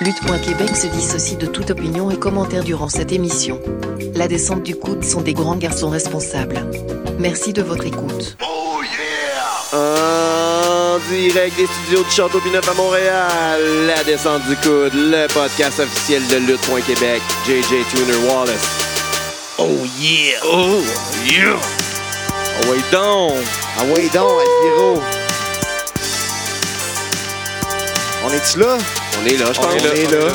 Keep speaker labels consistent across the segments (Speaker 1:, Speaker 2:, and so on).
Speaker 1: Lutte.Québec se dissocie de toute opinion et commentaire durant cette émission. La descente du coude sont des grands garçons responsables. Merci de votre écoute.
Speaker 2: En direct des studios du Château Pinot à Montréal, la descente du coude, le podcast officiel de Lutte.Québec, JJ Tuner Wallace.
Speaker 3: Oh yeah!
Speaker 2: Oh!
Speaker 3: Yeah!
Speaker 2: Ah ouais donc!
Speaker 4: Ah oui, donc, Alviro. On est-tu là?
Speaker 2: On est là, je
Speaker 4: on
Speaker 2: pense.
Speaker 4: est là.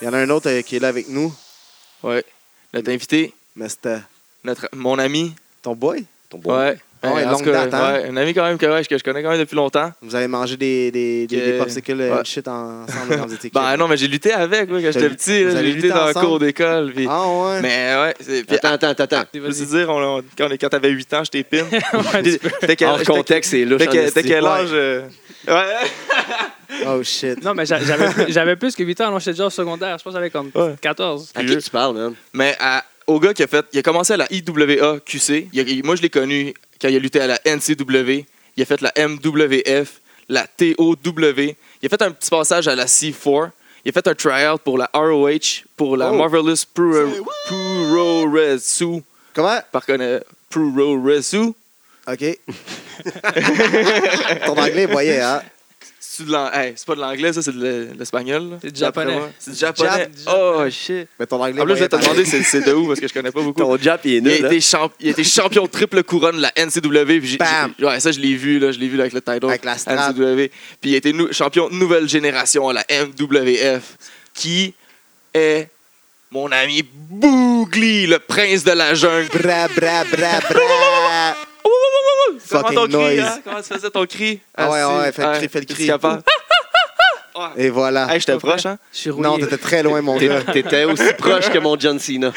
Speaker 4: Il y en a un autre euh, qui est là avec nous,
Speaker 5: Ouais. Notre invité,
Speaker 4: mais c'était
Speaker 5: notre, mon ami.
Speaker 4: ton boy.
Speaker 2: Ton boy.
Speaker 5: Ouais.
Speaker 4: Ah ouais,
Speaker 5: en
Speaker 4: longue
Speaker 5: tout cas,
Speaker 4: date, hein?
Speaker 5: ouais, un ami quand même que, ouais, que je connais quand même depuis longtemps.
Speaker 4: Vous avez mangé des, des, des,
Speaker 5: Que-
Speaker 4: des popsicles euh,
Speaker 5: ouais.
Speaker 4: shit ensemble dans des équipes.
Speaker 5: Ben non, mais j'ai lutté avec moi, quand
Speaker 4: T'as
Speaker 5: j'étais
Speaker 4: lu-
Speaker 5: petit.
Speaker 4: vous
Speaker 5: là,
Speaker 4: avez
Speaker 5: J'ai
Speaker 4: lutté
Speaker 5: lutté dans le
Speaker 4: ensemble?
Speaker 5: cours d'école. puis-
Speaker 4: Ah ouais?
Speaker 5: Mais ouais, c'est- puis-
Speaker 2: Attends, attends, attends, attends.
Speaker 5: je veux dire, on, on- quand, on est- quand t'avais 8 ans, je t'ai pine. T'es
Speaker 4: Ah,
Speaker 2: En
Speaker 5: quel, t'es-
Speaker 2: contexte, c'est là.
Speaker 5: t'es quel- t'es quel âge? euh? Ouais.
Speaker 4: Oh shit.
Speaker 6: Non, mais j'a- j'avais plus- j'avais plus que 8 ans. Non, j'étais déjà au secondaire. Je pense que j'avais comme
Speaker 5: Ouais.
Speaker 6: 14.
Speaker 2: À qui tu parles, man?
Speaker 5: Mais à- au gars qui a fait, il a commencé à la IWA QC. Il a- il- moi, je l'ai connu quand il a lutté à la NCW. Il a fait la MWF, la TOW. Il a fait un petit passage à la C4. Il a fait un tryout pour la ROH, pour la
Speaker 4: Oh.
Speaker 5: Marvelous Pro- Puroresu.
Speaker 4: Comment?
Speaker 5: Par contre, euh, Puroresu.
Speaker 4: OK. ton anglais, voyez, hein?
Speaker 5: C'est de l'an- hey, c'est pas de l'anglais, ça, c'est de l'e- l'espagnol.
Speaker 6: C'est du japonais.
Speaker 5: D'après moi. C'est du japonais.
Speaker 6: Jap- du
Speaker 5: Oh, shit.
Speaker 4: Mais ton anglais,
Speaker 5: En plus, je vais te
Speaker 4: voyez,
Speaker 5: demander c'est c'est de où, parce que je connais pas beaucoup.
Speaker 2: Ton jap, il est
Speaker 5: Il a,
Speaker 2: nul, là.
Speaker 5: été champ- il a été champion triple couronne de la NCW. puis j'ai-
Speaker 4: Bam!
Speaker 5: j'ai- ouais, ça, je l'ai vu, là, je l'ai vu là, avec le title.
Speaker 4: Avec la strap.
Speaker 5: NCW. Puis il a été nou- champion nouvelle génération à la MWF, qui est mon ami Bougli, le prince de la jungle.
Speaker 4: Bra, bra, bra, bra.
Speaker 5: Ouh, ouh, ouh, ouh, ouh. Comment
Speaker 4: Fucking
Speaker 5: ton cri,
Speaker 4: noise.
Speaker 5: hein? Comment tu faisais ton cri?
Speaker 4: Ah ouais,
Speaker 5: Assis.
Speaker 4: ouais, fais le cri, fais le
Speaker 5: t'es-tu
Speaker 4: cri.
Speaker 5: capable?
Speaker 4: Et voilà.
Speaker 5: Hey, je t'approche, hein?
Speaker 6: Je suis rouillé.
Speaker 4: Non, t'étais très loin, mon gars.
Speaker 2: T'étais- T'étais aussi proche que mon John Cena.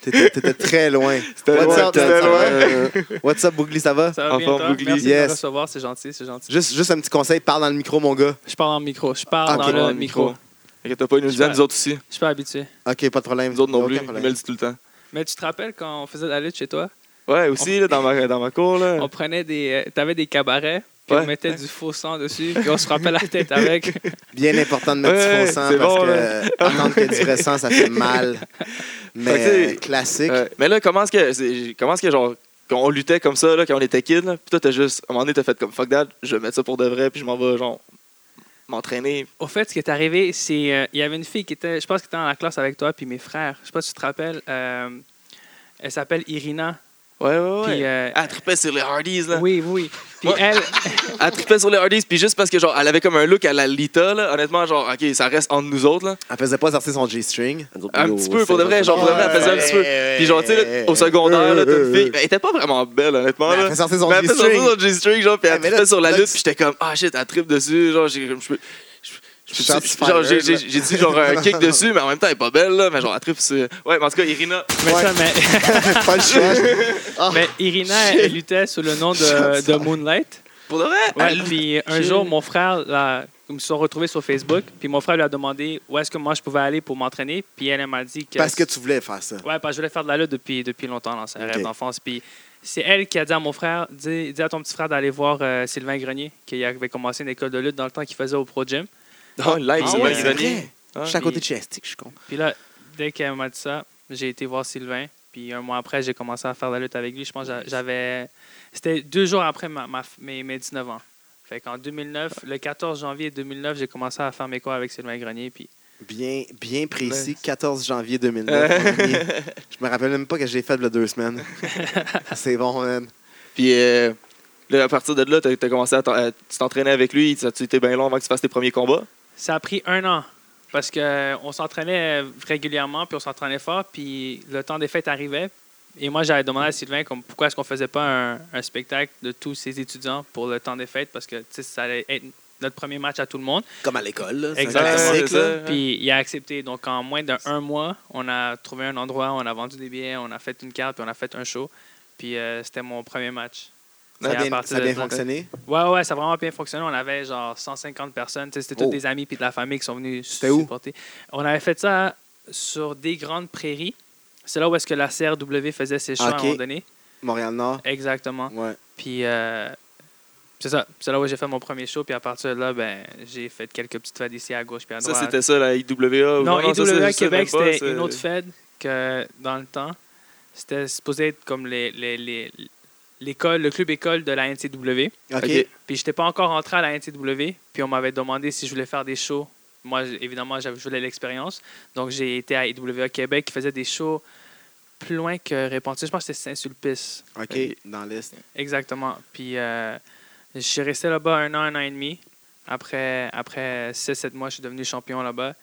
Speaker 4: T'étais t'étais très loin. What's
Speaker 5: loin,
Speaker 4: up,
Speaker 5: c'était
Speaker 4: man? Ça
Speaker 5: loin.
Speaker 4: va? Euh, What's up, Bougli, ça va?
Speaker 6: Ça va
Speaker 5: En
Speaker 6: bien,
Speaker 5: forme,
Speaker 6: toi?
Speaker 5: Bougli.
Speaker 6: Merci de
Speaker 4: Yes.
Speaker 6: me recevoir. C'est gentil, c'est gentil.
Speaker 4: Juste, juste un petit conseil, parle dans le micro, mon gars.
Speaker 6: Je parle en micro. Je parle
Speaker 4: Ah, ok.
Speaker 6: dans le micro.
Speaker 5: Fait que t'as pas une nous autres aussi.
Speaker 6: Je suis pas habitué.
Speaker 4: OK, pas de problème.
Speaker 5: Nous autres non
Speaker 4: Aucun
Speaker 5: plus. Il
Speaker 4: problème.
Speaker 5: me le dit tout le temps.
Speaker 6: Mais tu te rappelles quand on faisait de la lutte chez toi?
Speaker 5: Ouais, aussi, là, dans ma, dans ma cour, là.
Speaker 6: On prenait des. euh, T'avais des cabarets. Puis
Speaker 5: Ouais.
Speaker 6: on mettait du faux sang dessus. Puis on se frappait la tête avec.
Speaker 4: Bien important de mettre
Speaker 5: Ouais,
Speaker 4: du faux sang
Speaker 5: c'est
Speaker 4: parce
Speaker 5: bon, hein.
Speaker 4: que
Speaker 5: là.
Speaker 4: euh, attendre qu'il y ait du vrai sang, ça fait mal. Mais
Speaker 5: Fait que,
Speaker 4: euh,
Speaker 5: tu sais,
Speaker 4: classique.
Speaker 5: Ouais. Mais là, comment est-ce que, c'est- comment est-ce que genre, quand on luttait comme ça, là, quand on était kid, là, pis toi, t'as juste, à un moment donné, t'as fait comme fuck that, je vais mettre ça pour de vrai, puis je m'en vais, genre, m'entraîner.
Speaker 6: Au fait, ce qui est arrivé, c'est euh, il y avait une fille qui était, je pense, qui était dans la classe avec toi puis mes frères. Je sais pas si tu te rappelles. euh, elle s'appelle Irina.
Speaker 5: Ouais, ouais, ouais.
Speaker 6: Puis, euh,
Speaker 5: Elle tripait sur les Hardys, là.
Speaker 6: oui, oui. Puis
Speaker 5: Ouais.
Speaker 6: elle,
Speaker 5: Elle tripait sur les Hardys, puis juste parce que, genre, elle avait comme un look à la Lita, là. Honnêtement, genre, ok, ça reste entre nous autres, là.
Speaker 4: Elle faisait pas sortir son G-string.
Speaker 2: Nous autres,
Speaker 5: Un
Speaker 2: nous,
Speaker 5: petit
Speaker 2: on
Speaker 5: peu, pour de
Speaker 2: sait,
Speaker 5: vrai,
Speaker 2: on
Speaker 5: genre, pour de vrai, elle faisait un
Speaker 4: Ouais.
Speaker 5: petit peu. Puis, genre, tu sais, là, au secondaire, là, t'as une fille, ben, elle était pas vraiment belle, honnêtement,
Speaker 4: Mais Elle
Speaker 5: là.
Speaker 4: fait sortir son
Speaker 5: Mais elle fait sortir
Speaker 4: G-string.
Speaker 5: son G-string, genre, puis
Speaker 4: Ouais,
Speaker 5: elle
Speaker 4: mais là,
Speaker 5: trippait sur la
Speaker 4: là,
Speaker 5: lutte,
Speaker 4: tu-
Speaker 5: puis j'étais comme, ah shit, elle tripe dessus, genre, j'ai comme, je peux. je- je
Speaker 4: Je
Speaker 5: peux-
Speaker 4: suis satisfait,
Speaker 5: Genre, j'ai-
Speaker 4: là.
Speaker 5: j'ai j'ai dit genre un kick dessus, mais en même temps, elle est pas belle, là, mais genre, elle tripe sur. Ouais, mais en tout cas, Irina.
Speaker 6: mais ça, mais,
Speaker 4: pas le choix.
Speaker 6: mais Irina, elle luttait sous le nom de, de Moonlight.
Speaker 5: Pour de vrai,
Speaker 6: Ouais,
Speaker 5: elle-
Speaker 6: puis un jour, mon frère, là, ils me sont retrouvés sur Facebook. Puis mon frère lui a demandé où est-ce que moi je pouvais aller pour m'entraîner. Puis elle, elle m'a dit que.
Speaker 4: Parce que tu voulais faire ça.
Speaker 6: Ouais, parce que je voulais faire de la lutte depuis, depuis longtemps, dans un
Speaker 4: Ok.
Speaker 6: rêve d'enfance. Puis c'est elle qui a dit à mon frère, dis, dis à ton petit frère d'aller voir euh, Sylvain Grenier, qui avait commencé une école de lutte dans le temps qu'il faisait au Pro Gym.
Speaker 5: Oh, live,
Speaker 6: Ah
Speaker 5: c'est
Speaker 6: ouais,
Speaker 5: bien
Speaker 6: c'est
Speaker 5: grenier.
Speaker 4: Je suis à côté de chez Estic, je suis con.
Speaker 6: Puis là, dès qu'elle m'a dit ça, j'ai été voir Sylvain. Puis un mois après, j'ai commencé à faire de la lutte avec lui. Je pense que j'a- j'avais. C'était deux jours après ma, ma- mes, mes 19 ans. Fait qu'en 2009, le 14 janvier 2009, j'ai commencé à faire mes cours avec Sylvain Grenier. Puis
Speaker 4: Bien, bien précis,
Speaker 5: Ouais.
Speaker 4: 14 janvier 2009. mon ami. je me rappelle même pas que j'ai fait le deux semaines. C'est bon, man.
Speaker 5: Puis euh, là, à partir de là, t'as t'as commencé à t'en- à- tu t'entraîner avec lui, tu tu étais bien long avant que tu fasses tes premiers combats.
Speaker 6: Ça a pris un an parce qu'on s'entraînait régulièrement, puis on s'entraînait fort, puis le temps des fêtes arrivait. Et moi, j'avais demandé à Sylvain comme, pourquoi est-ce qu'on faisait pas un, un spectacle de tous ses étudiants pour le temps des fêtes, parce que tu sais, ça allait être notre premier match à tout le monde.
Speaker 4: Comme à l'école, là.
Speaker 6: C'est Exactement.
Speaker 5: classique, là.
Speaker 6: Puis il a accepté. Donc, en moins d'un un mois, on a trouvé un endroit, on a vendu des billets, on a fait une carte, puis on a fait un show. Puis euh, c'était mon premier match.
Speaker 4: Ça
Speaker 6: Et à
Speaker 4: a bien,
Speaker 6: partir
Speaker 4: ça a
Speaker 6: de
Speaker 4: bien
Speaker 6: là-
Speaker 4: fonctionné.
Speaker 6: Ouais, ouais, ça a vraiment bien fonctionné. On avait genre 150 personnes. Tu sais, C'était tous
Speaker 4: Oh.
Speaker 6: des amis puis de la famille qui sont venus
Speaker 4: C'était où?
Speaker 6: supporter. On avait fait ça sur des grandes prairies. C'est là où est-ce que la CRW faisait ses choix à
Speaker 4: Ok.
Speaker 6: un moment donné.
Speaker 4: Montréal-Nord.
Speaker 6: Exactement.
Speaker 4: Ouais.
Speaker 6: Puis euh, C'est ça. C'est là où j'ai fait mon premier show. Puis à partir de là, ben, j'ai fait quelques petites fêtes ici à gauche puis à
Speaker 5: Ça,
Speaker 6: droite.
Speaker 5: c'était ça, la IWA.
Speaker 6: Non,
Speaker 5: ça,
Speaker 6: IWA
Speaker 5: c'est- ça,
Speaker 6: Québec,
Speaker 5: même pas,
Speaker 6: c'était
Speaker 5: c'est-
Speaker 6: une autre fête que dans le temps. C'était supposé être comme les, les, les- l'école, le club école de la NCW.
Speaker 4: OK.
Speaker 5: Ok.
Speaker 6: Puis j'étais pas encore entré à la NCW. Puis on m'avait demandé si je voulais faire des shows. Moi, j- évidemment, j'avais je voulais l'expérience. Donc j'ai été à IWA Québec qui faisait des shows plus loin que Répentis. Je pense que c'était Saint-Sulpice.
Speaker 4: OK. Dans l'Est.
Speaker 6: Exactement. Puis euh, je suis resté là-bas un an, un an et demi. Après, après 6-7 mois, je suis devenu champion là-bas.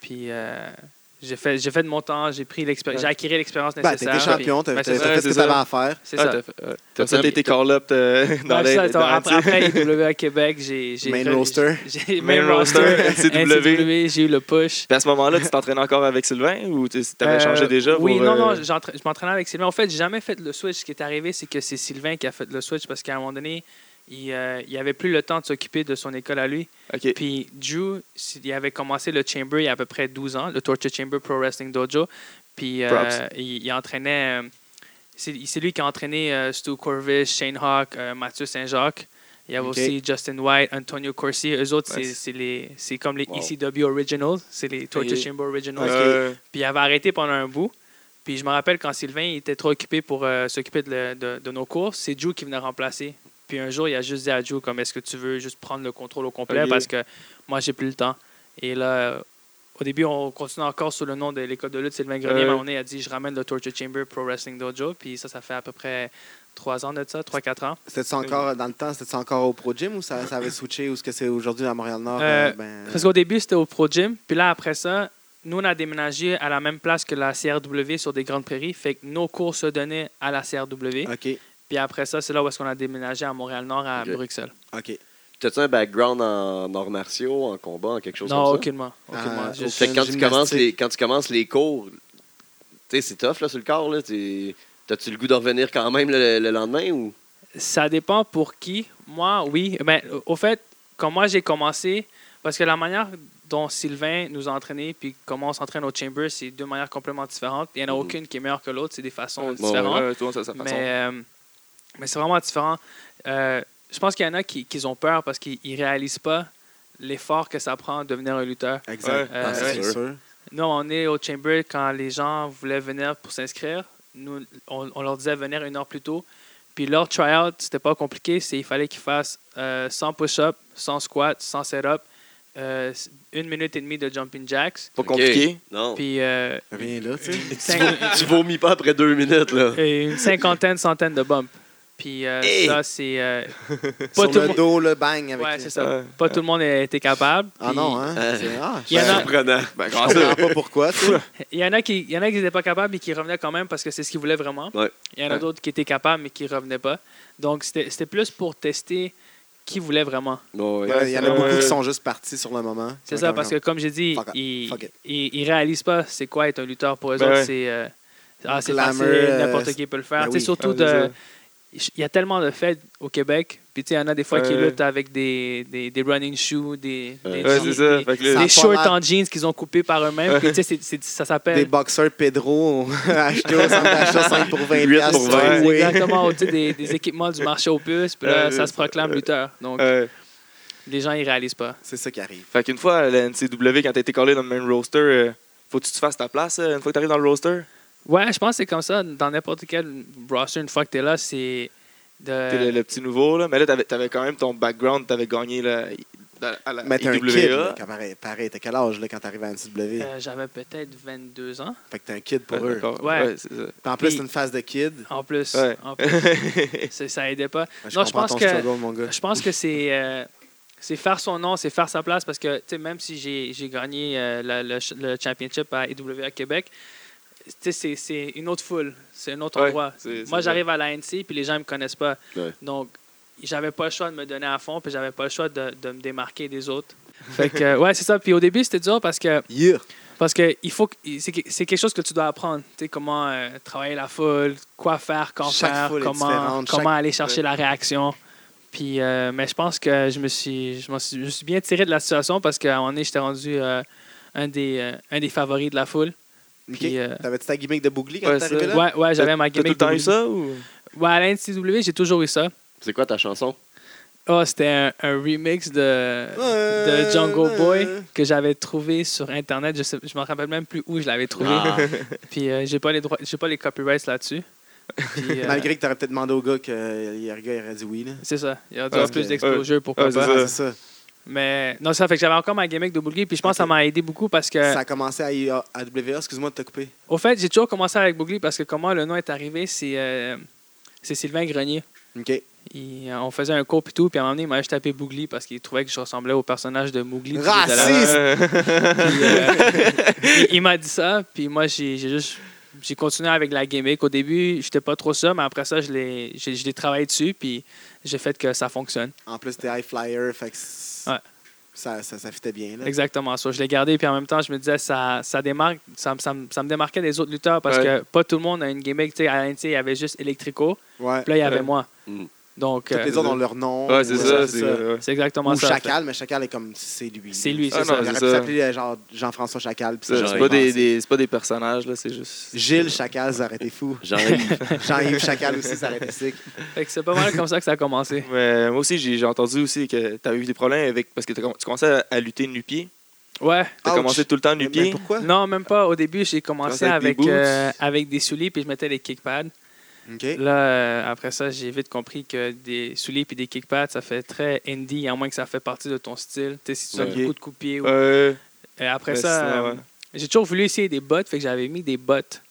Speaker 6: Puis euh, j'ai fait, j'ai fait de mon temps, j'ai pris l'expérience, j'ai acquis l'expérience
Speaker 4: Ben,
Speaker 6: nécessaire.
Speaker 4: t'étais champion, t'as
Speaker 6: puis- ben,
Speaker 4: t'as
Speaker 6: c'est
Speaker 5: ça,
Speaker 4: fait ce que
Speaker 5: c'est
Speaker 4: t'avais
Speaker 5: ça.
Speaker 4: à faire.
Speaker 6: C'est
Speaker 5: Ah,
Speaker 6: ça.
Speaker 5: t'as fait- ouais. T'as
Speaker 6: ça.
Speaker 5: fait tes call-up euh, dans
Speaker 6: Ouais,
Speaker 5: les.
Speaker 6: c'est ça.
Speaker 5: dans la-
Speaker 6: après, après IWA E Québec, j'ai. j'ai
Speaker 4: Main
Speaker 6: re-
Speaker 4: roster.
Speaker 6: j'ai-
Speaker 5: Main
Speaker 6: Main
Speaker 5: roster,
Speaker 6: roster.
Speaker 5: NCW.
Speaker 6: NCW, j'ai eu le push.
Speaker 5: Puis à ce moment-là, tu t'entraînais encore avec Sylvain ou tu t'avais changé
Speaker 6: Euh,
Speaker 5: déjà?
Speaker 6: Oui,
Speaker 5: pour,
Speaker 6: non,
Speaker 5: euh,
Speaker 6: non, j'entra- je m'entraînais avec Sylvain. En fait, j'ai jamais fait le switch. Ce qui est arrivé, c'est que c'est Sylvain qui a fait le switch parce qu'à un moment donné, il euh, il avait plus le temps de s'occuper de son école à lui.
Speaker 5: OK.
Speaker 6: Puis Drew, s- il avait commencé le Chamber il y a à peu près 12 ans, le Torture Chamber Pro Wrestling Dojo. Puis euh,
Speaker 5: Props.
Speaker 6: il, il entraînait. euh, c'est c'est lui qui a entraîné euh, Stu Corvish, Shane Hawk, euh, Mathieu Saint-Jacques. Il y avait
Speaker 4: Ok.
Speaker 6: aussi Justin White, Antonio Corsi. Eux autres, c'est-
Speaker 5: Nice.
Speaker 6: c'est les- c'est comme les
Speaker 5: Wow.
Speaker 6: ECW Originals. C'est les Torture
Speaker 5: Ok.
Speaker 6: Chamber Originals.
Speaker 5: Euh,
Speaker 6: Puis il avait arrêté pendant un bout. Puis je me rappelle quand Sylvain il était trop occupé pour euh, s'occuper de, le- de- de nos courses, c'est Drew qui venait remplacer. Puis un jour, il a juste dit à Drew comme est-ce que tu veux juste prendre le contrôle au complet
Speaker 5: Ok.
Speaker 6: parce que moi j'ai plus le temps. Et là, euh, au début, on continue encore sous le nom de l'école de lutte Sylvain Grenier.
Speaker 5: Euh.
Speaker 6: mais on est a dit je ramène le Torture Chamber Pro Wrestling Dojo. Puis ça, ça fait à peu près trois ans de ça, trois quatre
Speaker 5: Euh.
Speaker 6: ans.
Speaker 4: C'était-tu encore, euh, dans le temps, c'était-tu encore au Pro Gym ou ça, ça avait switché ou ce que c'est aujourd'hui à Montréal-Nord?
Speaker 6: Euh,
Speaker 4: euh, ben,
Speaker 6: Parce qu'au début, c'était au Pro Gym. Puis là, après ça, nous, on a déménagé à la même place que la CRW sur des Grandes Prairies. Fait que nos cours se donnaient à la CRW.
Speaker 4: OK.
Speaker 6: Puis après ça, c'est là où est-ce qu'on a déménagé à Montréal-Nord, à
Speaker 2: Ok.
Speaker 6: Bruxelles.
Speaker 4: OK.
Speaker 2: T'as-tu un background en arts martiaux, en combat, en quelque chose
Speaker 6: Non,
Speaker 2: comme ça?
Speaker 6: aucunement. aucunement.
Speaker 4: Ah,
Speaker 6: Je-
Speaker 2: Fait que quand tu,
Speaker 4: Gymnastique.
Speaker 2: commences les, quand tu commences les cours, tu sais, c'est tough là, sur le corps. Là, t'es- T'as-tu le goût de revenir quand même le, le lendemain? ou
Speaker 6: Ça dépend pour qui. Moi, oui. Ben, au- au fait, quand moi j'ai commencé, parce que la manière dont Sylvain nous a entraînés, puis comment on s'entraîne au Chamber, c'est deux manières complètement différentes. Il n'y en a
Speaker 2: Mhm.
Speaker 6: aucune qui est meilleure que l'autre, c'est des façons
Speaker 5: Ouais,
Speaker 6: différentes.
Speaker 5: ouais, tout le monde, ça, ça façon.
Speaker 6: Mais, euh, mais c'est vraiment différent. Euh, je pense qu'il y en a qui, qui ont peur parce qu'ils ne réalisent pas l'effort que ça prend de devenir un lutteur.
Speaker 4: Exact.
Speaker 6: Ouais.
Speaker 4: Ah, c'est
Speaker 2: Ouais.
Speaker 4: sûr.
Speaker 6: Nous, on est au Chamber quand les gens voulaient venir pour s'inscrire. Nous, on, on leur disait venir une heure plus tôt. Puis leur tryout, c'était pas compliqué. C'est, il fallait qu'ils fassent euh, 100 push-ups, 100 squats, 100 set-up, euh, une minute et demie de jumping jacks.
Speaker 5: Pas
Speaker 2: Ok.
Speaker 5: compliqué.
Speaker 2: Non.
Speaker 6: Puis euh,
Speaker 4: Rien là, tu sais.
Speaker 6: cinq-
Speaker 2: tu vomis pas après deux minutes. là.
Speaker 6: et une cinquantaine, centaine de bumps. Puis euh,
Speaker 2: Hey!
Speaker 6: ça, c'est. euh, pas
Speaker 4: Sur
Speaker 6: tout le
Speaker 4: le
Speaker 6: monde-
Speaker 4: dos, le bang avec.
Speaker 6: Ouais,
Speaker 4: les-
Speaker 6: c'est ça.
Speaker 5: Ouais.
Speaker 6: Pas tout le monde était capable.
Speaker 4: Ah
Speaker 6: Puis
Speaker 4: non, hein?
Speaker 2: Euh,
Speaker 4: C'est- Ah,
Speaker 6: Il y en a-
Speaker 4: je
Speaker 2: Surprenant.
Speaker 5: Ben, comment ça?
Speaker 4: comprends pas pourquoi, tu sais.
Speaker 6: Il y en a qui il y en a qui n'étaient pas capables et qui revenaient quand même parce que c'est ce qu'ils voulaient vraiment.
Speaker 2: Ouais.
Speaker 6: Il y en a
Speaker 5: Ouais.
Speaker 6: d'autres qui étaient capables mais qui revenaient pas. Donc c'était c'était plus pour tester qui voulait vraiment.
Speaker 2: Ouais, ouais.
Speaker 4: Ouais, Il y en a
Speaker 5: Ouais.
Speaker 4: beaucoup qui sont juste partis sur le moment.
Speaker 6: C'est ça parce que comme j'ai dit,
Speaker 4: Fuck it.
Speaker 6: ils,
Speaker 4: Fuck it.
Speaker 6: ils, ils réalisent pas c'est quoi être un lutteur pour eux
Speaker 5: Ben
Speaker 6: autres,
Speaker 5: ouais.
Speaker 6: c'est euh, ah, c'est
Speaker 4: Glamour,
Speaker 6: facile,
Speaker 4: euh,
Speaker 6: n'importe qui peut le faire.
Speaker 4: ben
Speaker 6: Tu sais,
Speaker 4: oui.
Speaker 6: surtout
Speaker 5: Ah, c'est
Speaker 6: de il y a tellement de fêtes au Québec, puis tu sais, il y en a des fois qui
Speaker 5: Ouais.
Speaker 6: luttent avec des, des, des running shoes, des,
Speaker 5: Ouais,
Speaker 6: des,
Speaker 5: c'est
Speaker 6: jeans,
Speaker 5: ça.
Speaker 6: des-
Speaker 5: Fait que là,
Speaker 6: des
Speaker 4: Ça a pas
Speaker 6: shorts
Speaker 4: l'air-
Speaker 6: en jeans qu'ils ont coupés par eux-mêmes. Puis, tu sais, c'est- c'est- ça
Speaker 4: Des
Speaker 6: s'appelle.
Speaker 4: boxeurs Pedro achetés au centre d'achat 5 pour 20
Speaker 5: Huit pour
Speaker 4: piastres,
Speaker 5: vingt.
Speaker 4: tu sais,
Speaker 6: C'est
Speaker 4: oui.
Speaker 6: exactement au titre des, des équipements du marché aux puces. Puis là,
Speaker 5: Euh,
Speaker 6: ça se proclame lutteur. Donc,
Speaker 5: Ouais.
Speaker 6: les gens, ils réalisent pas.
Speaker 4: C'est ça qui arrive.
Speaker 5: Fait qu'une fois à la NCW, quand t'as été collé dans le même roster, euh, faut que tu te fasses ta place euh, une fois que t'arrives dans le roster?
Speaker 6: Ouais, je pense que c'est comme ça. Dans n'importe quel roster, une fois que t'es là, c'est
Speaker 5: T'es le,
Speaker 6: de...
Speaker 5: le petit nouveau, là. Mais là, t'avais, t'avais quand même ton background, t'avais gagné la, dans- à la
Speaker 4: Mais t'es un
Speaker 5: IWA.
Speaker 4: kid, là, quand pareil, pareil, t'as quel âge là, quand t'arrives à NCW?
Speaker 6: euh, J'avais peut-être 22 ans.
Speaker 4: Fait que t'es un kid pour
Speaker 5: Ouais,
Speaker 4: eux.
Speaker 5: d'accord.
Speaker 6: Ouais.
Speaker 5: c'est ça.
Speaker 4: Puis en plus,
Speaker 6: Puis-
Speaker 4: c'est une phase de kid. Ben,
Speaker 6: En plus,
Speaker 5: Ouais.
Speaker 6: en plus, c'est- ça aidait pas.
Speaker 4: Je
Speaker 6: Non, je
Speaker 4: comprends
Speaker 6: pense
Speaker 4: ton
Speaker 6: que-
Speaker 4: struggle, mon gars.
Speaker 6: Je pense que c'est euh, c'est faire son nom, c'est faire sa place parce que tu sais, même si j'ai j'ai gagné euh, la- le, ch- le championship à IWA Québec, tu sais, c'est c'est une autre foule, c'est un autre
Speaker 5: Ouais,
Speaker 6: endroit.
Speaker 5: c'est- c'est
Speaker 6: Moi,
Speaker 5: vrai.
Speaker 6: j'arrive à l'ANC puis les gens me connaissent pas.
Speaker 2: Ouais.
Speaker 6: Donc, j'avais pas le choix de me donner à fond puis j'avais pas le choix de, de me démarquer des autres. Fait que, euh, ouais, c'est ça. Puis au début, c'était dur parce que
Speaker 4: Yeah.
Speaker 6: parce que il faut que- c'est que- c'est quelque chose que tu dois apprendre, tu sais comment euh, travailler la foule, quoi faire, quand
Speaker 4: Chaque
Speaker 6: faire,
Speaker 4: foule est
Speaker 6: comment
Speaker 4: différente,
Speaker 6: comment
Speaker 4: chaque-
Speaker 6: aller chercher la réaction. Puis euh, mais je pense que je me suis je, m'en suis je me suis bien tiré de la situation parce qu'à un moment donné, j'étais rendu euh, un des euh, un des favoris de la foule.
Speaker 4: Ok.
Speaker 6: Puis, euh,
Speaker 4: T'avais-tu ta gimmick de Bougli quand
Speaker 5: Ouais,
Speaker 4: t'es arrivé
Speaker 5: ça.
Speaker 4: là?
Speaker 6: Ouais, ouais, j'avais
Speaker 5: T'as-
Speaker 6: ma
Speaker 5: T'as tout
Speaker 6: gimmick
Speaker 5: le temps
Speaker 6: de
Speaker 5: eu ça? Ou...
Speaker 6: Ouais, à la NCW, j'ai toujours eu ça.
Speaker 2: C'est quoi ta chanson?
Speaker 6: Ah, c'était un, un remix de,
Speaker 4: Ouais.
Speaker 6: de Jungle Boy que j'avais trouvé sur Internet. Je ne je m'en rappelle même plus où je l'avais trouvé.
Speaker 7: Ah.
Speaker 6: Puis euh, j'ai pas les droits, j'ai pas les copyrights là-dessus. Puis, euh,
Speaker 4: Malgré que t'aurais peut-être demandé au gars que euh, le gars il aurait dit oui. Là.
Speaker 6: c'est ça. Il y a dû
Speaker 5: Ouais.
Speaker 6: plus d'exposure, pourquoi
Speaker 5: Ouais, c'est
Speaker 6: pas.
Speaker 5: ça.
Speaker 4: C'est ça.
Speaker 6: Mais non, ça fait que j'avais encore ma gimmick de Boogie, puis je pense que ça m'a aidé beaucoup parce que,
Speaker 4: Ça a commencé à, IA à WA. Excuse-moi de te couper.
Speaker 6: au fait, j'ai toujours commencé avec Boogie parce que comment le nom est arrivé, c'est euh, c'est Sylvain Grenier.
Speaker 4: OK.
Speaker 6: Il- euh, on faisait un cours et tout, puis à un moment donné, il m'a juste tapé Bougli parce qu'il trouvait que je ressemblais au personnage de Mougli.
Speaker 4: Raciste!
Speaker 6: Puis, euh, il- il m'a dit ça, puis moi, j'ai j'ai juste. J'ai continué avec la gimmick. Au début, j'étais pas trop ça, mais après ça, je l'ai j'ai- je l'ai travaillé dessus, puis j'ai fait que ça fonctionne.
Speaker 4: En plus, t'es high flyer. Fait que c-
Speaker 6: Ouais.
Speaker 4: ça, ça, ça fitait bien. Là.
Speaker 6: Exactement ça. Je l'ai gardé, puis en même temps, je me disais, ça, ça, démarque, ça, me- ça me- ça me démarquait des autres lutteurs parce
Speaker 5: Ouais.
Speaker 6: que pas tout le monde a une gimmick. Tu sais, à NT, il y avait juste Electrico,
Speaker 4: Ouais.
Speaker 6: puis là, il y avait
Speaker 5: Ouais.
Speaker 6: moi.
Speaker 2: Mm.
Speaker 6: Donc,
Speaker 4: Toutes
Speaker 6: euh,
Speaker 4: les autres ont leur nom.
Speaker 5: Ouais, c'est
Speaker 4: ou-
Speaker 5: ça. c'est- ouais.
Speaker 6: c'est exactement
Speaker 4: Ou
Speaker 6: ça.
Speaker 4: Chacal, mais Chacal est comme c'est lui.
Speaker 6: C'est lui,
Speaker 5: Ah
Speaker 6: c'est
Speaker 5: non,
Speaker 6: ça.
Speaker 4: Il aurait
Speaker 5: c'est ça.
Speaker 4: pu s'appeler euh, genre Jean-François Chacal. puis ça,
Speaker 5: C'est
Speaker 4: j'aurais
Speaker 5: c'est pas
Speaker 4: pensé.
Speaker 5: des, des- c'est pas des personnages, là, c'est juste.
Speaker 4: Gilles Chacal, ça aurait été fou.
Speaker 2: Jean-Yves.
Speaker 4: Jean-Yves Chacal aussi, ça aurait été sick.
Speaker 6: Fait que c'est pas mal comme ça que ça a commencé.
Speaker 5: Mais moi aussi, j'ai j'ai entendu aussi que tu avais eu des problèmes avec. Parce que t'as comm- tu commençais à, à lutter nu-pied.
Speaker 6: Ouais.
Speaker 5: Tu as
Speaker 4: Ouch.
Speaker 5: commencé tout le temps
Speaker 4: Mais, mais
Speaker 5: nu-pied.
Speaker 4: pourquoi?
Speaker 6: Non, même pas. Au début, j'ai commencé
Speaker 5: Commence avec
Speaker 6: avec,
Speaker 5: des
Speaker 6: euh,
Speaker 5: boots.
Speaker 6: avec des souliers, puis je mettais les kickpads.
Speaker 4: OK.
Speaker 6: Là, euh, après ça, j'ai vite compris que des souliers puis des kickpads, ça fait très indie, à moins que ça fait partie de ton style. Tu sais, si tu donnes
Speaker 5: Ouais.
Speaker 6: beaucoup de coups de pied. ou-
Speaker 5: Ouais.
Speaker 6: Et après
Speaker 5: Mais
Speaker 6: ça,
Speaker 5: sinon,
Speaker 6: euh,
Speaker 5: ouais.
Speaker 6: j'ai toujours voulu essayer des bottes, fait que j'avais mis des bottes.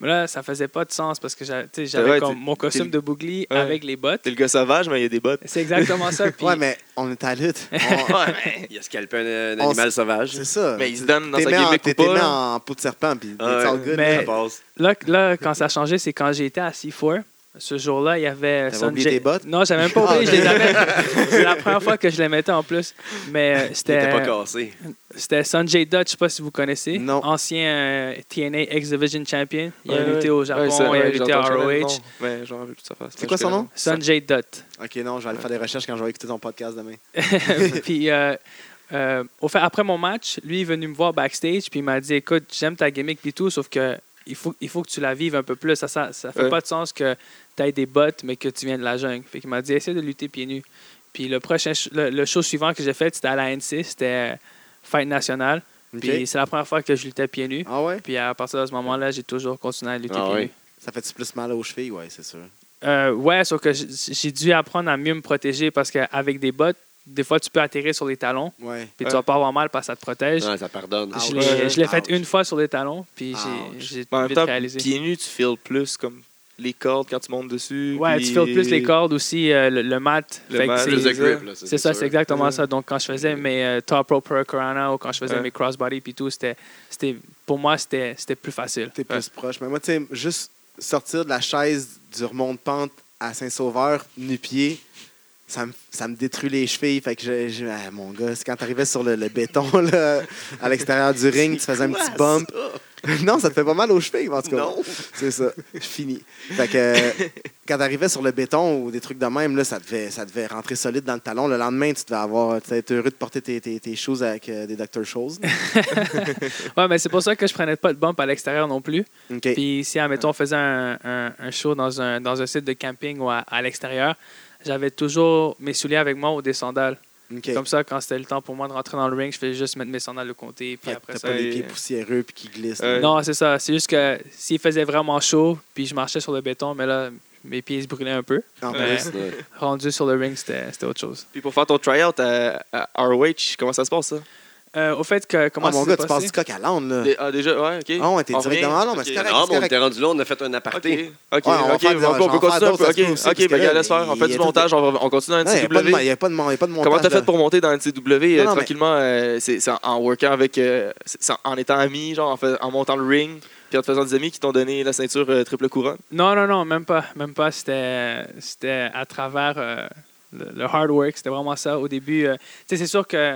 Speaker 6: Mais là, ça faisait pas de sens parce que j'a- tu sais, j'avais
Speaker 5: ouais,
Speaker 6: comme
Speaker 5: t'es-
Speaker 6: mon costume de bougli
Speaker 5: ouais.
Speaker 6: avec les bottes.
Speaker 5: T'es le gars sauvage, mais il y a des bottes.
Speaker 6: C'est exactement ça. Puis
Speaker 4: Ouais, mais on est à la lutte. On-
Speaker 2: Il a scalpé un, un
Speaker 4: On
Speaker 2: animal sauvage.
Speaker 4: C'est ça.
Speaker 5: Ah, Mais il se donne dans
Speaker 4: T'es
Speaker 5: sa
Speaker 4: mis en-
Speaker 5: gimmick
Speaker 4: t'es
Speaker 5: ou
Speaker 4: t'es
Speaker 5: pas.
Speaker 4: mis
Speaker 5: là.
Speaker 4: en peau de serpent, puis
Speaker 2: Ah ouais.
Speaker 4: it's all good.
Speaker 6: Mais-
Speaker 2: Ça passe.
Speaker 6: Là, là, quand ça a changé, c'est quand j'étais à C4. Ce jour-là, il y avait. euh,
Speaker 4: T'avais
Speaker 6: Sanjay-
Speaker 4: oublié tes bottes?
Speaker 6: Non, j'avais même pas oublié. je
Speaker 4: Ah,
Speaker 6: les avais. C'est la première fois que je les mettais en plus. Mais euh,
Speaker 2: Il était pas
Speaker 6: c'était
Speaker 2: cassé.
Speaker 6: c'était Sanjay Dutt, je sais pas si vous connaissez.
Speaker 4: Non.
Speaker 6: Ancien euh, TNA X-Division Champion. Il a
Speaker 5: Ouais, ouais.
Speaker 6: lutté au Japon,
Speaker 5: Ouais, ça,
Speaker 6: il a
Speaker 5: ouais,
Speaker 6: lutté
Speaker 5: j'ai
Speaker 6: à
Speaker 5: entendu le
Speaker 6: ROH.
Speaker 5: nom, Mais j'en veux plus de sa face.
Speaker 4: C'est quoi son nom?
Speaker 6: Sanjay Dutt.
Speaker 4: Ok, non, je vais aller faire des recherches quand je vais écouter ton podcast demain.
Speaker 6: puis, euh, euh, au fait, après mon match, lui est venu me voir backstage, puis il m'a dit Écoute, j'aime ta gimmick, puis tout, sauf que il faut, il faut que tu la vives un peu plus. Ça ça, ça fait
Speaker 5: Ouais.
Speaker 6: pas de sens que tu aies des bottes, mais que tu viennes de la jungle. Fait qu'il m'a dit Essaie de lutter pieds nus. Puis, le, prochain, ch- le, le show suivant que j'ai fait, c'était à la NC, c'était euh, Fight National.
Speaker 4: Ok.
Speaker 6: Puis, c'est la première fois que je luttais pieds nus.
Speaker 4: Ah ouais?
Speaker 6: Puis, à partir de ce moment-là, j'ai toujours continué à lutter
Speaker 2: Ah
Speaker 6: pieds
Speaker 2: ouais.
Speaker 6: nus.
Speaker 4: Ça fait-tu plus mal aux chevilles? Ouais, c'est sûr.
Speaker 6: Euh, ouais, sauf que j- j'ai dû apprendre à mieux me protéger parce qu'avec des bottes, des fois, tu peux atterrir sur les talons.
Speaker 4: Ouais.
Speaker 6: Puis tu
Speaker 5: Ouais.
Speaker 6: vas pas avoir mal parce que ça te protège.
Speaker 2: Non, ça pardonne.
Speaker 4: Ah,
Speaker 6: je
Speaker 4: Ouch.
Speaker 6: l'ai- je l'ai fait
Speaker 4: Ouch.
Speaker 6: une fois sur les talons, puis j'ai-
Speaker 4: Ouch.
Speaker 6: j'ai
Speaker 5: En même
Speaker 6: vite
Speaker 5: temps,
Speaker 6: réalisé.
Speaker 5: pieds nus, tu files plus comme les cordes quand tu montes dessus.
Speaker 6: ouais,
Speaker 5: puis-
Speaker 6: tu files plus les cordes aussi, euh, le, le mat.
Speaker 5: Le
Speaker 6: Fait que
Speaker 5: mat,
Speaker 6: c'est-
Speaker 5: le
Speaker 2: Plus de grip,
Speaker 5: ça.
Speaker 2: là,
Speaker 6: C'est ça,
Speaker 2: sûr.
Speaker 6: c'est exactement
Speaker 5: Ouais.
Speaker 6: ça. Donc, quand je faisais mes euh, top rope per corona ou quand je faisais
Speaker 5: Ouais.
Speaker 6: mes crossbody puis tout, c'était, c'était, pour moi, c'était, c'était plus facile.
Speaker 4: T'es plus proche. Mais moi, tu sais, juste sortir de la chaise du remonte-pente à Saint-Sauveur, nu-pied, ça me, ça me détruit les chevilles. Fait que je, je- ah, mon gars, c'est quand t'arrivais sur le, le béton là, à l'extérieur du ring, tu faisais un petit bump.
Speaker 2: Ah,
Speaker 4: non, ça te fait pas mal aux chevilles, en tout cas.
Speaker 2: Non.
Speaker 4: C'est ça. Fini. Fait que euh, quand t'arrivais sur le béton ou des trucs de même, là, ça, devait, ça devait rentrer solide dans le talon. Le lendemain, tu devais avoir. Tu devais être heureux de porter tes, tes, tes shoes avec euh, des Dr. Shoes.
Speaker 6: Ouais, mais c'est pour ça que je prenais pas de bump à l'extérieur non plus.
Speaker 4: OK.
Speaker 6: Puis si, admettons, on faisait un, un- un show dans un, dans un site de camping ou à, à l'extérieur, j'avais toujours mes souliers avec moi ou des sandales.
Speaker 4: OK.
Speaker 6: Comme ça, quand c'était le temps pour moi de rentrer dans le ring, je faisais juste mettre mes sandales de côté. Puis
Speaker 4: Fait que
Speaker 6: après
Speaker 4: t'as
Speaker 6: ça,
Speaker 4: pas les
Speaker 5: il-
Speaker 4: pieds poussiéreux puis qui glissent.
Speaker 5: Ouais.
Speaker 4: là.
Speaker 6: Non, c'est ça. C'est juste que s'il faisait vraiment chaud, puis je marchais sur le béton, mais là, mes pieds se brûlaient un peu.
Speaker 4: En
Speaker 6: Ouais.
Speaker 4: plus.
Speaker 2: Ouais.
Speaker 6: Rendu sur le ring, c'était c'était autre chose.
Speaker 5: Puis pour faire ton tryout à, à ROH, comment ça se passe ça?
Speaker 6: Euh, au fait que, comment
Speaker 4: Oh, mon
Speaker 6: ça s'est
Speaker 4: gars, tu passes
Speaker 6: passé?
Speaker 4: du coq à l'âne, là.
Speaker 5: Dé- Ah, déjà, ouais, ok.
Speaker 4: Ah ouais, t'es
Speaker 5: On
Speaker 4: directement
Speaker 5: revient?
Speaker 4: là, mais c'est
Speaker 5: Ok.
Speaker 4: correct,
Speaker 2: Non,
Speaker 4: c'est
Speaker 2: mais on
Speaker 4: correct.
Speaker 2: était rendu là, on a fait un
Speaker 5: Ok,
Speaker 2: aparté.
Speaker 5: ok,
Speaker 4: Ouais, on va
Speaker 5: ok,
Speaker 4: faire-
Speaker 5: on, on
Speaker 4: j'en
Speaker 5: peut
Speaker 4: fais
Speaker 5: continuer
Speaker 4: d'autres,
Speaker 5: un peu.
Speaker 4: ça se
Speaker 5: Ok,
Speaker 4: peut aussi, parce
Speaker 5: ok,
Speaker 4: que
Speaker 5: ben,
Speaker 4: là,
Speaker 5: laisse faire. On
Speaker 4: il
Speaker 5: fait
Speaker 4: y a
Speaker 5: du
Speaker 4: tout-
Speaker 5: montage, on, va- on continue dans
Speaker 4: Non, Il n'y a, pas de-
Speaker 5: NCW.
Speaker 4: il y a pas de mon- il y a pas de montage.
Speaker 5: Comment t'as
Speaker 4: là.
Speaker 5: fait pour monter dans NCW euh,
Speaker 4: Non, non, mais-
Speaker 5: tranquillement? euh, c'est c'est en, en workant avec. euh, c'est- c'est en, en étant ami, genre en, fait- en montant le ring, puis en te faisant des amis qui t'ont donné la ceinture euh, triple couronne.
Speaker 6: Non, non, non, même pas. Même pas. C'était c'était à travers euh, le, le hard work. C'était vraiment ça. Au début, euh, tu sais, c'est sûr que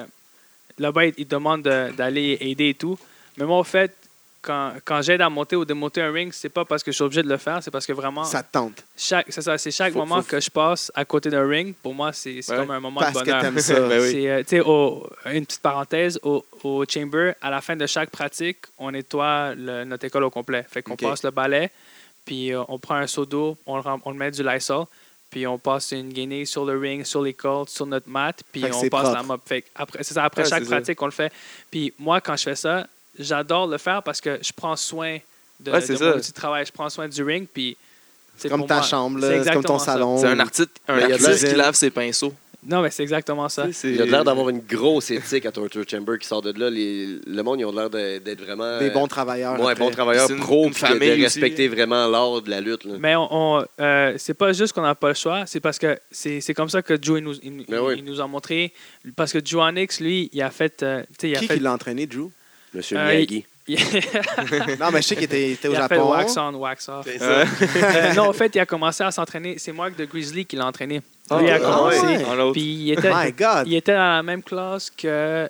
Speaker 6: là-bas, ils ils te demandent de- d'aller aider et tout. Mais moi, au fait, quand, quand j'aide à monter ou démonter un ring, c'est pas parce que je suis obligé de le faire, c'est parce que vraiment,
Speaker 4: Ça te tente.
Speaker 6: chaque, c'est ça, c'est chaque
Speaker 5: Faut-
Speaker 6: moment
Speaker 5: faut-
Speaker 6: que je passe à côté d'un ring, pour moi, c'est c'est
Speaker 5: Ouais.
Speaker 6: comme un moment
Speaker 4: Parce
Speaker 6: de
Speaker 4: que
Speaker 6: bonheur.
Speaker 4: t'aimes ça.
Speaker 5: Ben oui.
Speaker 6: C'est, euh, tu sais, au- une petite parenthèse, au, au Chamber, à la fin de chaque pratique, on nettoie le- notre école au complet. Fait qu'on
Speaker 4: Ok.
Speaker 6: passe le balai, puis euh, on prend un seau d'eau, on, le rem- on le met du Lysol, puis on passe une guinée sur le ring, sur les cordes, sur notre mat, puis
Speaker 4: Fait que
Speaker 6: on
Speaker 4: c'est
Speaker 6: passe
Speaker 4: propre.
Speaker 6: la mop. Fait que après, c'est ça, après
Speaker 5: Ouais,
Speaker 6: chaque
Speaker 5: c'est ça.
Speaker 6: pratique, on le fait. Puis moi, quand je fais ça, j'adore le faire parce que je prends soin de,
Speaker 5: Ouais,
Speaker 6: de
Speaker 5: c'est
Speaker 6: mon
Speaker 5: ça.
Speaker 6: outil de travail. Je prends soin du ring, puis...
Speaker 4: C'est
Speaker 6: c'est
Speaker 4: comme
Speaker 6: pour
Speaker 4: ta
Speaker 6: moi-
Speaker 4: chambre,
Speaker 6: c'est
Speaker 4: là, c'est comme ton
Speaker 6: exactement ça.
Speaker 4: salon.
Speaker 5: C'est un artiste, un
Speaker 2: Mais il y a de la
Speaker 5: artiste qui
Speaker 4: zen.
Speaker 5: lave ses pinceaux.
Speaker 6: Non, mais c'est exactement ça.
Speaker 2: Il a de l'air d'avoir une grosse éthique à Torture Chamber qui sort de là. Les- le monde, ils ont l'air de- d'être vraiment.
Speaker 4: Des bons
Speaker 2: euh,
Speaker 4: travailleurs.
Speaker 2: ouais,
Speaker 4: après.
Speaker 2: bons travailleurs
Speaker 5: C'est une-
Speaker 2: pro,
Speaker 5: une
Speaker 2: puis
Speaker 5: famille
Speaker 2: de,
Speaker 5: aussi.
Speaker 2: de respecter vraiment l'art de la lutte. là.
Speaker 6: Mais on, on, euh, c'est pas juste qu'on n'a pas le choix, c'est parce que c'est c'est comme ça que Joe il nous, il,
Speaker 2: Ben oui.
Speaker 6: il nous a montré. Parce que Joe Onyx, lui, il a fait. euh, tu sais, il a
Speaker 4: Qui,
Speaker 6: fait.
Speaker 4: qui l'a entraîné, Drew?
Speaker 2: Monsieur
Speaker 6: Euh,
Speaker 2: Miyagi.
Speaker 6: il,
Speaker 4: non, mais je sais qu'il était, il était au
Speaker 6: il a fait
Speaker 4: Japon.
Speaker 6: wax on, wax off.
Speaker 5: Ouais.
Speaker 6: Euh, non, en fait, il a commencé à s'entraîner. C'est Mark de Grizzly qui l'a entraîné. Lui, il a
Speaker 4: ouais.
Speaker 6: commencé.
Speaker 4: Ah ouais.
Speaker 5: En l'autre.
Speaker 6: Puis il était,
Speaker 4: My God!
Speaker 6: il était dans la même classe que.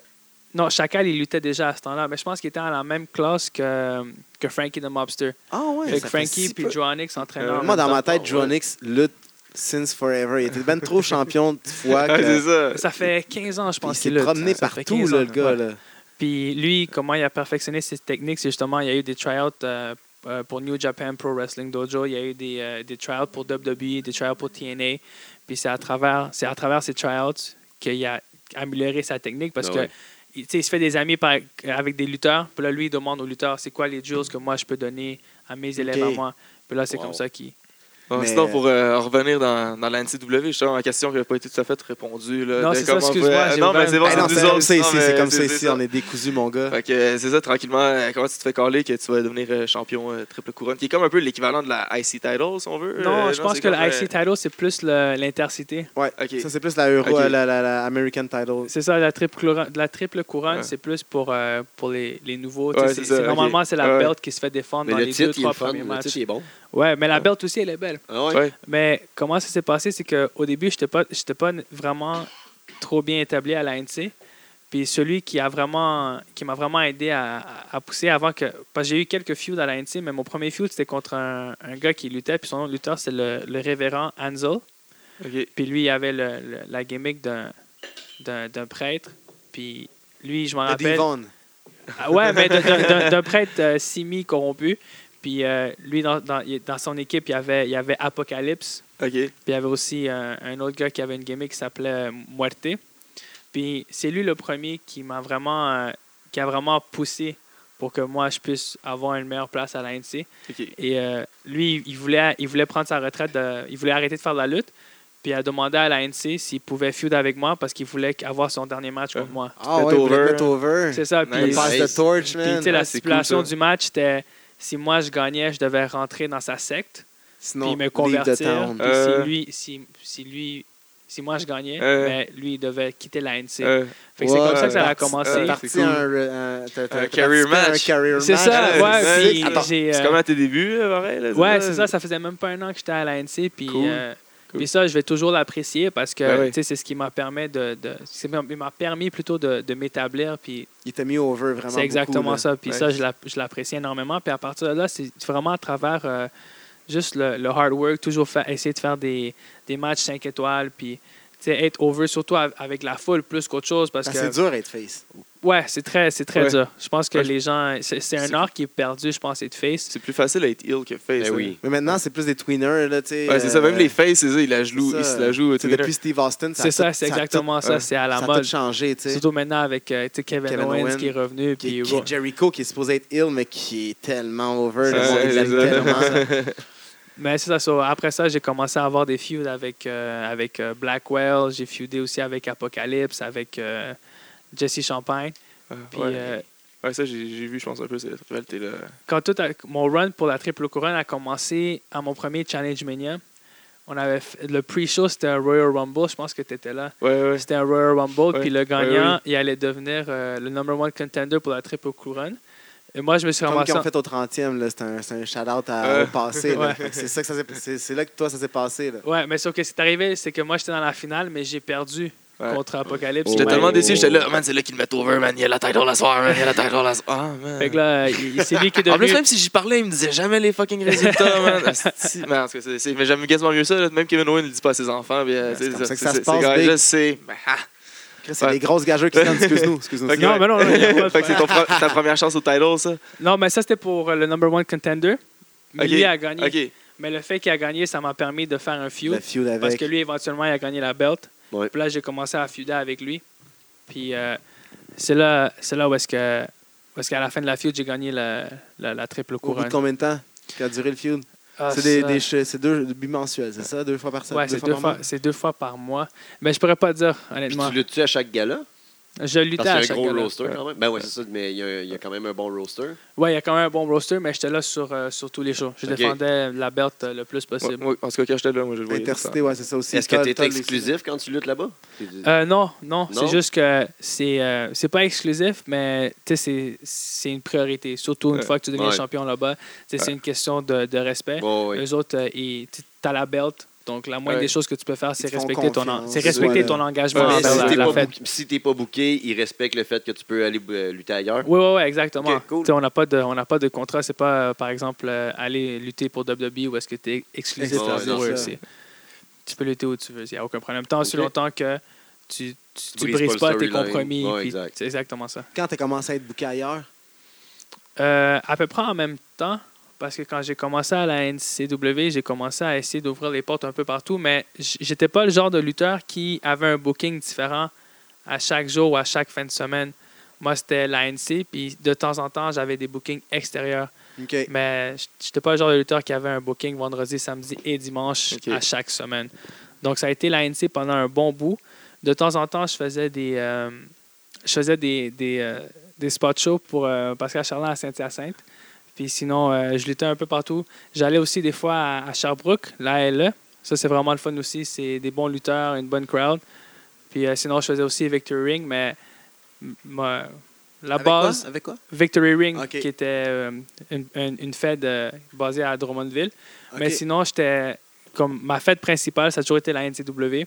Speaker 6: Non, Chacal, il luttait déjà à ce temps-là, mais je pense qu'il était dans la même classe que, que Frankie the Mobster.
Speaker 4: Ah ouais,
Speaker 6: Fait
Speaker 4: ça
Speaker 6: que
Speaker 4: fait
Speaker 6: Frankie
Speaker 4: si
Speaker 6: puis
Speaker 4: peu.
Speaker 6: Joe Onyx s'entraînaient. en même
Speaker 4: Moi, dans ma
Speaker 6: temps.
Speaker 4: tête, Jonix lutte since forever. Il était ben trop champion de
Speaker 5: Ouais,
Speaker 4: fois. que-
Speaker 5: Ah, c'est ça.
Speaker 6: Ça fait 15 ans, je
Speaker 4: Puis Il
Speaker 6: pense
Speaker 4: s'est
Speaker 6: qu'il lutte.
Speaker 4: promené
Speaker 6: Ça fait
Speaker 4: partout,
Speaker 6: 15
Speaker 4: là,
Speaker 6: ans,
Speaker 4: le gars.
Speaker 6: ouais.
Speaker 4: là.
Speaker 6: Puis lui, comment il a perfectionné ses techniques, c'est justement, il y a eu des tryouts euh, euh, pour New Japan Pro Wrestling Dojo, il y a eu des, euh, des tryouts pour WWE, des tryouts pour TNA. Puis c'est à travers, c'est à travers ces tryouts qu'il a amélioré sa technique parce
Speaker 2: Ah
Speaker 6: que
Speaker 2: ouais.
Speaker 6: il, tu sais, il se fait des amis par- avec des lutteurs. Puis là, lui, il demande aux lutteurs, c'est quoi les drills que moi je peux donner à mes élèves à moi. Puis là, c'est
Speaker 2: Wow.
Speaker 6: comme ça qu'il.
Speaker 5: Bon,
Speaker 4: Mais,
Speaker 5: Sinon,
Speaker 4: euh,
Speaker 5: pour euh, revenir dans, dans la NCW, justement, ma question qui n'avait pas été tout à fait répondue. Là,
Speaker 6: Non,
Speaker 5: de
Speaker 6: c'est ça,
Speaker 5: comment on
Speaker 6: excuse-moi,
Speaker 5: pouvait-
Speaker 6: j'ai
Speaker 5: Non,
Speaker 6: ouvert
Speaker 5: mais c'est
Speaker 6: une
Speaker 5: bon,
Speaker 6: porte.
Speaker 4: Ah non,
Speaker 5: c'est
Speaker 4: c'est
Speaker 5: nous
Speaker 4: comme
Speaker 5: autres.
Speaker 4: ça
Speaker 5: non,
Speaker 4: ici,
Speaker 5: mais
Speaker 4: c'est comme ça ici,
Speaker 5: ça.
Speaker 4: on est décousu, mon gars.
Speaker 5: Fait que, euh, c'est ça, tranquillement, euh, comment tu te fais caler que tu vas devenir euh, champion euh, triple couronne, qui est comme un peu l'équivalent de la IC title, si on veut.
Speaker 6: Non,
Speaker 5: Euh,
Speaker 6: je pense
Speaker 5: c'est
Speaker 6: que le
Speaker 5: comme, euh,
Speaker 6: IC title, c'est plus le- l'intercité.
Speaker 4: Ouais,
Speaker 5: Ok.
Speaker 4: ça c'est plus la Euro,
Speaker 5: Ok.
Speaker 4: la, la- la American title.
Speaker 6: C'est ça, la triple couronne, la triple couronne
Speaker 5: Ouais.
Speaker 6: c'est plus pour, euh, pour les, les nouveaux.
Speaker 5: Ouais,
Speaker 6: Tu sais,
Speaker 5: c'est
Speaker 6: c'est-
Speaker 5: ça,
Speaker 6: c'est- Normalement,
Speaker 5: ok.
Speaker 6: c'est la
Speaker 5: Ouais.
Speaker 6: belt qui se fait défendre
Speaker 2: Mais
Speaker 6: dans
Speaker 2: le
Speaker 6: les deux,
Speaker 2: titre, il est
Speaker 6: trois
Speaker 2: le fun.
Speaker 6: premiers
Speaker 2: Le
Speaker 6: matchs.
Speaker 2: titre, il est bon.
Speaker 6: Ouais, mais la belt aussi, elle est belle.
Speaker 2: Ah ouais?
Speaker 5: Ouais.
Speaker 6: Mais comment ça s'est passé, c'est qu'au début, je n'étais pas, j'étais pas vraiment trop bien établi à l'ANC. Puis celui qui a vraiment qui m'a vraiment aidé à, à- à pousser avant que. Parce que j'ai eu quelques feuds à l'ANC, mais mon premier feud, c'était contre un, un gars qui luttait. Puis son nom de lutteur, c'est le, le révérend Ansel.
Speaker 5: Ok.
Speaker 6: Puis lui, il avait le- le- la gimmick d'un, d'un, d'un prêtre. Puis lui, je m'en
Speaker 4: Le
Speaker 6: rappelle.
Speaker 4: Devon.
Speaker 6: Ah ouais, mais d'un, d'un- d'un- d'un prêtre euh, semi-corrompu. Puis euh, lui, dans, dans- il- dans son équipe, il y avait, il y avait Apocalypse.
Speaker 5: Ok.
Speaker 6: Puis il y avait aussi euh, un autre gars qui avait une gimmick qui s'appelait euh, Muerte. Puis c'est lui le premier qui m'a vraiment, euh, qui a vraiment poussé pour que moi, je puisse avoir une meilleure place à l'ANC.
Speaker 5: Ok.
Speaker 6: Et euh, lui, il voulait, il voulait prendre sa retraite, de- il voulait arrêter de faire de la lutte. Puis il a demandé à l'ANC s'il pouvait feud avec moi parce qu'il voulait avoir son dernier match contre moi.
Speaker 4: Ah
Speaker 5: Let
Speaker 4: ouais,
Speaker 5: over.
Speaker 4: Let over.
Speaker 6: C'est ça.
Speaker 5: Nice.
Speaker 6: Puis,
Speaker 4: Il passe
Speaker 2: Nice.
Speaker 4: de torch,
Speaker 6: puis, tu
Speaker 4: man.
Speaker 6: sais, la
Speaker 5: Ah, c'est cool,
Speaker 6: stipulation
Speaker 5: ça.
Speaker 6: du match, c'était si moi je gagnais, je devais rentrer dans sa secte
Speaker 4: Sinon,
Speaker 6: puis me hein.
Speaker 4: leave the
Speaker 6: convertir.
Speaker 4: town.
Speaker 6: Puis
Speaker 5: Euh.
Speaker 6: si lui, si, si lui, si moi je gagnais,
Speaker 5: Euh.
Speaker 6: ben, lui il devait quitter l'ANC.
Speaker 5: Euh,
Speaker 6: Fait que c'est
Speaker 4: Ouais.
Speaker 6: comme ça que ça a
Speaker 4: Parti-
Speaker 6: commencé.
Speaker 4: C'est
Speaker 5: euh,
Speaker 4: parti
Speaker 5: c'est cool.
Speaker 4: un, euh, t'as- t'as-
Speaker 5: Un
Speaker 4: t'as
Speaker 5: career
Speaker 4: participé à
Speaker 5: match.
Speaker 4: Un career
Speaker 6: C'est ça,
Speaker 4: match.
Speaker 5: match.
Speaker 6: ouais. puis
Speaker 4: Attends,
Speaker 6: j'ai,
Speaker 5: C'est
Speaker 6: euh,
Speaker 5: comme à tes débuts, euh, pareil. là,
Speaker 6: Ouais, c'est ça. Ça faisait même pas un an que j'étais à l'ANC. Puis,
Speaker 5: Cool.
Speaker 6: euh,
Speaker 5: Cool.
Speaker 6: puis ça, je vais toujours l'apprécier parce que
Speaker 5: Ben oui.
Speaker 6: tu sais, c'est ce qui m'a permis de, de- c'est- il m'a permis plutôt de, de m'établir. Puis
Speaker 4: Il t'a mis over vraiment
Speaker 6: c'est exactement
Speaker 4: beaucoup, là.
Speaker 6: ça. Puis
Speaker 5: Ouais.
Speaker 6: ça, je l'app- je l'apprécie énormément. Puis à partir de là, c'est vraiment à travers euh, juste le, le hard work, toujours fa- essayer de faire des, des matchs 5 étoiles. Puis tu sais, être over, surtout av- avec la foule plus qu'autre chose. Parce
Speaker 4: Ah,
Speaker 6: que
Speaker 4: C'est dur être face.
Speaker 6: ouais, c'est très, c'est très
Speaker 5: Ouais.
Speaker 6: dur. Je pense que
Speaker 5: Ouais.
Speaker 6: les gens, c'est c'est un
Speaker 5: C'est-
Speaker 6: art qui est perdu, je pense, et de face.
Speaker 5: C'est plus facile à être heel que
Speaker 2: Ben
Speaker 5: face. hein.
Speaker 2: oui.
Speaker 4: Mais maintenant, c'est plus des tweeners, là, tu sais.
Speaker 5: Ouais, c'est ça. Même
Speaker 4: euh,
Speaker 5: les faces, c'est ça, ils la
Speaker 4: c'est
Speaker 5: jouent.
Speaker 4: ça.
Speaker 5: Ils se la jouent. euh,
Speaker 4: Tu sais,
Speaker 5: Twitter.
Speaker 4: Depuis Steve Austin,
Speaker 6: C'est
Speaker 4: ça a tout-
Speaker 6: ça, c'est
Speaker 4: a tout-
Speaker 6: exactement ça.
Speaker 5: ouais.
Speaker 6: C'est à la
Speaker 4: Ça a tout
Speaker 6: mode.
Speaker 4: changé, tu sais.
Speaker 6: Surtout maintenant avec euh, tu sais, Kevin,
Speaker 4: Kevin
Speaker 6: Owens,
Speaker 4: Owens.
Speaker 6: qui est revenu.
Speaker 4: Qui-
Speaker 6: Puis,
Speaker 4: qui-
Speaker 6: Raw.
Speaker 4: Jericho qui est supposé être ill, mais qui est tellement over.
Speaker 5: Ouais,
Speaker 4: le monde
Speaker 5: c'est
Speaker 4: l'aime
Speaker 5: ça.
Speaker 4: tellement.
Speaker 6: Mais c'est ça, so, Après ça, j'ai commencé à avoir des feuds avec, euh, avec euh, Blackwell. J'ai feudé aussi avec Apocalypse, avec euh, Jesse Champagne.
Speaker 5: Ah,
Speaker 6: Puis,
Speaker 5: ouais.
Speaker 6: euh,
Speaker 5: Ouais, ça, j'ai j'ai vu, je pense, un peu cette rivalité là.
Speaker 6: quand tout a- mon run pour la triple couronne a commencé à mon premier Challenge Mania, on avait fait- le pre-show, c'était un Royal Rumble. Je pense que tu étais là.
Speaker 5: Ouais, ouais.
Speaker 6: C'était un Royal Rumble,
Speaker 5: Ouais,
Speaker 6: puis le
Speaker 5: ouais,
Speaker 6: gagnant,
Speaker 5: oui.
Speaker 6: il allait devenir euh, le number one contender pour la triple couronne. Et moi, je me suis
Speaker 4: Comme
Speaker 6: ramassé.
Speaker 4: qu'ils
Speaker 6: en-
Speaker 4: ont fait au 30e, là, c'est un, c'est un shout-out à-
Speaker 5: Euh.
Speaker 4: au passé. là.
Speaker 6: Ouais.
Speaker 4: Fait que C'est ça que ça s'est- c'est- c'est là que toi, ça s'est passé. là.
Speaker 6: Ouais, mais sauf que ce qui est arrivé, c'est que moi, j'étais dans la finale, mais j'ai perdu
Speaker 5: Ouais.
Speaker 6: contre
Speaker 2: Oh
Speaker 6: Apocalypse.
Speaker 5: J'étais
Speaker 6: Ouais.
Speaker 5: tellement déçu, j'étais là, man, c'est là qu'ils me mettent over, man, il y a la title la soir, man, il y a la title la soir. Ah, man.
Speaker 6: Fait que là, il- c'est lui qui est
Speaker 5: en plus,
Speaker 6: devenu...
Speaker 5: même si j'y parlais, il me disait jamais les fucking résultats, man. Asti, man, en tout cas, c'est- c'est- mais j'aime quasiment mieux ça, là. même Kevin Owen ne dit pas à ses enfants. puis, euh,
Speaker 4: Ouais, c'est
Speaker 5: tu sais,
Speaker 4: comme ça que
Speaker 5: c'est-
Speaker 4: ça se
Speaker 5: c'est-
Speaker 4: passe,
Speaker 5: c'est correct,
Speaker 4: big.
Speaker 5: Je sais. mais, ah.
Speaker 4: C'est
Speaker 5: Ouais.
Speaker 4: des grosses gageurs qui se donnent. Excuse-nous. excuse-nous.
Speaker 5: Fait que-
Speaker 6: Non, mais non, non, il y a pas de
Speaker 5: Fait que c'est ton
Speaker 6: problème.
Speaker 5: pre- ta première chance au title, ça.
Speaker 6: Non, mais ça, c'était pour euh, le number one contender.
Speaker 5: hein?
Speaker 6: Mais
Speaker 5: Ok.
Speaker 6: lui a gagné.
Speaker 5: Ok.
Speaker 6: Mais le fait qu'il a gagné, ça m'a permis de faire un feud.
Speaker 4: Le feud avec.
Speaker 6: Parce que lui, éventuellement, il a gagné la belt.
Speaker 2: Ouais.
Speaker 6: Puis là, j'ai commencé à feuder avec lui. Puis euh, c'est là, c'est là où est-ce que. Parce qu'à la fin de la feud, j'ai gagné la, la, la triple
Speaker 4: Au bout
Speaker 6: couronne.
Speaker 4: de combien de temps qui a duré le feud
Speaker 6: Ah,
Speaker 4: C'est des,
Speaker 6: ça.
Speaker 4: des che- c'est deux bimensuels, c'est ça Deux fois par semaine
Speaker 6: Ouais, c'est deux,
Speaker 4: par
Speaker 6: fois-
Speaker 4: mois?
Speaker 6: c'est deux fois par mois. Mais je pourrais pas dire,
Speaker 2: Puis
Speaker 6: honnêtement.
Speaker 2: tu luttes-tu à chaque gala?
Speaker 6: Je luttais
Speaker 2: Parce qu'il y a
Speaker 6: à
Speaker 2: un
Speaker 6: chaque
Speaker 2: gros
Speaker 6: gala.
Speaker 2: roster quand même. Ben ouais, c'est ça, mais il y, a- il y a quand même un bon roster.
Speaker 6: Ouais, il y a quand même un bon roster, mais j'étais là sur, euh, sur tous les shows. Je
Speaker 2: Ok.
Speaker 6: défendais la belt euh, le plus possible.
Speaker 5: Ouais, moi, en tout cas, quand j'étais là, moi, je le voyais. tout le temps.
Speaker 4: Intercité, ouais, c'est ça aussi.
Speaker 2: Est-ce que
Speaker 4: T'as-
Speaker 2: tu
Speaker 4: t'as
Speaker 2: es
Speaker 4: les-
Speaker 2: exclusif quand tu luttes là-bas?
Speaker 6: Euh, non, non,
Speaker 2: Non?
Speaker 6: c'est juste que c'est euh, c'est pas exclusif, mais tu sais, c'est c'est une priorité. Surtout une
Speaker 5: Ouais.
Speaker 6: fois que tu deviens
Speaker 2: Ouais.
Speaker 6: champion là-bas, tu sais, c'est une question de, de respect.
Speaker 2: Bon, oui.
Speaker 6: Les autres, euh, ils- tu as la belt, donc la moindre
Speaker 5: Ouais.
Speaker 6: des choses que tu peux faire,
Speaker 4: Ils
Speaker 6: c'est
Speaker 4: te font
Speaker 6: respecter, ton, en-
Speaker 4: confiance.
Speaker 6: c'est respecter
Speaker 4: Ouais.
Speaker 6: ton engagement
Speaker 5: Ouais,
Speaker 2: Mais
Speaker 6: envers
Speaker 2: si
Speaker 6: la,
Speaker 2: t'es
Speaker 6: Ah, ben la
Speaker 2: pas,
Speaker 6: fête.
Speaker 2: booké- si t'es pas booké, ils respectent le fait que tu peux aller euh, lutter ailleurs.
Speaker 6: Oui, oui, oui, exactement.
Speaker 2: Ok, cool.
Speaker 6: Tu sais, On n'a pas, de- on n'a pas de contrat. C'est pas, euh, par exemple, euh, aller lutter pour WWE ou est-ce que tu es exclusif
Speaker 2: Exclusif,
Speaker 6: à
Speaker 2: non,
Speaker 6: WWE.
Speaker 4: ça.
Speaker 6: E, c'est- Tu peux lutter où tu veux. Il n'y a aucun problème. Tant aussi
Speaker 2: Ok.
Speaker 6: longtemps que tu ne
Speaker 2: brises
Speaker 6: brises
Speaker 2: pas
Speaker 6: pas,
Speaker 2: le
Speaker 6: tes
Speaker 2: storyline.
Speaker 6: compromis.
Speaker 2: Ouais,
Speaker 6: puis
Speaker 2: exact.
Speaker 6: C'est exactement ça.
Speaker 4: Quand t'as commencé à être booké ailleurs
Speaker 6: Euh, à peu près en même temps, parce que quand j'ai commencé à la NCW, j'ai commencé à essayer d'ouvrir les portes un peu partout, mais j- j'étais pas le genre de lutteur qui avait un booking différent à chaque jour ou à chaque fin de semaine. Moi, c'était la NC, puis de temps en temps, j'avais des bookings extérieurs.
Speaker 4: Ok.
Speaker 6: Mais j- j'étais pas le genre de lutteur qui avait un booking vendredi, samedi et dimanche
Speaker 5: Ok.
Speaker 6: à chaque semaine. Donc, ça a été la NC pendant un bon bout. De temps en temps, je faisais des, euh, je faisais des, des, euh, des spot shows pour euh, Pascal Charland à Saint-Hyacinthe. Puis sinon, euh, je luttais un peu partout. J'allais aussi des fois à, à Sherbrooke, là et là. Ça, c'est vraiment le fun aussi. C'est des bons lutteurs, une bonne crowd. Puis euh, sinon, je faisais aussi Victory Ring, mais m- ma- la
Speaker 4: Avec quoi?
Speaker 6: base.
Speaker 4: Avec quoi
Speaker 6: Victory Ring,
Speaker 4: Ok.
Speaker 6: qui était euh, une, une- une fête euh, basée à Drummondville. Mais
Speaker 4: Ok.
Speaker 6: sinon, j'étais comme ma fête principale, ça a toujours été la NCW.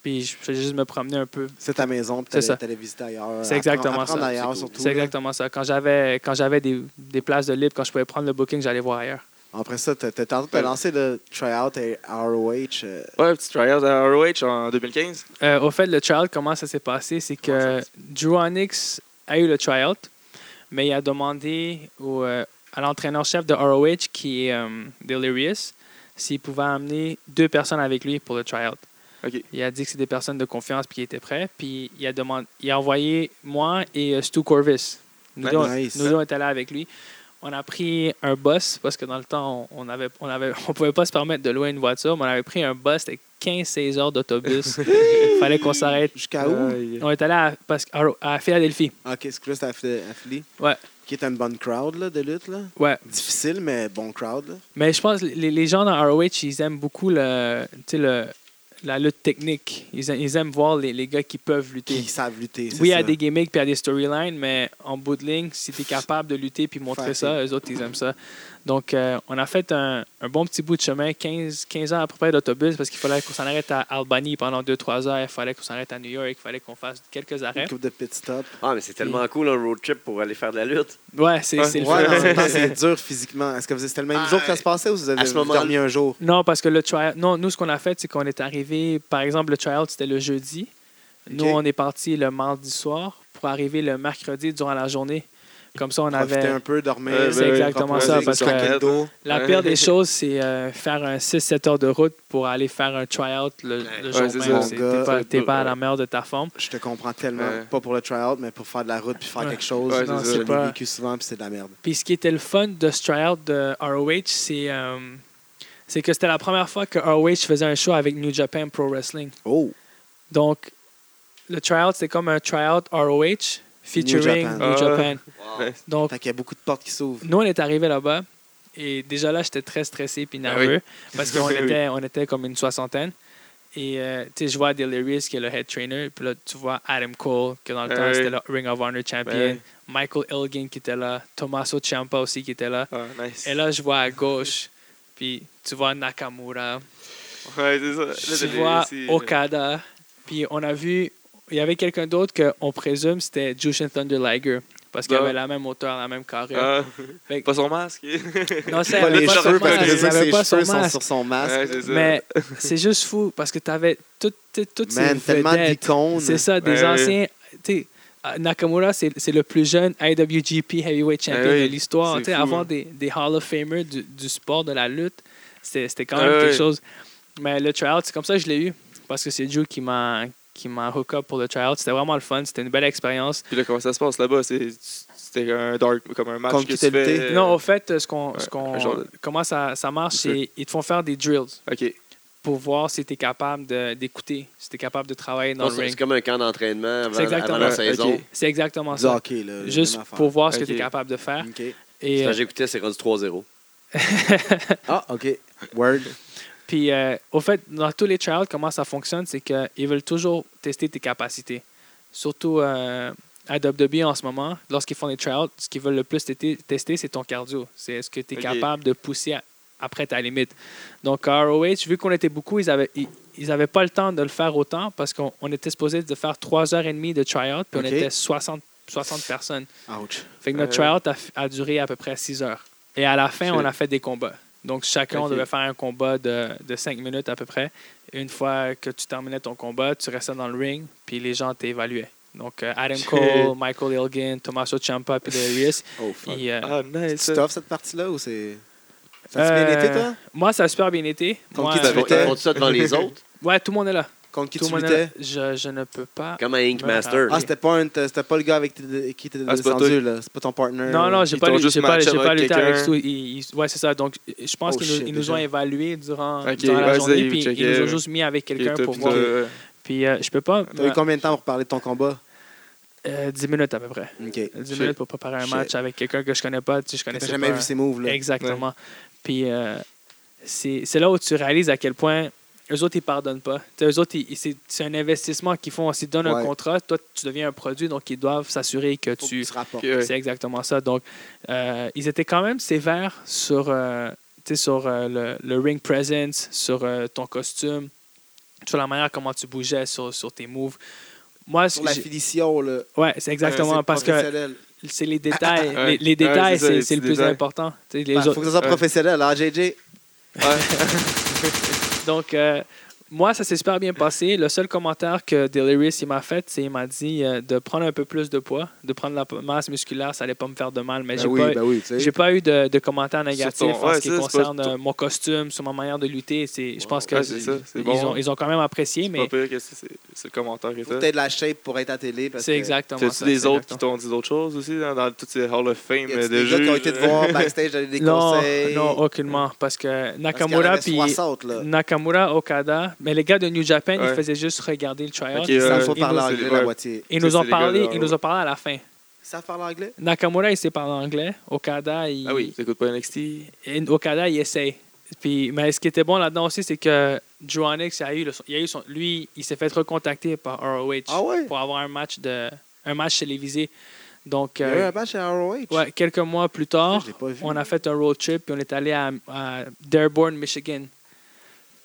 Speaker 6: Puis je faisais juste me promener un peu.
Speaker 4: C'est ta maison, puis
Speaker 6: C'est
Speaker 4: t'allais
Speaker 6: ça.
Speaker 4: t'allais visiter ailleurs.
Speaker 6: C'est
Speaker 4: appren-
Speaker 6: exactement
Speaker 4: apprendre
Speaker 6: ça.
Speaker 4: ailleurs,
Speaker 2: C'est cool.
Speaker 4: surtout.
Speaker 6: C'est
Speaker 4: là.
Speaker 6: exactement ça. Quand j'avais quand j'avais des, des places de libre, quand je pouvais prendre le booking, j'allais voir ailleurs.
Speaker 4: Après ça, t'as t'as tenté de lancer le tryout à ROH. euh,
Speaker 5: Ouais, petit tryout à ROH en 2015.
Speaker 6: Euh, au fait, le tryout, comment ça s'est passé, c'est que Drew Onyx a eu le tryout, mais il a demandé au, euh, à l'entraîneur-chef de ROH, qui est euh, Delirious, s'il pouvait amener deux personnes avec lui pour le tryout.
Speaker 5: OK.
Speaker 6: Il a dit que c'est des personnes de confiance puis qu'il était prêt. Puis il a, demandé, il a envoyé moi et euh, Stu Corvis. Nous,
Speaker 5: Nice.
Speaker 6: deux,
Speaker 4: Nice.
Speaker 6: nous deux, on était là avec lui. On a pris un bus parce que dans le temps, on ne avait, on avait, on pouvait pas se permettre de louer une voiture, mais on avait pris un bus, c'était 15-16 heures d'autobus. Il fallait qu'on s'arrête.
Speaker 4: Jusqu'à où
Speaker 6: On est allé à, parce que- à- à Philadelphie.
Speaker 4: Ok, c'est que là, c'était à Philly- à Philly.
Speaker 6: Ouais.
Speaker 4: Qui est une bonne crowd là, de lutte. là.
Speaker 6: Ouais.
Speaker 4: Difficile, mais bon crowd. là.
Speaker 6: Mais je pense que les, les gens dans ROH, ils aiment beaucoup le, tu sais, le, la lutte technique. Ils, a- ils aiment voir les, les gars qui peuvent lutter.
Speaker 4: Qui savent lutter. c'est
Speaker 6: Oui,
Speaker 4: ça.
Speaker 6: à des gimmicks puis à des storylines, mais en bout de ligne, si tu es capable de lutter puis montrer
Speaker 4: Faire
Speaker 6: ça, eux autres, ils aiment ça. Donc, euh, on a fait un, un bon petit bout de chemin, 15, 15 heures à peu près d'autobus, parce qu'il fallait qu'on s'en arrête à Albany pendant 2-3 heures, il fallait qu'on s'arrête à New York, il fallait qu'on fasse quelques arrêts.
Speaker 4: Une coupe de pit stop.
Speaker 2: Ah, mais c'est tellement cool un road trip pour aller faire de la lutte.
Speaker 6: Ouais, c'est
Speaker 5: Ouais.
Speaker 6: c'est le
Speaker 4: Ouais,
Speaker 6: fun.
Speaker 4: mais en même temps, c'est dur physiquement. Est-ce que vous- c'était le même
Speaker 2: Ah,
Speaker 4: jour que ça se passait ou vous avez
Speaker 2: à ce moment-
Speaker 4: dormi un jour?
Speaker 6: Non, parce que le tryout. Non, nous, ce qu'on a fait, c'est qu'on est arrivé. Par exemple, le tryout, c'était le jeudi. Nous,
Speaker 4: Ok.
Speaker 6: on est parti le mardi soir pour arriver le mercredi durant la journée. Comme ça, on
Speaker 4: Profiter
Speaker 6: avait.
Speaker 4: un peu, dormir.
Speaker 5: Ouais,
Speaker 6: c'est exactement
Speaker 4: reposer,
Speaker 6: ça, parce que-
Speaker 4: craquer le dos.
Speaker 6: La pire des choses, c'est euh, faire un 6-7 heures de route pour aller faire un tryout le, le
Speaker 5: Ouais,
Speaker 6: jour
Speaker 5: c'est
Speaker 6: même.
Speaker 5: ça.
Speaker 6: C'est-
Speaker 4: Mon gars,
Speaker 6: T'es pas,
Speaker 5: c'est
Speaker 6: t'es
Speaker 5: pas-
Speaker 6: pas à la meilleure de ta forme.
Speaker 4: Je te comprends tellement.
Speaker 5: Ouais.
Speaker 4: Pas pour le tryout, mais pour faire de la route puis faire
Speaker 6: Ouais.
Speaker 4: quelque chose.
Speaker 5: Ouais, c'est
Speaker 4: non,
Speaker 5: ça.
Speaker 4: c'est
Speaker 6: C'est pas-
Speaker 4: vécu souvent puis c'est de la merde.
Speaker 6: Puis ce qui était le fun de ce tryout de ROH, c'est euh, c'est que c'était la première fois que ROH faisait un show avec New Japan Pro Wrestling.
Speaker 4: Oh!
Speaker 6: Donc, le tryout, c'est comme un tryout ROH featuring
Speaker 4: Japan.
Speaker 6: New Japan.
Speaker 5: Ah.
Speaker 6: Donc,
Speaker 4: Fait qu'il y a beaucoup de portes qui s'ouvrent.
Speaker 6: nous, on est arrivé là-bas. Et déjà là, j'étais très stressé puis
Speaker 5: Ah
Speaker 6: nerveux parce qu'on était, on était comme une soixantaine. Et euh, tu sais, je vois Delirious qui est le head trainer. Puis là, tu vois Adam Cole, que dans le
Speaker 5: Ah
Speaker 6: temps,
Speaker 5: oui.
Speaker 6: c'était le Ring of Honor champion.
Speaker 5: Ben oui.
Speaker 6: Michael Elgin qui était là. Tommaso Ciampa aussi qui était là.
Speaker 5: Ah, nice.
Speaker 6: Et là, je vois à gauche. Puis tu vois Nakamura.
Speaker 5: Ouais, c'est ça. Euh, Là,
Speaker 6: Tu
Speaker 5: t'as des-
Speaker 6: vois
Speaker 5: c'est-
Speaker 6: Okada. Puis on a vu, il y avait quelqu'un d'autre qu'on présume c'était Jushin Thunder Liger. Parce qu'il
Speaker 5: Ah.
Speaker 6: avait la même hauteur, la même carrière.
Speaker 5: Ah.
Speaker 6: Fait que-
Speaker 5: Pas son masque.
Speaker 6: Non, c'est
Speaker 4: Pas les
Speaker 5: pas
Speaker 4: cheveux,
Speaker 5: son
Speaker 4: parce que
Speaker 5: masque,
Speaker 4: je sais
Speaker 5: elle
Speaker 4: que ses
Speaker 6: euh, pas
Speaker 4: cheveux
Speaker 6: son
Speaker 4: sont
Speaker 6: masque.
Speaker 4: sur son
Speaker 5: Ouais,
Speaker 4: masque.
Speaker 5: c'est ça.
Speaker 6: Mais c'est juste fou parce que tu avais toutes tout, ces
Speaker 4: Man, tellement
Speaker 6: vedettes.
Speaker 4: d'icônes.
Speaker 6: C'est ça, des
Speaker 5: Ouais.
Speaker 6: anciens. tu sais, euh, Nakamura, c'est c'est le plus jeune IWGP Heavyweight Champion
Speaker 5: Ouais,
Speaker 6: de l'histoire.
Speaker 5: Ben c'est
Speaker 6: Tu sais,
Speaker 5: fou,
Speaker 6: Avoir
Speaker 5: hein.
Speaker 6: des, des Hall of Famers du, du sport, de la lutte, C'était c'était quand même
Speaker 5: Ouais,
Speaker 6: quelque
Speaker 5: ouais.
Speaker 6: chose. Mais le tryout, c'est comme ça que je l'ai eu. Parce que c'est Joe qui m'a qui m'a hook up pour le tryout. C'était vraiment le fun. C'était une belle expérience.
Speaker 5: Puis là, comment ça se passe là-bas? C'est- C'était un dark, comme un match
Speaker 4: Contre
Speaker 5: que
Speaker 4: qui
Speaker 5: tu
Speaker 4: t'as lutté?
Speaker 5: fais.
Speaker 6: Non, au fait, ce qu'on, ce
Speaker 5: Euh, ouais,
Speaker 6: qu'on-
Speaker 5: un genre de-
Speaker 6: comment ça, ça marche,
Speaker 5: Sure.
Speaker 6: c'est ils te font faire des drills
Speaker 5: OK.
Speaker 6: pour voir si tu es capable de- d'écouter, si tu es capable de travailler dans
Speaker 2: Non,
Speaker 6: le
Speaker 2: c'est
Speaker 6: ring.
Speaker 2: c'est comme un camp d'entraînement avant,
Speaker 6: C'est exactement-
Speaker 2: avant la
Speaker 5: Ouais,
Speaker 2: saison.
Speaker 5: ok.
Speaker 6: C'est exactement
Speaker 4: Du
Speaker 6: ça.
Speaker 4: hockey, là. la
Speaker 6: Juste
Speaker 4: même affaire.
Speaker 6: pour voir ce que
Speaker 5: Ok.
Speaker 6: tu es capable de faire.
Speaker 4: OK.
Speaker 6: Et, euh,
Speaker 2: Quand J'écoutais, c'est rendu 3-0.
Speaker 4: Ah, OK. Word.
Speaker 6: Puis, euh, au fait, dans tous les tryouts, comment ça fonctionne, c'est qu'ils veulent toujours tester tes capacités. Surtout euh, à WWE en ce moment, lorsqu'ils font des tryouts, ce qu'ils veulent le plus têter- tester, c'est ton cardio. C'est est-ce que tu es
Speaker 5: Ok.
Speaker 6: capable de pousser à- après ta limite. Donc, à ROH, vu qu'on était beaucoup, ils n'avaient ils, ils avaient pas le temps de le faire autant parce qu'on on était supposé de faire 3h30 de tryout, puis
Speaker 4: Ok.
Speaker 6: on était 60, 60 personnes.
Speaker 4: Ouch.
Speaker 6: Fait que notre
Speaker 5: Euh.
Speaker 6: tryout a, f- a duré à peu près 6 heures. Et à la fin,
Speaker 5: Shit.
Speaker 6: on a fait des combats. Donc, chacun, on
Speaker 5: Ok.
Speaker 6: devait faire un combat de, de 5 minutes à peu près. Et une fois que tu terminais ton combat, tu restais dans le ring, puis les gens t'évaluaient. Donc, euh, Adam
Speaker 5: Shit.
Speaker 6: Cole, Michael Elgin, Tommaso Ciampa, puis Delirious.
Speaker 4: Oh, fuck.
Speaker 6: ils, euh,
Speaker 5: Ah, nice.
Speaker 4: C'est
Speaker 5: ça.
Speaker 4: tough, cette partie-là, ou c'est... Ça a bien été,
Speaker 6: Euh,
Speaker 4: toi?
Speaker 6: Moi, ça a super bien été.
Speaker 4: Contre
Speaker 6: Moi,
Speaker 4: qui tu
Speaker 6: euh,
Speaker 5: t'avais-
Speaker 4: luttais?
Speaker 2: Font-tu ça devant les autres?
Speaker 6: ouais, tout le monde est là.
Speaker 4: Contre qui
Speaker 6: tout
Speaker 4: tu
Speaker 6: le monde est là.
Speaker 4: luttais?
Speaker 6: Je, je ne peux pas.
Speaker 2: Comme à Ink
Speaker 6: Ouais.
Speaker 2: Master.
Speaker 4: Ah, c'était pas, un- c'était pas le gars avec t- qui t'es
Speaker 5: Ah, c'est pas
Speaker 4: descendu,
Speaker 5: toi.
Speaker 4: là. C'est pas ton partner.
Speaker 6: Non, non, j'ai
Speaker 5: Ils
Speaker 6: pas,
Speaker 5: t'ont
Speaker 6: lu-
Speaker 5: juste
Speaker 6: j'ai pas,
Speaker 5: matché
Speaker 6: j'ai pas
Speaker 5: avec
Speaker 6: lutté avec
Speaker 5: quelqu'un.
Speaker 6: tout. Ils- ils- ouais, c'est ça. Donc, je pense
Speaker 4: Oh
Speaker 6: qu'ils nous,
Speaker 4: shit,
Speaker 6: ils nous
Speaker 4: déjà.
Speaker 6: ont évalués durant,
Speaker 5: Ok,
Speaker 6: durant la
Speaker 5: ouais, ça,
Speaker 6: journée,
Speaker 5: ils
Speaker 6: puis ils
Speaker 5: checkaient.
Speaker 6: nous ont juste mis avec
Speaker 5: Il
Speaker 6: quelqu'un
Speaker 5: était
Speaker 6: pour
Speaker 5: plus
Speaker 6: voir.
Speaker 5: de-
Speaker 6: Puis euh, je peux pas.
Speaker 4: T'as eu combien de temps pour parler de ton combat?
Speaker 6: euh, 10 minutes à peu près.
Speaker 4: OK.
Speaker 6: 10
Speaker 5: Shit.
Speaker 6: minutes pour préparer un
Speaker 4: Shit.
Speaker 6: match avec quelqu'un que je connais pas. Tu sais, je
Speaker 4: T'as
Speaker 6: connaissais
Speaker 4: jamais
Speaker 6: pas.
Speaker 4: vu ces moves-là?
Speaker 6: Exactement. Puis euh, c'est c'est là où tu réalises à quel point eux autres, ils pardonnent pas. Tu sais, eux autres, ils- ils- c'est c'est un investissement qu'ils font. S'ils te donnent
Speaker 4: Ouais.
Speaker 6: un contrat, toi, tu deviens un produit, donc ils doivent s'assurer que
Speaker 4: Faut que
Speaker 6: tu.
Speaker 4: tu te rapportes.
Speaker 5: Ok, ouais.
Speaker 6: C'est exactement ça. Donc, euh, ils étaient quand même sévères sur, euh, tu sais, sur euh, le, le ring presence, sur euh, ton costume, sur la manière comment tu bougeais, sur, sur tes moves. Moi,
Speaker 4: Sur la
Speaker 6: j'ai-
Speaker 4: finition, là.
Speaker 6: ouais, c'est exactement
Speaker 4: C'est
Speaker 6: parce que
Speaker 4: professionnel.
Speaker 6: c'est les détails.
Speaker 5: Ouais.
Speaker 6: les, les
Speaker 5: Ouais,
Speaker 6: détails,
Speaker 5: c'est ça,
Speaker 6: c'est
Speaker 5: les
Speaker 6: c'est le
Speaker 5: petits
Speaker 6: plus
Speaker 5: détails. Bah,
Speaker 6: important. Tu sais, les
Speaker 4: Il faut
Speaker 6: autres-
Speaker 4: que ça soit
Speaker 5: Ouais.
Speaker 4: professionnel, hein,
Speaker 6: Ben,
Speaker 4: JJ?
Speaker 6: Donc, euh, moi, ça s'est super bien passé. Le seul commentaire que Delirious il m'a fait, c'est il m'a dit euh, de prendre un peu plus de poids, de prendre la masse musculaire, ça allait pas me faire de mal. Mais
Speaker 4: Ben
Speaker 6: j'ai
Speaker 4: oui,
Speaker 6: pas,
Speaker 4: ben oui, tu sais.
Speaker 6: J'ai pas eu de, de commentaires négatifs
Speaker 5: ton-
Speaker 6: en
Speaker 5: ouais,
Speaker 6: ce qui
Speaker 5: ça, c'est
Speaker 6: concerne
Speaker 5: pas-
Speaker 6: euh, mon costume, sur ma manière de lutter. C'est, je pense que
Speaker 5: Ouais, c'est ça, c'est
Speaker 6: ils,
Speaker 5: bon.
Speaker 6: ont, ils ont quand même apprécié, mais
Speaker 5: Pas pire que c'est c'est- c'est le commentaire que
Speaker 4: Faut
Speaker 5: t'as.
Speaker 4: que t'aies de la shape pour être à télé. parce
Speaker 6: c'est
Speaker 4: que-
Speaker 6: exactement ça.
Speaker 5: T'as-tu des
Speaker 6: c'est
Speaker 5: autres qui
Speaker 6: exactement.
Speaker 5: t'ont dit d'autres choses aussi dans, dans toutes ces Hall of Fame
Speaker 4: Y
Speaker 5: de
Speaker 4: a-tu des gars qui ont été te
Speaker 5: juges?
Speaker 4: voir backstage, donner des
Speaker 6: Non,
Speaker 4: conseils.
Speaker 6: non, aucunement. Parce que
Speaker 4: Parce qu'il y en
Speaker 6: Nakamura,
Speaker 4: avait
Speaker 6: puis
Speaker 4: 60, là.
Speaker 6: Nakamura, Okada, mais les gars de New Japan, ils
Speaker 5: Ouais.
Speaker 6: faisaient juste regarder le tryout.
Speaker 5: Ok,
Speaker 6: Ils
Speaker 4: Ils
Speaker 5: ouais.
Speaker 6: s'en
Speaker 4: savent
Speaker 6: sont
Speaker 4: pas parler
Speaker 6: parlé-
Speaker 5: c'est-
Speaker 4: anglais,
Speaker 5: ouais.
Speaker 4: la moitié.
Speaker 6: Ils
Speaker 5: Ça,
Speaker 6: nous
Speaker 5: c'est
Speaker 6: ont
Speaker 5: les gars
Speaker 6: parlé,
Speaker 5: de-
Speaker 6: ils nous ont parlé à la fin.
Speaker 4: Ils savent parler anglais?
Speaker 6: Nakamura, il sait parler anglais. Okada, il,
Speaker 5: Ah oui, t'écoutes pas NXT?
Speaker 6: Et Okada, il essaye. Puis, mais ce qui était bon là-dedans aussi, c'est que Drew Onyx a eu, le- il a eu son, lui, il s'est fait recontacter par ROH
Speaker 4: Ah ouais?
Speaker 6: pour avoir un match de, un match télévisé. Donc,
Speaker 4: Il y a eu
Speaker 6: euh,
Speaker 4: un match à ROH?
Speaker 6: ouais, quelques mois plus tard,
Speaker 4: Je l'ai pas vu.
Speaker 6: on a fait un road trip puis on est allé à, à Dearborn, Michigan,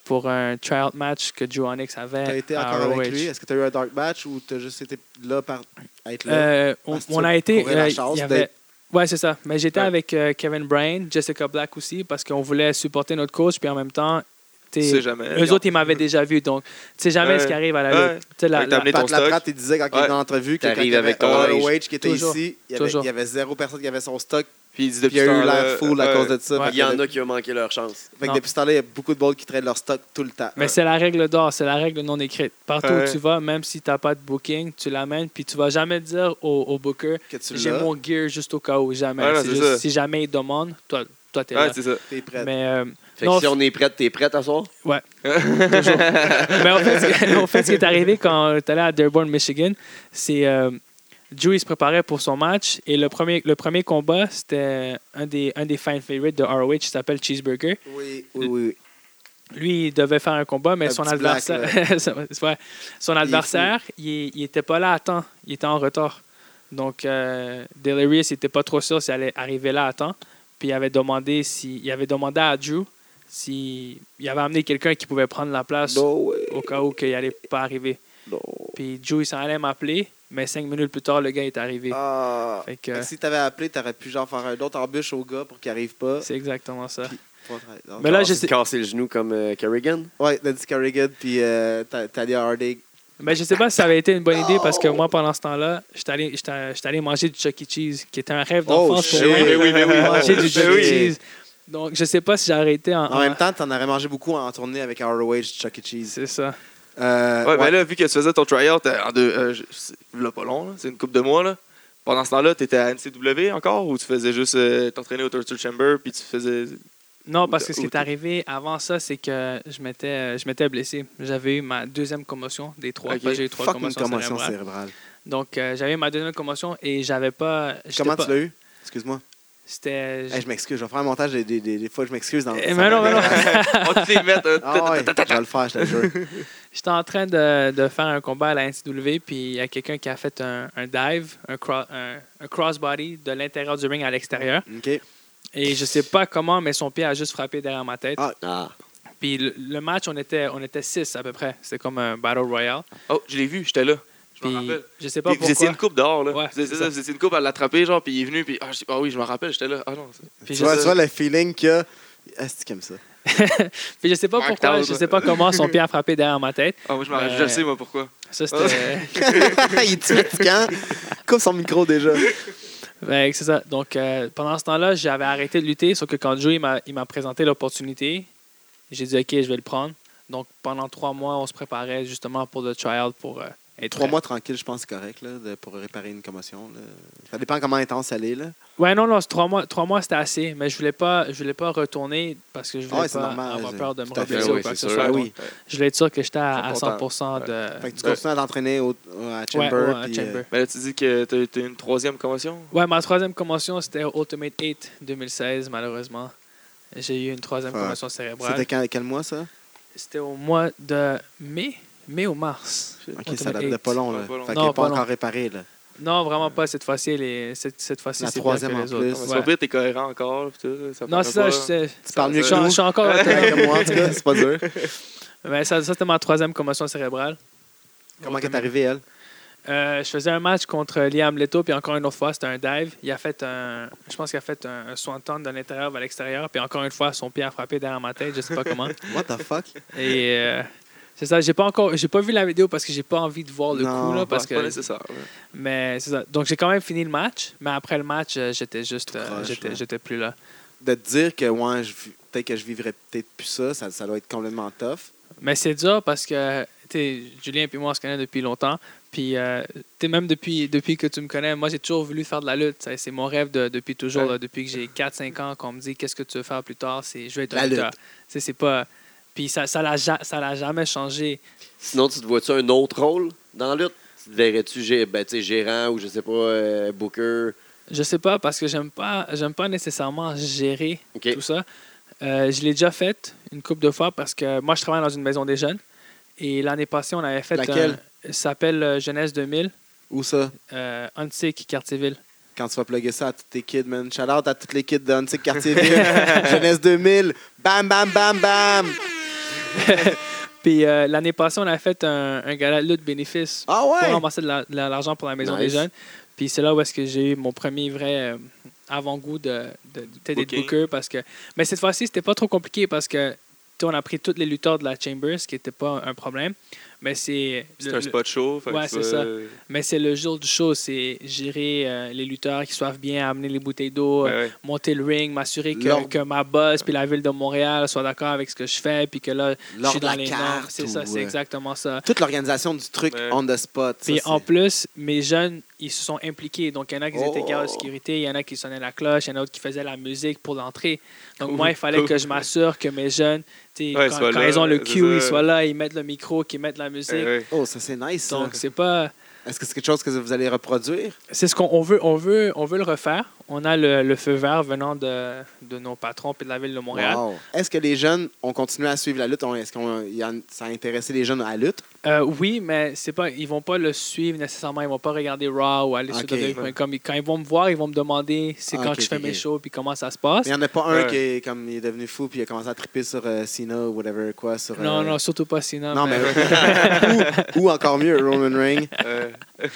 Speaker 6: pour un tryout match que Drew Onyx avait
Speaker 4: T'as été
Speaker 6: à
Speaker 4: encore
Speaker 6: ROH.
Speaker 4: avec lui? Est-ce que t'as eu un dark match ou t'as juste été là par être là?
Speaker 6: Euh, on,
Speaker 4: Parce que
Speaker 6: on
Speaker 4: tu
Speaker 6: a été.
Speaker 4: courais la
Speaker 6: euh,
Speaker 4: chance
Speaker 6: il y avait...
Speaker 4: d'être-
Speaker 6: Ouais, c'est ça. Mais j'étais
Speaker 5: Ouais.
Speaker 6: avec euh, Kevin Bryan, Jessica Black aussi, parce qu'on voulait supporter notre coach, puis en même temps, t'sais,
Speaker 5: Tu sais jamais.
Speaker 6: eux autres, ils m'avaient déjà vu. Donc, tu sais jamais
Speaker 5: Ouais.
Speaker 6: ce qui arrive à la lutte.
Speaker 5: Ouais.
Speaker 6: Tu sais, la-
Speaker 5: Fait que t'as
Speaker 6: la-
Speaker 5: amené- Et ton
Speaker 4: Pat Laprade,
Speaker 5: stock?
Speaker 4: il disait quand il
Speaker 5: Ouais.
Speaker 4: était dans l'entrevue que quand il
Speaker 2: T'arrives
Speaker 4: y avait
Speaker 2: avec ton
Speaker 4: ROH qui était
Speaker 6: Toujours.
Speaker 4: ici, il y, avait,
Speaker 6: Toujours.
Speaker 4: il y avait zéro personne qui avait son stock,
Speaker 5: Puis ils disent
Speaker 4: puis il
Speaker 5: depuis
Speaker 4: y a eu
Speaker 5: ce temps-là,
Speaker 4: l'air full à
Speaker 5: ouais.
Speaker 4: cause de ça.
Speaker 6: Ouais.
Speaker 4: Fait que
Speaker 2: Il y en a qui ont manqué leur chance.
Speaker 4: Fait que
Speaker 6: Non.
Speaker 4: depuis ce temps-là, il y a beaucoup de balles qui traînent leur stock tout le temps.
Speaker 6: Mais c'est la règle d'or, c'est la règle non écrite. Partout
Speaker 5: Ouais.
Speaker 6: où tu vas, même si t'as pas de booking, tu l'amènes, puis tu vas jamais dire au, au booker
Speaker 4: Que tu
Speaker 6: j'ai
Speaker 4: l'as,
Speaker 6: mon gear juste au cas où, jamais.
Speaker 5: Ouais, non,
Speaker 6: C'est
Speaker 5: c'est
Speaker 6: juste,
Speaker 5: ça.
Speaker 6: si jamais ils demandent, toi, toi t'es
Speaker 5: Ouais,
Speaker 6: là.
Speaker 5: c'est ça.
Speaker 4: t'es prêt.
Speaker 6: Mais euh,
Speaker 2: Fait
Speaker 6: Non,
Speaker 2: que si on est prêt, t'es prêt à soir?
Speaker 6: Ouais. Toujours. Mais en fait, ce qui- en fait, ce qui est arrivé quand tu allé à Dearborn, Michigan, c'est euh, Drew il se préparait pour son match et le premier, le premier combat, c'était un des, un des fan favorites de ROH qui s'appelle Cheeseburger.
Speaker 4: Oui, oui, oui.
Speaker 6: Lui, il devait faire un combat, mais
Speaker 4: Un
Speaker 6: son
Speaker 4: petit black,
Speaker 6: adversaire, c'est vrai. son adversaire, il, il était pas là à temps. Il était en retard. Donc, euh, Delirious n'était pas trop sûr s'il allait arriver là à temps. Puis, il avait demandé, si, il avait demandé à Drew s'il il avait amené quelqu'un qui pouvait prendre la place
Speaker 4: No way.
Speaker 6: au cas où qu'il n'allait pas arriver.
Speaker 4: No.
Speaker 6: Puis Joe, il s'en allait m'appeler, mais cinq minutes plus tard, le gars est arrivé.
Speaker 4: Ah.
Speaker 6: Fait que,
Speaker 4: Fait que Si t'avais appelé, t'aurais pu genre faire un autre embûche au gars pour qu'il arrive pas.
Speaker 6: c'est exactement ça.
Speaker 4: Puis- Pas très- non.
Speaker 6: Mais là, je sais,
Speaker 2: Casser le genou comme euh, Kerrigan?
Speaker 4: Ouais, Nancy Kerrigan puis euh, Ta- Talia Hardig.
Speaker 6: mais Ben, je sais pas si ça avait été une bonne idée parce que moi, pendant ce temps-là, j'étais allé, j'étais- j'étais allé manger du Chuck E. Cheese, qui était un rêve
Speaker 4: Oh,
Speaker 6: d'enfance pour
Speaker 4: shit.
Speaker 6: moi.
Speaker 4: Ben oui, ben oui.
Speaker 6: Manger du Chuck E.
Speaker 4: Ben oui.
Speaker 6: Cheese. Donc, je sais pas si j'ai arrêté en.
Speaker 4: En même temps, t'en aurais mangé beaucoup en tournée avec ROH Chuck E. Cheese.
Speaker 6: C'est ça.
Speaker 4: Euh,
Speaker 5: Ouais,
Speaker 4: ouais.
Speaker 5: mais là, vu que tu faisais ton tryout euh, en deux. euh, je- c'est- là, pas long, là, c'est une coupe de mois, là. Pendant ce temps-là, t'étais à NCW encore ou tu faisais juste euh, t'entraîner au Torture Chamber puis tu faisais.
Speaker 6: Non,
Speaker 5: Ou
Speaker 6: parce que
Speaker 5: t'as-
Speaker 6: ce
Speaker 5: ou
Speaker 6: qui est
Speaker 5: t'as-
Speaker 6: arrivé avant ça, c'est que je m'étais, je m'étais blessé. J'avais eu ma deuxième commotion des trois.
Speaker 5: Ok.
Speaker 6: parce que J'ai eu trois
Speaker 4: Fuck une
Speaker 6: commotions
Speaker 4: commotion
Speaker 6: cérébrales.
Speaker 4: cérébrale.
Speaker 6: Donc, euh, j'avais ma deuxième commotion et j'avais pas. j'étais
Speaker 4: Comment
Speaker 6: pas-
Speaker 4: tu l'as eu? Excuse-moi.
Speaker 6: C'était.
Speaker 4: Hey, je m'excuse, je vais faire un montage des, des, des- des fois, je m'excuse. dans-
Speaker 6: Eh, mais non, mais non.
Speaker 5: On te les met. euh,
Speaker 4: Ah ouais, je vais le faire, je te le jure.
Speaker 6: J'étais en train de, de faire un combat à la NCW, puis il y a quelqu'un qui a fait un, un dive, un, cro- un- un crossbody de l'intérieur du ring à l'extérieur.
Speaker 4: OK.
Speaker 6: Et je sais pas comment, mais son pied a juste frappé derrière ma tête.
Speaker 4: Ah.
Speaker 2: Ah.
Speaker 6: Puis le, le match, on était, on était six à peu près. C'était comme un battle royal.
Speaker 5: Oh, je l'ai vu, j'étais là. Je
Speaker 6: Puis
Speaker 5: me rappelle.
Speaker 6: je sais pas
Speaker 5: Puis Vous étiez
Speaker 6: pourquoi.
Speaker 5: une coupe dehors, là.
Speaker 6: Ouais,
Speaker 5: vous, étiez,
Speaker 6: c'est ça.
Speaker 5: vous étiez une coupe à l'attraper, genre, puis il est venu, puis. Ah, je- ah oui, je me rappelle, j'étais là. Ah non. c'est-
Speaker 6: Puis
Speaker 4: Tu
Speaker 6: je
Speaker 4: vois,
Speaker 6: sais-
Speaker 4: tu vois le feeling qu'il y a. Ah, c'est comme ça.
Speaker 6: Puis je sais pas
Speaker 5: Mark
Speaker 6: pourquoi,
Speaker 5: Towns,
Speaker 6: je
Speaker 5: là.
Speaker 6: sais pas comment son pied a frappé derrière ma tête.
Speaker 5: Ah, moi, je, me rappelle,
Speaker 6: Euh,
Speaker 5: je le sais, moi, pourquoi.
Speaker 6: Ça, c'était.
Speaker 4: Il est fatigant. Coupe son micro déjà.
Speaker 6: Fait que c'est ça. Donc, euh, pendant ce temps-là, j'avais arrêté de lutter, sauf que quand Joe il m'a il m'a présenté l'opportunité, j'ai dit OK, je vais le prendre. Donc, pendant trois mois, on se préparait justement pour le trial pour euh, être
Speaker 4: Trois
Speaker 6: prêt.
Speaker 4: mois tranquille, je pense c'est correct là, de- pour réparer une commotion. là. Ça dépend comment intense elle est. Là.
Speaker 6: Ouais, non, non, c'est trois mois, trois mois c'était assez, mais je voulais pas, je voulais pas retourner parce que je voulais
Speaker 4: Ah Ouais, c'est
Speaker 6: pas
Speaker 4: normal,
Speaker 6: avoir
Speaker 4: c'est-
Speaker 6: peur de me
Speaker 4: tout à fait,
Speaker 5: Ben
Speaker 6: reblesser
Speaker 4: oui,
Speaker 6: ou quoi que
Speaker 4: c'est
Speaker 6: ce
Speaker 4: sûr,
Speaker 6: soit.
Speaker 4: Ah oui.
Speaker 6: Donc, Je voulais être sûr que j'étais à, à
Speaker 5: Content.
Speaker 6: 100% de.
Speaker 4: Fait que tu
Speaker 5: Ouais.
Speaker 4: continues à t'entraîner au, au- à
Speaker 6: Ouais,
Speaker 4: Chamber.
Speaker 6: ouais, à
Speaker 4: puis, euh,
Speaker 6: Chamber.
Speaker 5: Mais Ben là, tu dis que t'as t'as une troisième commotion.
Speaker 6: Ouais, ma troisième commotion, c'était au Ultimate 8 2016, malheureusement. J'ai eu une troisième
Speaker 4: Fuck.
Speaker 6: commotion
Speaker 4: euh, C'était
Speaker 6: cérébrale.
Speaker 4: quand- quel mois ça?
Speaker 6: C'était au mois de mai, mai ou mars.
Speaker 4: Ok,
Speaker 6: Ultimate
Speaker 4: ça date de
Speaker 6: Eight.
Speaker 4: pas long.
Speaker 5: Ouais,
Speaker 4: Là.
Speaker 5: pas long.
Speaker 4: Fait qu'elle
Speaker 6: Non,
Speaker 4: n'est pas,
Speaker 6: pas long.
Speaker 4: encore réparée. Là.
Speaker 6: Non, vraiment pas. Cette fois-ci, elle est- cette, cette fois-ci,
Speaker 4: La
Speaker 6: c'est
Speaker 4: troisième
Speaker 6: pire que les
Speaker 4: en
Speaker 6: autres.
Speaker 4: plus.
Speaker 5: Soit
Speaker 6: Ouais.
Speaker 5: pire, t'es cohérent encore, puis tout. Ça
Speaker 6: Non,
Speaker 5: paraît
Speaker 6: c'est
Speaker 5: pas.
Speaker 6: ça. Je, sais-
Speaker 4: Tu parles mieux
Speaker 6: je-
Speaker 4: que
Speaker 6: je
Speaker 4: nous.
Speaker 6: suis encore.
Speaker 4: Comme moi, en tout cas, c'est pas dur.
Speaker 6: Mais ça, ça, c'était ma troisième commotion cérébrale.
Speaker 4: Comment qu'elle est arrivée, elle?
Speaker 6: Euh, je faisais un match contre Liam Leto, puis encore une autre fois, c'était un dive. Il a fait un. Je pense qu'il a fait un, un swanton de l'intérieur vers l'extérieur, puis encore une fois, son pied a frappé derrière ma tête, je sais pas comment.
Speaker 4: What the fuck?
Speaker 6: Et euh, c'est ça, j'ai pas encore, j'ai pas vu la vidéo parce que j'ai pas envie de voir le
Speaker 4: Non,
Speaker 6: coup là,
Speaker 4: pas-
Speaker 6: parce
Speaker 5: Pas
Speaker 6: que.
Speaker 5: nécessaire. ouais.
Speaker 6: Mais c'est ça. Donc j'ai quand même fini le match, mais après le match, euh, j'étais juste, euh,
Speaker 4: croche,
Speaker 6: j'étais,
Speaker 4: ouais.
Speaker 6: j'étais plus là.
Speaker 4: De te dire que ouais, je- peut-être que je vivrais peut-être plus ça, ça, ça doit être complètement tough.
Speaker 6: Mais c'est dur parce que tu sais, Julien et moi, on se connaît depuis longtemps. Puis, euh, tu sais, même depuis, depuis que tu me connais, moi, j'ai toujours voulu faire de la lutte. Ça, C'est mon rêve de- depuis toujours,
Speaker 5: Ouais.
Speaker 6: là, depuis que j'ai 4-5 ans, qu'on me dit qu'est-ce que tu veux faire plus tard, c'est je veux être
Speaker 4: La
Speaker 6: un lutteur. Tu sais, C'est pas. Puis, ça ça l'a ja- ça l'a jamais changé.
Speaker 2: Sinon, tu te vois-tu un autre rôle dans la lutte? Tu te verrais-tu gé- ben, tu sais, gérant ou je sais pas, euh, booker?
Speaker 6: Je sais pas parce que j'aime pas, j'aime pas nécessairement gérer
Speaker 2: OK.
Speaker 6: tout ça. Euh, je l'ai déjà fait une couple de fois parce que moi, je travaille dans une maison des jeunes. Et l'année passée, on avait fait.
Speaker 4: Laquelle?
Speaker 6: un- ça s'appelle euh, Jeunesse 2000,
Speaker 4: Ou ça?
Speaker 6: euh, Huntsic, Cartierville.
Speaker 4: Quand tu vas plugger ça à tous tes kids, man. Shout out à tous les kids de Huntsic Quartier Ville, Jeunesse 2000. Bam, bam, bam, bam!
Speaker 6: Puis euh, l'année passée, on a fait un, un gala de lutte bénéfice
Speaker 4: Ah
Speaker 6: pour
Speaker 4: ouais!
Speaker 6: ramasser de la- de la- l'argent pour la maison des
Speaker 2: Nice.
Speaker 6: jeunes. Puis c'est là où est-ce que j'ai eu mon premier vrai euh, avant-goût de, de, de, de- d'être
Speaker 5: Booking.
Speaker 6: booker parce que mais cette fois-ci, c'était pas trop compliqué parce que tu sais, on a pris tous les lutteurs de la Chamber, ce qui n'était pas un problème. Mais c'est
Speaker 5: C'est
Speaker 6: le-
Speaker 5: un spot show. fait que
Speaker 6: Ouais,
Speaker 5: tu vas-
Speaker 6: c'est ça. mais c'est le jour du show, c'est gérer euh, les lutteurs qui soivent bien, amener les bouteilles d'eau, euh,
Speaker 5: Ouais, ouais.
Speaker 6: monter le ring, m'assurer que,
Speaker 4: L'ordre.
Speaker 6: que ma boss puis la ville de Montréal soient d'accord avec ce que je fais, puis que là, je
Speaker 4: Lors
Speaker 6: suis
Speaker 4: de
Speaker 6: dans
Speaker 4: la
Speaker 6: les normes.
Speaker 4: carte.
Speaker 6: C'est ça,
Speaker 4: ou,
Speaker 6: c'est
Speaker 4: euh,
Speaker 6: exactement ça.
Speaker 4: Toute l'organisation du truc
Speaker 5: Ouais.
Speaker 4: on the spot. ça,
Speaker 6: Puis
Speaker 4: c'est-
Speaker 6: en plus, mes jeunes, ils se sont impliqués. Donc, il y en a qui étaient
Speaker 4: Oh.
Speaker 6: gardes de sécurité, il y en a qui sonnaient la cloche, il y en a d'autres qui faisaient la musique pour l'entrée. Donc,
Speaker 4: Oh,
Speaker 6: moi, il fallait que je m'assure que mes jeunes, tu sais,
Speaker 5: Ouais,
Speaker 6: quand,
Speaker 5: soient
Speaker 6: quand
Speaker 5: là,
Speaker 6: ils ont le
Speaker 5: c'est
Speaker 6: cue, ils
Speaker 5: ça.
Speaker 6: soient là, ils mettent le micro, qu'ils mettent la musique.
Speaker 5: Ouais, ouais.
Speaker 4: Oh, ça c'est nice. ça.
Speaker 6: Donc, c'est pas.
Speaker 4: Est-ce que c'est quelque chose que vous allez reproduire?
Speaker 6: C'est ce qu'on on veut, on veut, on veut le refaire. On a le, le feu vert venant de, de nos patrons et de la ville de Montréal.
Speaker 4: Wow. Est-ce que les jeunes ont continué à suivre la lutte? Ont- Est-ce que ça a intéressé les jeunes à la lutte?
Speaker 6: Euh, oui, mais c'est pas, ils vont pas le suivre nécessairement. Ils vont pas regarder Raw ou aller
Speaker 4: Ok.
Speaker 6: sur WWE.com. Ils- Quand ils vont me voir, ils vont me demander c'est
Speaker 4: Ah,
Speaker 6: quand
Speaker 4: ok,
Speaker 6: que je fais
Speaker 4: ok,
Speaker 6: mes
Speaker 4: ok.
Speaker 6: shows puis comment ça se passe.
Speaker 4: Mais il n'y en a pas un
Speaker 5: Ouais.
Speaker 4: qui est, comme, il est devenu fou puis il a commencé à triper sur euh, Cena ou whatever, quoi. Sur,
Speaker 6: Non,
Speaker 4: euh,
Speaker 6: non, surtout pas sinon.
Speaker 4: Non, mais. ou, ou encore mieux, Roman Reigns.
Speaker 5: Euh,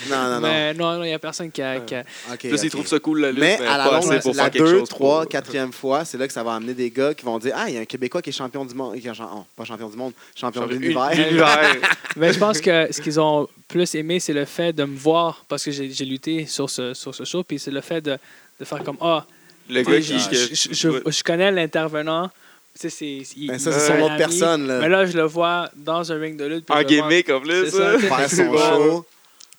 Speaker 4: Non, non, non.
Speaker 6: mais non, non, il n'y a personne qui a. qui a-
Speaker 4: Ok,
Speaker 5: Plus,
Speaker 4: ok.
Speaker 5: ils trouvent ça cool, la lutte,
Speaker 4: Mais à la
Speaker 5: pas
Speaker 4: longue,
Speaker 5: assez pour
Speaker 4: la
Speaker 5: faire quelque
Speaker 4: 2,
Speaker 5: chose
Speaker 4: 3,
Speaker 5: pour-
Speaker 4: 4e fois, c'est là que ça va amener des gars qui vont dire Ah, il y a un Québécois qui est champion du monde. qui est champ- oh, pas champion du monde, champion de l'univers.
Speaker 5: L'univers.
Speaker 6: Mais je pense que ce qu'ils ont plus aimé, c'est le fait de me voir, parce que j'ai j'ai lutté sur ce, sur ce show, puis c'est le fait de, de faire comme Ah,
Speaker 5: Le
Speaker 6: Tu sais,
Speaker 5: gars
Speaker 6: Je,
Speaker 5: qui.
Speaker 6: je- je- je- je connais l'intervenant. Tu sais, c'est- c'est- il-
Speaker 4: Ben, ça,
Speaker 6: il-
Speaker 4: c'est son
Speaker 6: un
Speaker 4: autre
Speaker 6: ami.
Speaker 4: personne, là.
Speaker 6: Mais là, je le vois dans un ring de lutte. puis
Speaker 5: en
Speaker 6: je le vois-
Speaker 5: gimmick, en plus.
Speaker 6: C'est ça.
Speaker 5: hein.
Speaker 4: Faire
Speaker 5: C'est
Speaker 4: son
Speaker 5: bon.
Speaker 4: show.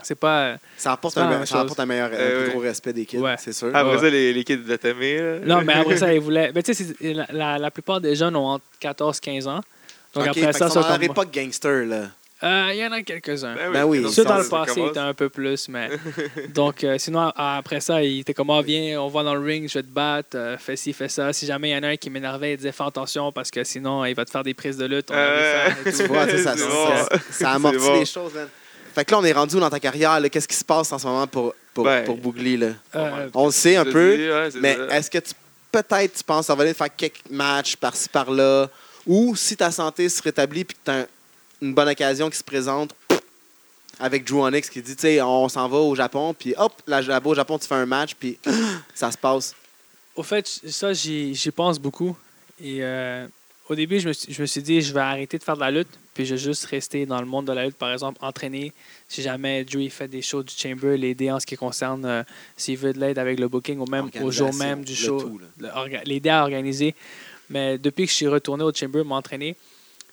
Speaker 6: C'est pas. euh,
Speaker 4: Ça apporte,
Speaker 6: C'est pas la
Speaker 4: un,
Speaker 6: même
Speaker 4: ça
Speaker 6: chose.
Speaker 4: apporte un meilleur, un
Speaker 5: Euh,
Speaker 4: plus
Speaker 5: ouais.
Speaker 4: gros respect des kids,
Speaker 6: Ouais.
Speaker 4: c'est sûr.
Speaker 5: Après
Speaker 6: Ouais.
Speaker 5: ça, les, les kids de Tamé. là.
Speaker 6: Non, mais après ça, ils voulaient. Mais tu sais, c'est- la, la- la plupart des jeunes ont entre 14-15 ans. Donc
Speaker 4: Ok,
Speaker 6: après
Speaker 4: fait
Speaker 6: ça,
Speaker 4: que sont
Speaker 6: ça
Speaker 4: dans la
Speaker 6: tombe-
Speaker 4: réponse gangster, là.
Speaker 6: Euh, Il y en a quelques-uns.
Speaker 4: Ben oui.
Speaker 5: donc
Speaker 4: Ça,
Speaker 6: Ceux
Speaker 5: ils
Speaker 6: dans
Speaker 5: sont-
Speaker 6: le
Speaker 5: ça
Speaker 6: passé
Speaker 5: commence.
Speaker 6: étaient un peu plus, mais. Donc, euh, sinon, a- après ça, il était comme, ah, viens, on va dans le ring, je vais te battre, euh, fais ci, fais ça. Si jamais il y en a un qui m'énervait, il disait, fais attention parce que sinon, il va te faire des prises de lutte. on va
Speaker 5: Euh,
Speaker 6: les faire et tout.
Speaker 4: Tu vois, tu sais, ça,
Speaker 5: C'est
Speaker 4: ça,
Speaker 5: bon.
Speaker 4: ça- ça amortit
Speaker 5: C'est bon.
Speaker 4: les choses, man. Fait que là, on est rendu où dans ta carrière? là? Qu'est-ce qui se passe en ce moment pour, pour,
Speaker 5: Ben.
Speaker 4: pour Bougli? Là?
Speaker 6: Euh,
Speaker 4: On le sait un
Speaker 5: Je
Speaker 4: peu,
Speaker 5: dis, ouais, c'est
Speaker 4: mais
Speaker 5: ça.
Speaker 4: est-ce que tu peut-être tu penses en venir faire quelques matchs par-ci, par-là? Ou si ta santé se rétablit puis que tu as une bonne occasion qui se présente avec Drew Onyx qui dit, tu sais, on s'en va au Japon, puis hop, là, là-bas au Japon, tu fais un match, puis ça se passe.
Speaker 6: Au fait, ça, j'y j'y pense beaucoup. Et euh, au début, je me, suis, je me suis dit, je vais arrêter de faire de la lutte, puis je vais juste rester dans le monde de la lutte, par exemple, entraîner. Si jamais Drew il fait des shows du Chamber, l'aider en ce qui concerne euh, s'il veut de l'aide avec le booking ou même au jour
Speaker 4: Organisation,
Speaker 6: même du
Speaker 4: le
Speaker 6: show,
Speaker 4: tout, là.
Speaker 6: le orga- l'aider à organiser. Mais depuis que je suis retourné au Chamber m'entraîner,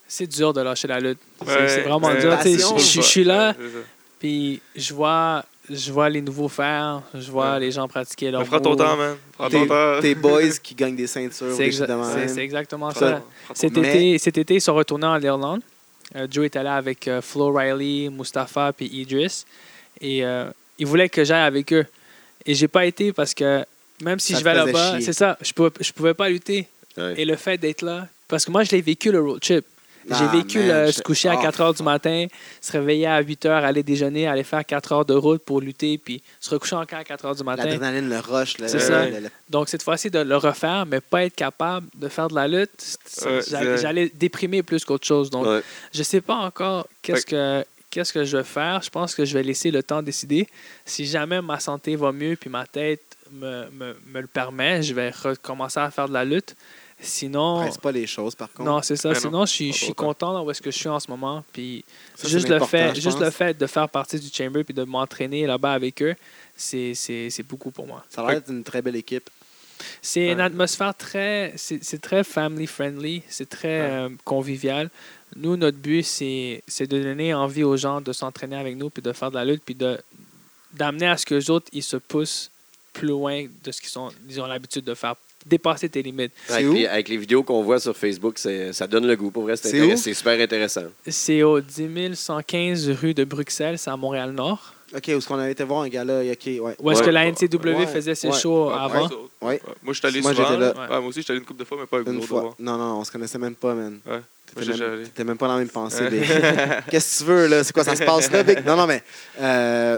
Speaker 6: c'est dur de lâcher la lutte. C'est-
Speaker 5: Ouais,
Speaker 6: c'est vraiment
Speaker 5: ouais.
Speaker 6: dur. Tu sais,
Speaker 4: Passion,
Speaker 6: Je je- je suis là,
Speaker 5: Ouais, c'est ça.
Speaker 6: puis je vois, je vois les nouveaux faire, je vois
Speaker 5: Ouais.
Speaker 6: les gens pratiquer leur
Speaker 5: Mais Prends ton temps, man. Prends ton
Speaker 4: T'es-
Speaker 5: temps.
Speaker 4: Tes boys qui gagnent des ceintures,
Speaker 6: C'est
Speaker 4: des
Speaker 6: exa-
Speaker 4: shit de même.
Speaker 6: c'est- c'est exactement
Speaker 5: Prends
Speaker 6: ça.
Speaker 5: ton- prends ton
Speaker 6: Cet,
Speaker 5: temps.
Speaker 6: été, cet été, ils sont retournés en Irlande. Euh, Joe était là avec euh, Flo Riley, Mustafa puis Idris. Et euh, ils voulaient que j'aille avec eux. Et j'ai pas été parce que même si
Speaker 4: Ça
Speaker 6: je
Speaker 4: te
Speaker 6: vais
Speaker 4: faisait
Speaker 6: là-bas,
Speaker 4: chier.
Speaker 6: c'est ça, je pouvais, je pouvais pas lutter.
Speaker 2: Ouais.
Speaker 6: Et le fait d'être là, parce que moi, je l'ai vécu le road trip.
Speaker 4: Ah,
Speaker 6: J'ai vécu
Speaker 4: man,
Speaker 6: le- se
Speaker 4: j'étais-
Speaker 6: coucher à
Speaker 4: oh,
Speaker 6: 4 heures du matin, se réveiller à 8 heures, aller déjeuner, aller faire 4 heures de route pour lutter, puis se recoucher encore à 4 heures du matin.
Speaker 4: L'adrénaline, le rush, le,
Speaker 6: C'est
Speaker 4: le-
Speaker 5: ça.
Speaker 4: le- le-
Speaker 6: Donc, cette fois-ci, de le refaire, mais pas être capable de faire de la lutte, c'est-
Speaker 4: Euh,
Speaker 5: Ouais,
Speaker 6: j'allais
Speaker 5: c'est-
Speaker 6: j'allais déprimer plus qu'autre chose. Donc,
Speaker 2: Ouais.
Speaker 6: je sais pas encore qu'est-ce que qu'est-ce que je vais faire. Je pense que je vais laisser le temps décider. Si jamais ma santé va mieux puis ma tête me, me- me le permet, je vais recommencer à faire de la lutte. Sinon,
Speaker 4: presse pas les choses, par contre.
Speaker 6: non, c'est ça.
Speaker 5: Mais non,
Speaker 6: Sinon, je suis, je suis
Speaker 5: autant.
Speaker 6: content dans où est-ce que je suis en ce moment. Puis
Speaker 4: Ça, c'est
Speaker 6: juste, le
Speaker 4: l'important,
Speaker 6: fait,
Speaker 4: je
Speaker 6: juste
Speaker 4: pense.
Speaker 6: le fait de faire partie du chamber puis de m'entraîner là-bas avec eux, c'est- c'est c'est beaucoup pour moi.
Speaker 4: Ça a l'air d'être une très belle équipe.
Speaker 6: C'est une
Speaker 5: Ouais.
Speaker 6: atmosphère très. C'est c'est très family friendly, c'est très
Speaker 5: Ouais.
Speaker 6: euh, convivial. Nous, notre but, c'est c'est de donner envie aux gens de s'entraîner avec nous, puis de faire de la lutte, puis de- d'amener à ce que les autres, ils se poussent plus loin de ce qu'ils sont- ils ont l'habitude de faire. Dépasser tes limites.
Speaker 4: C'est
Speaker 2: Avec
Speaker 4: où?
Speaker 2: les, avec les vidéos qu'on voit sur Facebook, c'est- ça donne le goût. Pour vrai, c'est
Speaker 4: C'est
Speaker 2: intéressant-
Speaker 4: où?
Speaker 2: c'est super intéressant.
Speaker 6: C'est au 10 115 rue de Bruxelles, c'est à Montréal-Nord.
Speaker 4: OK, où est-ce qu'on a été voir un gars-là? OK, ouais.
Speaker 6: Où est-ce
Speaker 5: Ouais.
Speaker 6: que la NCW
Speaker 4: Ouais.
Speaker 6: faisait ses
Speaker 4: Ouais.
Speaker 6: shows
Speaker 5: Ouais,
Speaker 6: avant?
Speaker 5: ouais, ça-
Speaker 4: Ouais.
Speaker 5: ouais. Moi, je suis allé
Speaker 4: Moi,
Speaker 5: souvent.
Speaker 4: j'étais là.
Speaker 5: Ouais, Moi aussi, je suis allé une couple de fois, mais pas avec
Speaker 4: Une
Speaker 5: d'autres
Speaker 4: fois.
Speaker 5: fois.
Speaker 4: Non, non, on se connaissait même pas, man.
Speaker 5: Ouais. Moi,
Speaker 4: T'étais
Speaker 5: j'ai déjà
Speaker 4: même,
Speaker 5: allé.
Speaker 4: t'étais même pas dans la même pensée.
Speaker 5: Ouais.
Speaker 4: des- Qu'est-ce que tu veux, là? C'est quoi, ça se passe là, Vic? Non, non, mais... euh,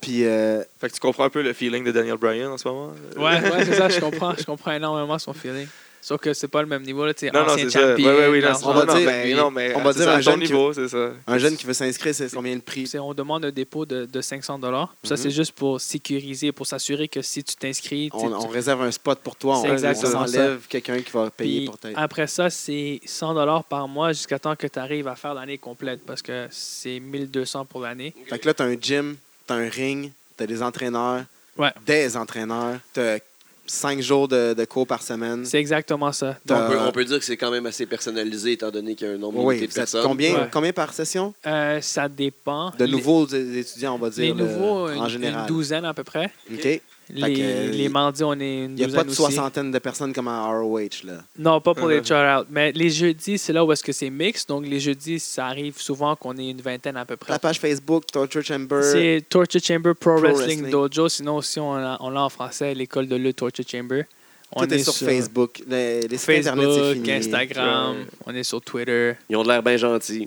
Speaker 4: Puis, euh,
Speaker 5: Fait que tu comprends un peu le feeling de Daniel Bryan en ce moment. là.
Speaker 6: Ouais, ouais, c'est ça, je comprends. Je comprends énormément son feeling. Sauf que c'est pas le même niveau. Là, tu sais,
Speaker 5: Non, non,
Speaker 6: ancien
Speaker 5: c'est ça. Ouais,
Speaker 6: champion,
Speaker 5: ouais, oui, non,
Speaker 6: l'argent.
Speaker 5: c'est-
Speaker 4: on va
Speaker 5: non,
Speaker 4: dire-
Speaker 5: mais- non, mais
Speaker 4: on va
Speaker 5: c'est
Speaker 4: dire
Speaker 5: ça,
Speaker 4: un
Speaker 5: à
Speaker 4: jeune
Speaker 5: ton niveau, c'est ça.
Speaker 4: un jeune qui veut s'inscrire, c'est combien le prix?
Speaker 6: C'est- on demande un dépôt de, de 500 dollars.
Speaker 4: Mhm.
Speaker 6: Ça, c'est juste pour sécuriser, pour s'assurer que si tu t'inscris, tu-
Speaker 4: On, on
Speaker 6: tu-
Speaker 4: réserve un spot pour toi.
Speaker 6: C'est
Speaker 4: On, on
Speaker 6: exactement
Speaker 4: s'enlève quelqu'un qui va
Speaker 6: Puis
Speaker 4: payer pour t'aider.
Speaker 6: après ça, c'est 100 dollars par mois jusqu'à temps que tu arrives à faire l'année complète parce que c'est 1200 pour l'année.
Speaker 4: Fait que là, t'as un gym, t'as un ring, t'as des entraîneurs,
Speaker 6: Ouais.
Speaker 4: des entraîneurs, t'as cinq jours de, de cours par semaine.
Speaker 6: C'est exactement ça.
Speaker 4: T'as-
Speaker 2: On peut, on peut dire que c'est quand même assez personnalisé, étant donné qu'il y a un nombre
Speaker 4: Oui,
Speaker 2: limité de
Speaker 4: vous êtes
Speaker 2: personnes.
Speaker 4: combien,
Speaker 6: Ouais.
Speaker 4: combien par session?
Speaker 6: Euh, ça dépend.
Speaker 4: De
Speaker 6: Les-
Speaker 4: nouveaux é- étudiants, on va
Speaker 6: les,
Speaker 4: dire, là,
Speaker 6: nouveaux, une,
Speaker 4: en
Speaker 6: une
Speaker 4: général.
Speaker 6: douzaine à peu près.
Speaker 4: OK.
Speaker 6: Les,
Speaker 4: que-
Speaker 6: les mardis, on est une
Speaker 4: Il n'y a
Speaker 6: douzaine
Speaker 4: pas de
Speaker 6: aussi.
Speaker 4: soixantaine de personnes comme à ROH. Là.
Speaker 6: Non, pas pour les
Speaker 5: Uh-huh.
Speaker 6: try-out. Mais les jeudis, c'est là où est-ce que c'est mix. Donc, les jeudis, ça arrive souvent qu'on ait une vingtaine à peu près.
Speaker 4: La page Facebook, Torture Chamber.
Speaker 6: C'est Torture Chamber Pro,
Speaker 4: Pro
Speaker 6: Wrestling,
Speaker 4: Wrestling.
Speaker 6: Dojo. Sinon, aussi, on l'a on l'a en français, l'école de lutte Torture Chamber. On
Speaker 4: Tout est sur Facebook. Les, les sites Internet, c'est
Speaker 6: Facebook,
Speaker 4: fini.
Speaker 6: Instagram,
Speaker 5: Ouais.
Speaker 6: on est sur Twitter.
Speaker 2: Ils ont de l'air bien gentils.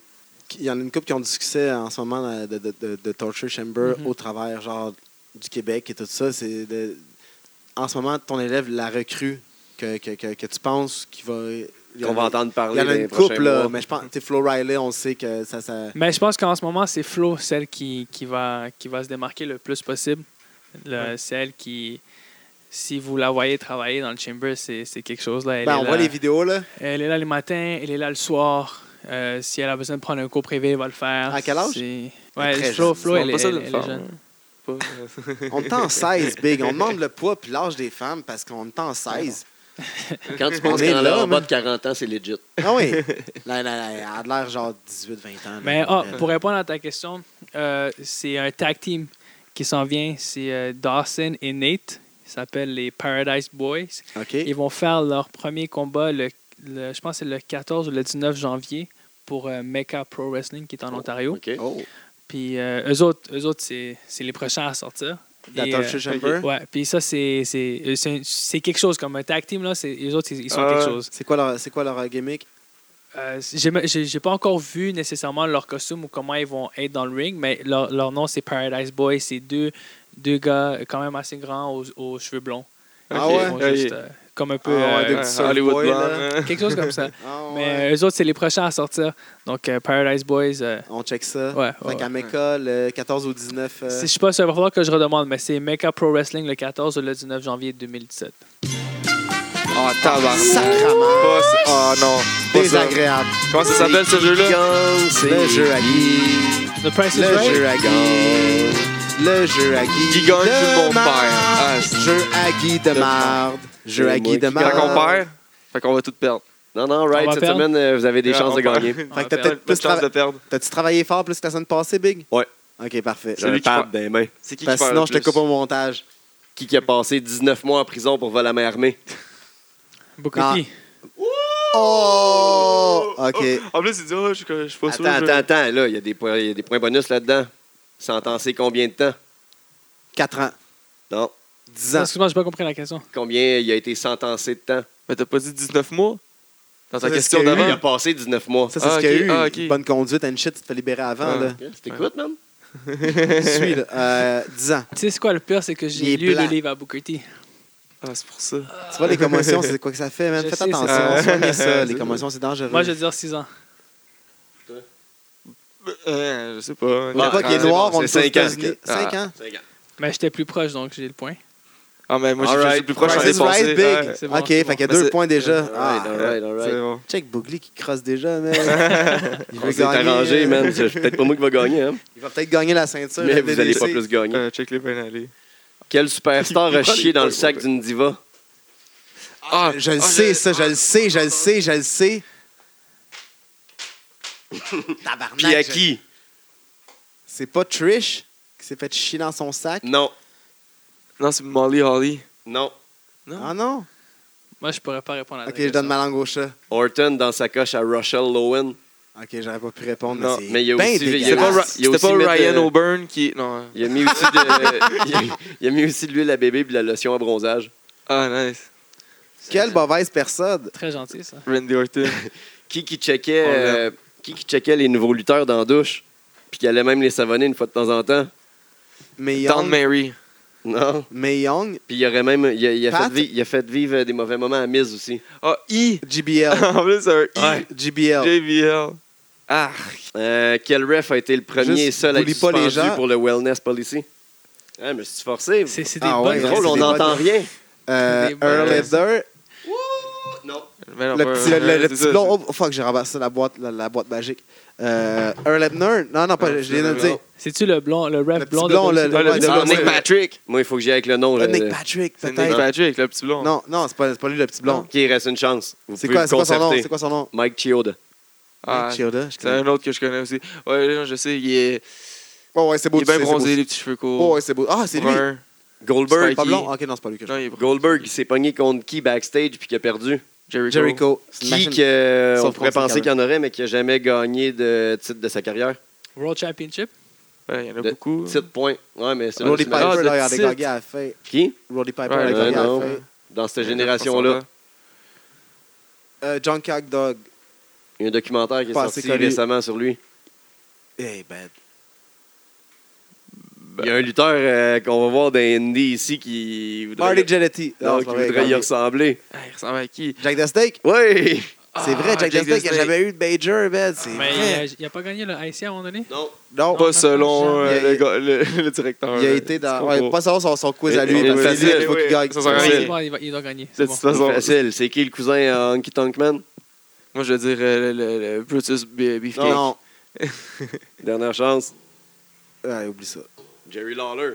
Speaker 4: Il y en a une couple qui ont du succès en ce moment euh, de, de- de- de Torture Chamber
Speaker 6: Mhm.
Speaker 4: au travers genre, du Québec et tout ça. C'est de- En ce moment, ton élève, la recrue que, que, que, que tu penses qu'il va... il y en
Speaker 2: Qu'on
Speaker 4: a-
Speaker 2: va entendre
Speaker 4: Il y
Speaker 2: parler
Speaker 4: en
Speaker 2: dans
Speaker 4: a
Speaker 2: les
Speaker 4: une
Speaker 2: prochains
Speaker 4: couple, là,
Speaker 2: mois.
Speaker 4: mais je pense... tu sais, Flo Riley, on sait que ça... ça...
Speaker 6: Mais je pense qu'en ce moment, c'est Flo, celle qui, qui, va, qui va se démarquer le plus possible. Le- Celle qui, si vous la voyez travailler dans le Chamber, c'est c'est quelque chose. Là. Elle
Speaker 4: Ben,
Speaker 6: est
Speaker 4: on
Speaker 6: là.
Speaker 4: voit les vidéos, là.
Speaker 6: Elle est là le matin, elle est là le soir. Euh, si elle a besoin de prendre un cours privé, elle va le faire.
Speaker 4: À quel âge?
Speaker 6: C'est- Ouais,
Speaker 4: Très
Speaker 6: Flo,
Speaker 4: jeune.
Speaker 6: Flo,
Speaker 5: C'est
Speaker 6: elle,
Speaker 5: pas ça
Speaker 6: elle-
Speaker 5: d'une
Speaker 6: elle est
Speaker 5: femme,
Speaker 6: jeune.
Speaker 5: pas.
Speaker 4: On est en 16, Big. On demande le poids puis l'âge des femmes parce qu'on est en 16.
Speaker 2: Quand tu penses
Speaker 4: On est
Speaker 2: qu'en
Speaker 4: là,
Speaker 2: leur bas
Speaker 4: man.
Speaker 2: de 40 ans, c'est legit.
Speaker 4: Ah oui. Là, là, là, elle a l'air genre 18-20 ans.
Speaker 6: Mais
Speaker 4: là. Euh,
Speaker 6: ah, pour répondre à ta question, euh, c'est un tag team qui s'en vient. C'est euh, Dawson et Nate. Ils s'appellent les Paradise Boys.
Speaker 4: OK.
Speaker 6: Ils vont faire leur premier combat, le, le- je pense que c'est le 14 ou le 19 janvier, pour euh, Mecca Pro Wrestling qui est en Ontario.
Speaker 2: OK.
Speaker 4: Oh,
Speaker 6: Puis euh, eux autres, eux autres c'est c'est les prochains à sortir.
Speaker 4: la
Speaker 6: Et,
Speaker 4: Torture
Speaker 6: euh,
Speaker 4: Chamber.
Speaker 6: Ouais, puis ça, c'est c'est- euh, c'est- c'est quelque chose comme un tag team. Là, c'est- les autres, ils ils sont
Speaker 5: Ah ouais.
Speaker 6: quelque chose.
Speaker 4: C'est quoi leur, c'est quoi leur euh, gimmick?
Speaker 6: Euh, j'ai j'ai- j'ai pas encore vu nécessairement leur costume ou comment ils vont être dans le ring, mais leur, leur nom, c'est Paradise Boy. C'est deux, deux gars quand même assez grands aux, aux cheveux blonds.
Speaker 4: Ah
Speaker 5: Ok.
Speaker 6: Ils
Speaker 4: ouais?
Speaker 6: vont
Speaker 5: Ah,
Speaker 6: juste,
Speaker 5: il-
Speaker 6: euh, comme un peu.
Speaker 4: Ah ouais,
Speaker 6: euh,
Speaker 4: des
Speaker 5: Ouais,
Speaker 4: petits surf
Speaker 5: Hollywood
Speaker 4: boys,
Speaker 5: Blonde,
Speaker 4: là.
Speaker 5: hein.
Speaker 6: quelque chose comme ça.
Speaker 4: Ah ouais.
Speaker 6: Mais euh, eux autres, c'est les prochains à sortir. Donc, euh, Paradise Boys. euh,
Speaker 4: On check ça.
Speaker 6: ouais,
Speaker 4: Fait
Speaker 6: ouais,
Speaker 4: qu'à Mecca, le 14 au 19. euh,
Speaker 6: c'est- Je sais pas, ça va falloir que je redemande, mais c'est Mecca Pro Wrestling le 14 ou le 19 janvier 2017.
Speaker 5: Ah, tabarnak.
Speaker 4: Sacrement.
Speaker 5: Pas ça. Ah, non. Pas ça.
Speaker 4: Désagréable.
Speaker 5: Comment ça s'appelle ce jeu-là?
Speaker 2: Gang, c'est
Speaker 4: Le jeu à Guy.
Speaker 6: The Price is
Speaker 4: Le
Speaker 6: Right?
Speaker 4: jeu à Guy. Le jeu à Guy.
Speaker 5: Guy gagne,
Speaker 4: de
Speaker 5: tout le monde perd.
Speaker 4: marde.
Speaker 5: Ah, c'est-
Speaker 4: Jeu à Guy de marde. Jeu à
Speaker 2: C'est moi
Speaker 4: Guy de
Speaker 2: qui
Speaker 4: marde.
Speaker 5: Quand on perd, fait qu'on va tout perdre.
Speaker 2: Non, non,
Speaker 6: On
Speaker 2: right,
Speaker 6: va
Speaker 2: cette
Speaker 6: perdre?
Speaker 2: semaine, euh, vous avez des
Speaker 5: Euh,
Speaker 2: chances
Speaker 5: on
Speaker 2: de
Speaker 5: perd.
Speaker 2: gagner.
Speaker 6: On
Speaker 4: Fait que
Speaker 6: va
Speaker 4: t'as
Speaker 6: perdre.
Speaker 4: Ah, peut-être plus
Speaker 5: Plus chance de
Speaker 4: trava-
Speaker 5: perdre.
Speaker 4: T'as-tu travaillé fort plus que la semaine passée, Big?
Speaker 2: Ouais.
Speaker 4: OK, parfait.
Speaker 2: J'ai un
Speaker 5: Celui qui
Speaker 2: pad dans les mains.
Speaker 5: C'est qui qui
Speaker 4: Parce
Speaker 5: perd
Speaker 4: que Ben, sinon,
Speaker 5: le
Speaker 4: je te
Speaker 5: plus?
Speaker 4: coupe au montage.
Speaker 2: Qui qui a passé 19 mois en prison pour vol à main armée?
Speaker 6: Booker T.
Speaker 4: Oh! OK.
Speaker 5: En plus, il dit, oh, je je suis pas sûr.
Speaker 2: Attends,
Speaker 5: je-
Speaker 2: attends, attends. Là, il y, a des points- il y a des points bonus là-dedans. Sentencé combien de temps?
Speaker 4: 4 ans.
Speaker 2: Non.
Speaker 4: 10 ans.
Speaker 6: Excuse-moi, j'ai pas compris la question.
Speaker 2: Combien il a été sentencé de temps?
Speaker 5: Mais t'as pas dit 19 mois? Dans ta
Speaker 4: C'est ce
Speaker 5: question
Speaker 4: qu'il y a eu,
Speaker 2: Lui, il
Speaker 5: d'avant?
Speaker 2: a passé 19 mois.
Speaker 4: Ça, c'est
Speaker 5: Ah,
Speaker 4: ce qu'il y
Speaker 5: ok,
Speaker 4: a eu.
Speaker 5: ah, ok.
Speaker 4: Une Bonne conduite and shit, tu te fais libérer avant.
Speaker 5: Ah.
Speaker 4: Là.
Speaker 2: Qu'est-ce que t'écoutes, man?
Speaker 4: Suis, là. Euh, 10 ans.
Speaker 6: Tu sais, c'est quoi le pire, c'est que
Speaker 4: Il est
Speaker 6: j'ai lu
Speaker 4: blanc.
Speaker 6: le livre à Booker T.
Speaker 5: Ah, c'est pour ça.
Speaker 4: Tu vois, les commotions, c'est quoi que ça fait, man?
Speaker 6: Je
Speaker 4: Faites
Speaker 6: sais, c'est
Speaker 4: attention.
Speaker 5: ça.
Speaker 4: Soignez ça. Les commotions, c'est dangereux.
Speaker 6: Moi, je vais dire 6 ans.
Speaker 5: Euh, je sais pas.
Speaker 4: Une époque, il est
Speaker 5: Ah,
Speaker 4: noir,
Speaker 2: bon,
Speaker 4: on est
Speaker 2: c'est
Speaker 4: aux
Speaker 2: cinq ans, Ah.
Speaker 5: que-
Speaker 4: États-Unis. 5 ans?
Speaker 6: Mais j'étais plus proche, donc j'ai le point.
Speaker 5: Ah, mais moi, je suis- je suis
Speaker 2: Alright.
Speaker 5: le plus proche en
Speaker 4: Price is
Speaker 5: dépenser.
Speaker 4: right,
Speaker 5: Ouais.
Speaker 4: big.
Speaker 6: c'est bon,
Speaker 4: Euh, OK,
Speaker 6: c'est
Speaker 4: fait qu'il y a
Speaker 5: bon. Mais
Speaker 4: deux
Speaker 5: c'est-
Speaker 4: points déjà.
Speaker 2: Alright,
Speaker 4: Ah,
Speaker 2: alright, alright.
Speaker 5: C'est bon.
Speaker 4: Check Boogly qui crosse déjà, man. Il
Speaker 2: On
Speaker 4: veut
Speaker 2: s'est
Speaker 4: gagner. euh,
Speaker 2: arrangé, man. C'est peut-être pas moi qui va gagner, hein.
Speaker 4: Il va peut-être gagner la ceinture.
Speaker 2: Mais
Speaker 4: la
Speaker 2: vous allez pas
Speaker 4: DDC.
Speaker 2: plus gagner.
Speaker 5: Euh, check les peines aller.
Speaker 2: Quel superstar a
Speaker 5: Il prend
Speaker 2: chié
Speaker 5: les
Speaker 2: dans le
Speaker 5: points,
Speaker 2: sac
Speaker 5: ouais.
Speaker 2: d'une diva?
Speaker 5: Ah,
Speaker 4: Je le sais, ça, je le sais, je le sais, je le sais. Tabarnak.
Speaker 2: Puis à
Speaker 4: je-
Speaker 2: qui?
Speaker 4: C'est pas Trish qui s'est fait chier dans son sac?
Speaker 2: Non,
Speaker 5: Non, c'est Molly Holly.
Speaker 2: non.
Speaker 4: Ah non?
Speaker 6: Moi, je pourrais pas répondre à la
Speaker 4: Ok, je donne ma langue au chat.
Speaker 2: Orton dans sa coche à Rochelle Lowen.
Speaker 4: Ok, j'aurais pas pu répondre.
Speaker 5: Non,
Speaker 4: c'est
Speaker 2: mais il y a
Speaker 4: ben
Speaker 2: aussi- il y a
Speaker 5: C'était pas,
Speaker 4: dégueulasse.
Speaker 5: Ra-
Speaker 2: Il y a
Speaker 5: c'était pas
Speaker 2: aussi mettre,
Speaker 5: Ryan
Speaker 2: euh,
Speaker 5: O'Byrne qui. Non.
Speaker 2: Il a mis aussi de, il a- il a mis aussi de l'huile à bébé puis de la lotion à bronzage.
Speaker 5: Ah, nice.
Speaker 4: Quelle mauvaise personne.
Speaker 6: Très gentil, ça.
Speaker 5: Randy Orton.
Speaker 2: Qui qui checkait,
Speaker 5: On l'aime.
Speaker 2: euh, qui qui checkait les nouveaux lutteurs dans la douche puis qui allait même les savonner une fois de temps en temps?
Speaker 4: Mais
Speaker 5: Don
Speaker 4: Young.
Speaker 5: Mary.
Speaker 2: Non.
Speaker 4: Mais Young.
Speaker 2: Puis il aurait même, il a, il a
Speaker 4: Pat?
Speaker 2: fait, vi- il a fait vivre des mauvais moments à Miz aussi.
Speaker 5: Ah, I.
Speaker 4: GBL.
Speaker 5: en plus, c'est un I.
Speaker 4: GBL.
Speaker 5: JBL. Ah,
Speaker 2: Euh, quel ref a été le premier
Speaker 4: Juste,
Speaker 2: et seul à être
Speaker 4: oublie pas les
Speaker 2: suspendu
Speaker 4: gens.
Speaker 2: pour le wellness policy? Ah, mais c'est forcé.
Speaker 6: C'est
Speaker 2: C'est
Speaker 6: c'est des
Speaker 4: Ah
Speaker 6: bonnes
Speaker 4: ouais,
Speaker 6: réponses.
Speaker 2: drôle, on
Speaker 4: des
Speaker 2: n'entend
Speaker 4: bonnes-
Speaker 2: rien.
Speaker 4: Euh,
Speaker 6: Des bonnes-
Speaker 4: Earl Hebder.
Speaker 2: Non.
Speaker 5: mais non,
Speaker 4: Le
Speaker 5: pas-
Speaker 4: petit, le, le-
Speaker 5: ouais,
Speaker 4: le
Speaker 5: c'est
Speaker 4: petit
Speaker 5: ça,
Speaker 4: blond. Oh, fuck, j'ai ramassé la boîte, la, la boîte magique. Euh, Earl Hebner. Non, non, pas,
Speaker 5: Non,
Speaker 4: je viens de
Speaker 5: non,
Speaker 4: le dire.
Speaker 5: non.
Speaker 6: C'est-tu le blond, le
Speaker 4: Le
Speaker 6: rap
Speaker 4: petit
Speaker 6: blond,
Speaker 4: blond,
Speaker 6: de
Speaker 4: le-
Speaker 5: Ah,
Speaker 6: WCW?
Speaker 5: le
Speaker 4: Ouais,
Speaker 5: petit
Speaker 4: non,
Speaker 5: blond,
Speaker 4: non,
Speaker 5: c'est-
Speaker 2: Nick Patrick. Moi, il faut que j'y aille avec le nom. là.
Speaker 4: Nick Patrick,
Speaker 5: C'est Nick
Speaker 4: Oh, peut-être.
Speaker 5: Patrick, le petit blond.
Speaker 4: Non, non, c'est pas, c'est pas lui le petit blond.
Speaker 2: OK, il reste une chance. Vous
Speaker 4: C'est
Speaker 2: pouvez
Speaker 4: quoi,
Speaker 2: le
Speaker 4: c'est quoi son nom?
Speaker 2: concerter.
Speaker 4: C'est quoi son nom?
Speaker 2: Mike Chioda.
Speaker 5: Ah,
Speaker 4: Nick Chioda, je
Speaker 5: c'est
Speaker 4: connais.
Speaker 5: un autre que je connais aussi. Ouais, là, je sais, il est,
Speaker 4: Oh, ouais, c'est beau.
Speaker 5: il est bien
Speaker 4: tu sais, c'est beau.
Speaker 5: bronzé, les petits cheveux courts.
Speaker 4: Oh, ouais, c'est beau. Ah, c'est lui.
Speaker 5: Brun.
Speaker 2: Goldberg.
Speaker 5: Spike.
Speaker 4: Pas
Speaker 5: Qui-
Speaker 4: blond? hein? Ok, non, c'est pas lui que je
Speaker 5: Non, il est brun.
Speaker 2: Goldberg, il s'est pogné contre qui backstage puis qui a perdu?
Speaker 5: Jericho.
Speaker 4: Jericho.
Speaker 2: Qui
Speaker 4: Imagine-
Speaker 2: que, euh,
Speaker 4: Sauf
Speaker 2: on pourrait
Speaker 4: contre
Speaker 2: penser qu'il y en aurait, mais qui n'a jamais gagné de titre de sa carrière?
Speaker 6: World Championship?
Speaker 5: Ouais, il y en a
Speaker 2: De-
Speaker 5: beaucoup.
Speaker 2: Titre, point. Ouais, mais c'est
Speaker 4: Roddy
Speaker 2: le match.
Speaker 4: Piper,
Speaker 5: de
Speaker 4: là, il a
Speaker 5: titre.
Speaker 4: dégagé à la fin.
Speaker 2: Qui?
Speaker 4: Roddy Piper,
Speaker 5: Ah, Ouais,
Speaker 4: il a
Speaker 2: ouais,
Speaker 4: dégagé à la
Speaker 2: non.
Speaker 4: fin.
Speaker 2: Dans cette génération-là.
Speaker 4: Euh, John Cock Dog.
Speaker 2: Il y a un documentaire qui est
Speaker 4: Pas
Speaker 2: sorti
Speaker 4: assez connu.
Speaker 2: récemment sur lui.
Speaker 4: Eh ben,
Speaker 2: Il y a un lutteur euh, qu'on va voir dans Indy ici qui voudrait,
Speaker 4: Marty Jannetty.
Speaker 2: Non,
Speaker 4: Non,
Speaker 2: qui
Speaker 4: c'est pas vrai,
Speaker 2: voudrait y
Speaker 4: regarde.
Speaker 2: ressembler.
Speaker 5: Ah, il ressemble à qui
Speaker 4: Jack the Snake.
Speaker 2: Oui!
Speaker 4: C'est
Speaker 5: Ah,
Speaker 4: vrai, Jack, the Snake, il n'a jamais eu de major, man. C'est
Speaker 6: Mais il
Speaker 4: vrai.
Speaker 6: a- il a pas gagné le IC à un moment donné?
Speaker 2: Non.
Speaker 4: Non,
Speaker 5: Pas selon
Speaker 4: Oh, Il
Speaker 5: euh,
Speaker 4: a-
Speaker 5: le, gars- le, le directeur. euh,
Speaker 4: il a été dans.
Speaker 5: C'est
Speaker 4: Ouais,
Speaker 5: pas
Speaker 4: pas selon son, son quiz à
Speaker 2: Il-
Speaker 4: lui.
Speaker 2: il-
Speaker 4: parce que
Speaker 2: il-
Speaker 4: C'est lui, il
Speaker 5: il-
Speaker 4: faut qu'il gagne.
Speaker 5: ça sert à
Speaker 6: C'est
Speaker 5: rien.
Speaker 6: bon, il, va, il doit gagner.
Speaker 5: De
Speaker 6: C'est bon.
Speaker 5: toute façon,
Speaker 2: Facile. C'est qui le cousin à Honky Tonk Man?
Speaker 5: moi je veux dire euh, le, le- le Brutus B- Beefcake.
Speaker 4: Non.
Speaker 2: Dernière chance.
Speaker 4: Ouais, ah, oublie ça.
Speaker 2: Jerry Lawler.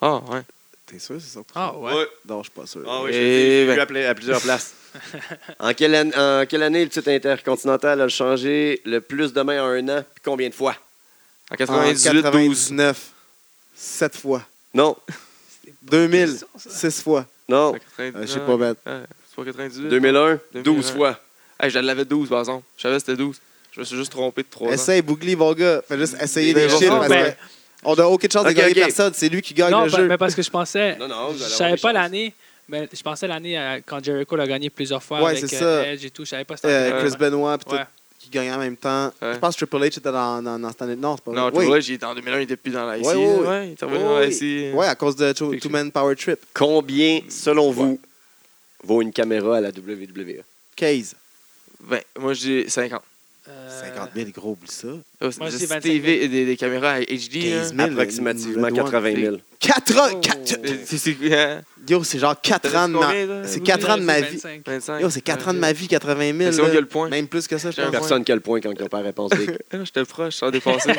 Speaker 5: Ah, ouais.
Speaker 4: T'es sûr, c'est ça?
Speaker 6: Ah ouais.
Speaker 4: Non, je suis pas sûr.
Speaker 2: Ah oui,
Speaker 5: Et
Speaker 2: je l'ai- je l'ai
Speaker 5: ben.
Speaker 2: vu à pla- à plusieurs places. en, quelle année, en quelle année le titre intercontinental a changé le plus de mains en un an, puis combien de fois?
Speaker 5: En
Speaker 4: En
Speaker 5: 98, 12.
Speaker 4: 99, 7 fois.
Speaker 2: Non,
Speaker 4: 2000, 6 fois.
Speaker 2: non.
Speaker 5: En 99,
Speaker 4: Euh, Je sais pas, bête.
Speaker 5: ouais, c'est pas 98.
Speaker 2: 2001, 12
Speaker 5: 2001.
Speaker 2: fois.
Speaker 5: Hey, je l'avais 12, par exemple. Je savais que c'était 12. Je me suis juste trompé de 3 ans.
Speaker 4: Essaye, Bougli, mon gars. Fais juste essayer
Speaker 5: Mais
Speaker 4: des
Speaker 5: bon,
Speaker 4: chiffres. parce
Speaker 6: ben-
Speaker 4: que On a aucune chance
Speaker 2: Ok,
Speaker 4: de gagner
Speaker 2: ok.
Speaker 4: personne. C'est lui qui gagne
Speaker 6: Non, ben,
Speaker 4: le
Speaker 6: pa-
Speaker 4: jeu.
Speaker 6: mais parce que je pensais.
Speaker 2: Non, non, vous allez
Speaker 6: je
Speaker 2: avoir
Speaker 6: savais
Speaker 2: des
Speaker 6: pas
Speaker 2: chances.
Speaker 6: l'année, mais je pensais l'année euh, quand Jericho l'a gagné plusieurs fois
Speaker 4: Ouais,
Speaker 6: avec
Speaker 4: c'est
Speaker 6: euh,
Speaker 4: ça.
Speaker 6: Edge et tout. Je savais pas cette
Speaker 4: Euh,
Speaker 6: année-là.
Speaker 4: Chris Benoit, pis tout,
Speaker 6: Ouais.
Speaker 4: qui gagnait en même temps.
Speaker 5: Ouais.
Speaker 4: Je pense que Triple H était dans, dans, dans cette année. Non, c'est pas
Speaker 5: Non,
Speaker 4: vrai.
Speaker 5: tu
Speaker 4: Oui.
Speaker 5: vois, j'y étais en 2001, il était plus dans la IC.
Speaker 4: Ouais, ouais, ouais.
Speaker 5: ouais, il était revenu
Speaker 4: Ouais,
Speaker 5: dans la
Speaker 4: ouais.
Speaker 5: IC.
Speaker 4: Ouais, à cause de Cho-
Speaker 5: Fait que-
Speaker 4: Two Man Power Trip.
Speaker 2: Combien, selon vous, vaut une caméra à la E? WWE?
Speaker 4: 15.
Speaker 5: Ben, moi, j'ai 50.
Speaker 6: Euh,
Speaker 4: 50 000, gros, oublie ça.
Speaker 5: Oh,
Speaker 6: Moi,
Speaker 5: j'ai
Speaker 6: c'est 25
Speaker 5: TV et des, des caméras HD. là.
Speaker 4: 15 000.
Speaker 2: Approximativement
Speaker 4: le doigt.
Speaker 2: 80 000.
Speaker 4: 4
Speaker 6: Oh.
Speaker 5: C'est- c'est- c'est- hein,
Speaker 4: Yo, c'est genre 4 ans de ma...
Speaker 5: combien, là?
Speaker 4: C'est
Speaker 6: Vous
Speaker 4: 4 ans de
Speaker 6: direz,
Speaker 4: ma
Speaker 6: c'est
Speaker 4: vie.
Speaker 6: 25.
Speaker 5: 25.
Speaker 4: Yo, c'est 4 ans de ma vie, 80 000.
Speaker 5: Mais c'est moi
Speaker 4: là.
Speaker 5: qui ai le point.
Speaker 4: Même plus que ça, je
Speaker 5: J'ai un
Speaker 4: pense.
Speaker 5: point.
Speaker 2: Personne qui a le point quand on compare réponse B.
Speaker 5: Ah non, J'étais proche, sans dépasser.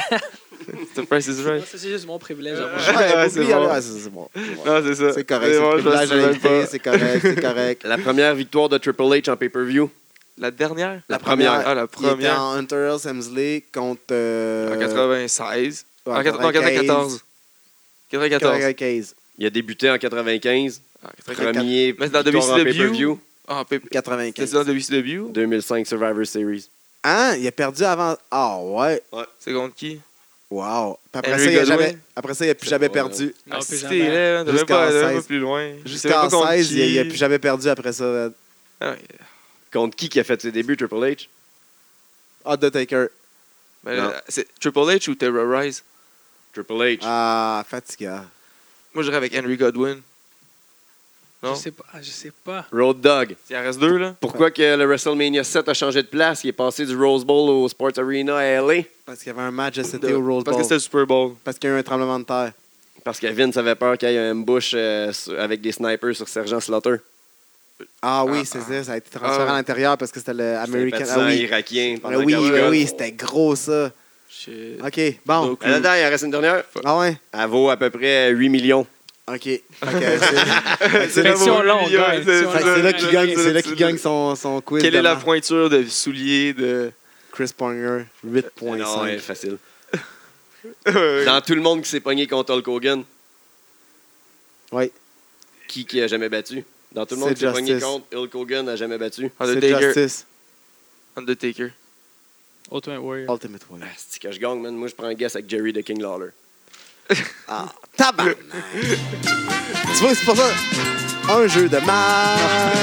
Speaker 5: C'était Price is
Speaker 6: Non,
Speaker 5: Right.
Speaker 6: ça, C'est juste mon privilège. à moi.
Speaker 5: Ouais,
Speaker 4: Ouais,
Speaker 5: ouais,
Speaker 4: oublie,
Speaker 5: c'est bon.
Speaker 4: ouais, c'est c'est bon.
Speaker 5: Non, c'est ça.
Speaker 4: C'est correct. C'est
Speaker 5: bon,
Speaker 4: le
Speaker 5: je
Speaker 4: privilège à
Speaker 5: sais même
Speaker 4: l'invité,
Speaker 5: pas.
Speaker 4: c'est correct, c'est correct.
Speaker 2: La première victoire de Triple H en pay-per-view?
Speaker 5: La dernière
Speaker 2: La première.
Speaker 5: Ah, la
Speaker 4: Il était
Speaker 5: première.
Speaker 4: en Hunter S. Hemsley contre... euh,
Speaker 5: En 96.
Speaker 4: ouais,
Speaker 5: En 94. 94. 94.
Speaker 4: 95.
Speaker 2: Il a débuté en 95.
Speaker 5: Ah, 94.
Speaker 2: Premier
Speaker 5: Mais c'est dans
Speaker 2: victoire en
Speaker 5: WCW?
Speaker 2: pay-per-view.
Speaker 5: Ah, Pep- C'était
Speaker 4: 95.
Speaker 5: dans WCW
Speaker 2: 2005 Survivor Series.
Speaker 4: Hein? Il a perdu avant... Ah, ouais.
Speaker 5: C'est contre qui
Speaker 4: Wow. Puis après,
Speaker 5: Henry
Speaker 4: ça, il a
Speaker 5: Godwin.
Speaker 4: jamais... après ça, il n'a plus jamais perdu.
Speaker 6: Non,
Speaker 5: Ah,
Speaker 6: plus
Speaker 5: c'était
Speaker 6: jamais.
Speaker 5: là, t'avais
Speaker 4: Jusqu'en
Speaker 5: pas, t'avais pas
Speaker 4: 16.
Speaker 5: plus loin. Je savais
Speaker 4: Jusqu'en
Speaker 5: pas contre
Speaker 4: 16, il
Speaker 5: qui.
Speaker 4: n'a plus jamais perdu après ça.
Speaker 5: Ah, ouais.
Speaker 2: Contre qui qui a fait ses débuts, Triple H?
Speaker 4: Undertaker.
Speaker 5: Ben,
Speaker 2: Non.
Speaker 5: là, C'est Triple H ou Terrorize
Speaker 2: Triple H.
Speaker 4: Ah, fatigant.
Speaker 5: Moi, j'irais avec Henry Godwin.
Speaker 6: Je
Speaker 5: Non
Speaker 6: sais pas. ah, Je sais pas.
Speaker 2: Road Dog.
Speaker 5: Il en reste deux, là.
Speaker 2: Pourquoi que le WrestleMania 7 a changé de place? Il est passé du Rose Bowl au Sports Arena à LA
Speaker 4: Parce qu'il y avait un match de CT au Rose
Speaker 5: Parce que
Speaker 4: Bowl.
Speaker 5: c'était le Super Bowl.
Speaker 4: Parce qu'il y a eu un tremblement de terre.
Speaker 2: parce que Vince avait peur qu'il y ait un ambush euh, sur- avec des snipers sur Sergent Slaughter.
Speaker 4: Ah
Speaker 5: Ah,
Speaker 4: oui, c'est ça. Ça a été transféré
Speaker 5: Ah.
Speaker 4: à l'intérieur parce que c'était le American.
Speaker 2: C'était un
Speaker 4: Ah
Speaker 2: partisan
Speaker 4: oui,
Speaker 2: irakien.
Speaker 4: Ah
Speaker 2: pendant
Speaker 4: oui,
Speaker 2: Cowboy
Speaker 4: ah
Speaker 2: Gun.
Speaker 4: oui, c'était gros ça.
Speaker 5: Shit.
Speaker 4: OK, bon.
Speaker 5: Donc-
Speaker 2: Euh, Là-dedans, il en reste une dernière.
Speaker 4: Ah ouais?
Speaker 2: Elle vaut à peu près 8 millions.
Speaker 4: OK. Fait que c'est-
Speaker 6: Fait que
Speaker 4: fait
Speaker 6: si on l'a, on gagne. Si on
Speaker 4: que
Speaker 6: l'a,
Speaker 4: c'est là
Speaker 6: on
Speaker 4: qu'il
Speaker 6: gagne.
Speaker 4: gagne, c'est là qu'il gagne son, son quiz.
Speaker 5: Quelle est la
Speaker 4: demain.
Speaker 5: pointure de soulier de.
Speaker 4: Chris Ponger,
Speaker 2: Ah
Speaker 5: Ah
Speaker 2: Non, ouais,
Speaker 4: 8.5.
Speaker 2: facile. Dans tout le monde qui s'est pogné contre Hulk Hogan,
Speaker 4: Oui,
Speaker 2: qui, qui a jamais battu? Dans tout le monde
Speaker 4: C'est
Speaker 2: qui s'est pogné
Speaker 4: Justice.
Speaker 2: contre Hulk Hogan, a jamais battu.
Speaker 5: Ah,
Speaker 4: c'est
Speaker 5: Undertaker.
Speaker 4: Justice.
Speaker 5: Undertaker.
Speaker 6: Ultimate Warrior.
Speaker 4: Ultimate Warrior.
Speaker 2: Ah, c'est que je gagne, man. Moi, je prends un guess avec Jerry the King Lawler.
Speaker 4: Ah, tabarnak! tu vois, c'est pour ça. Un jeu de mal.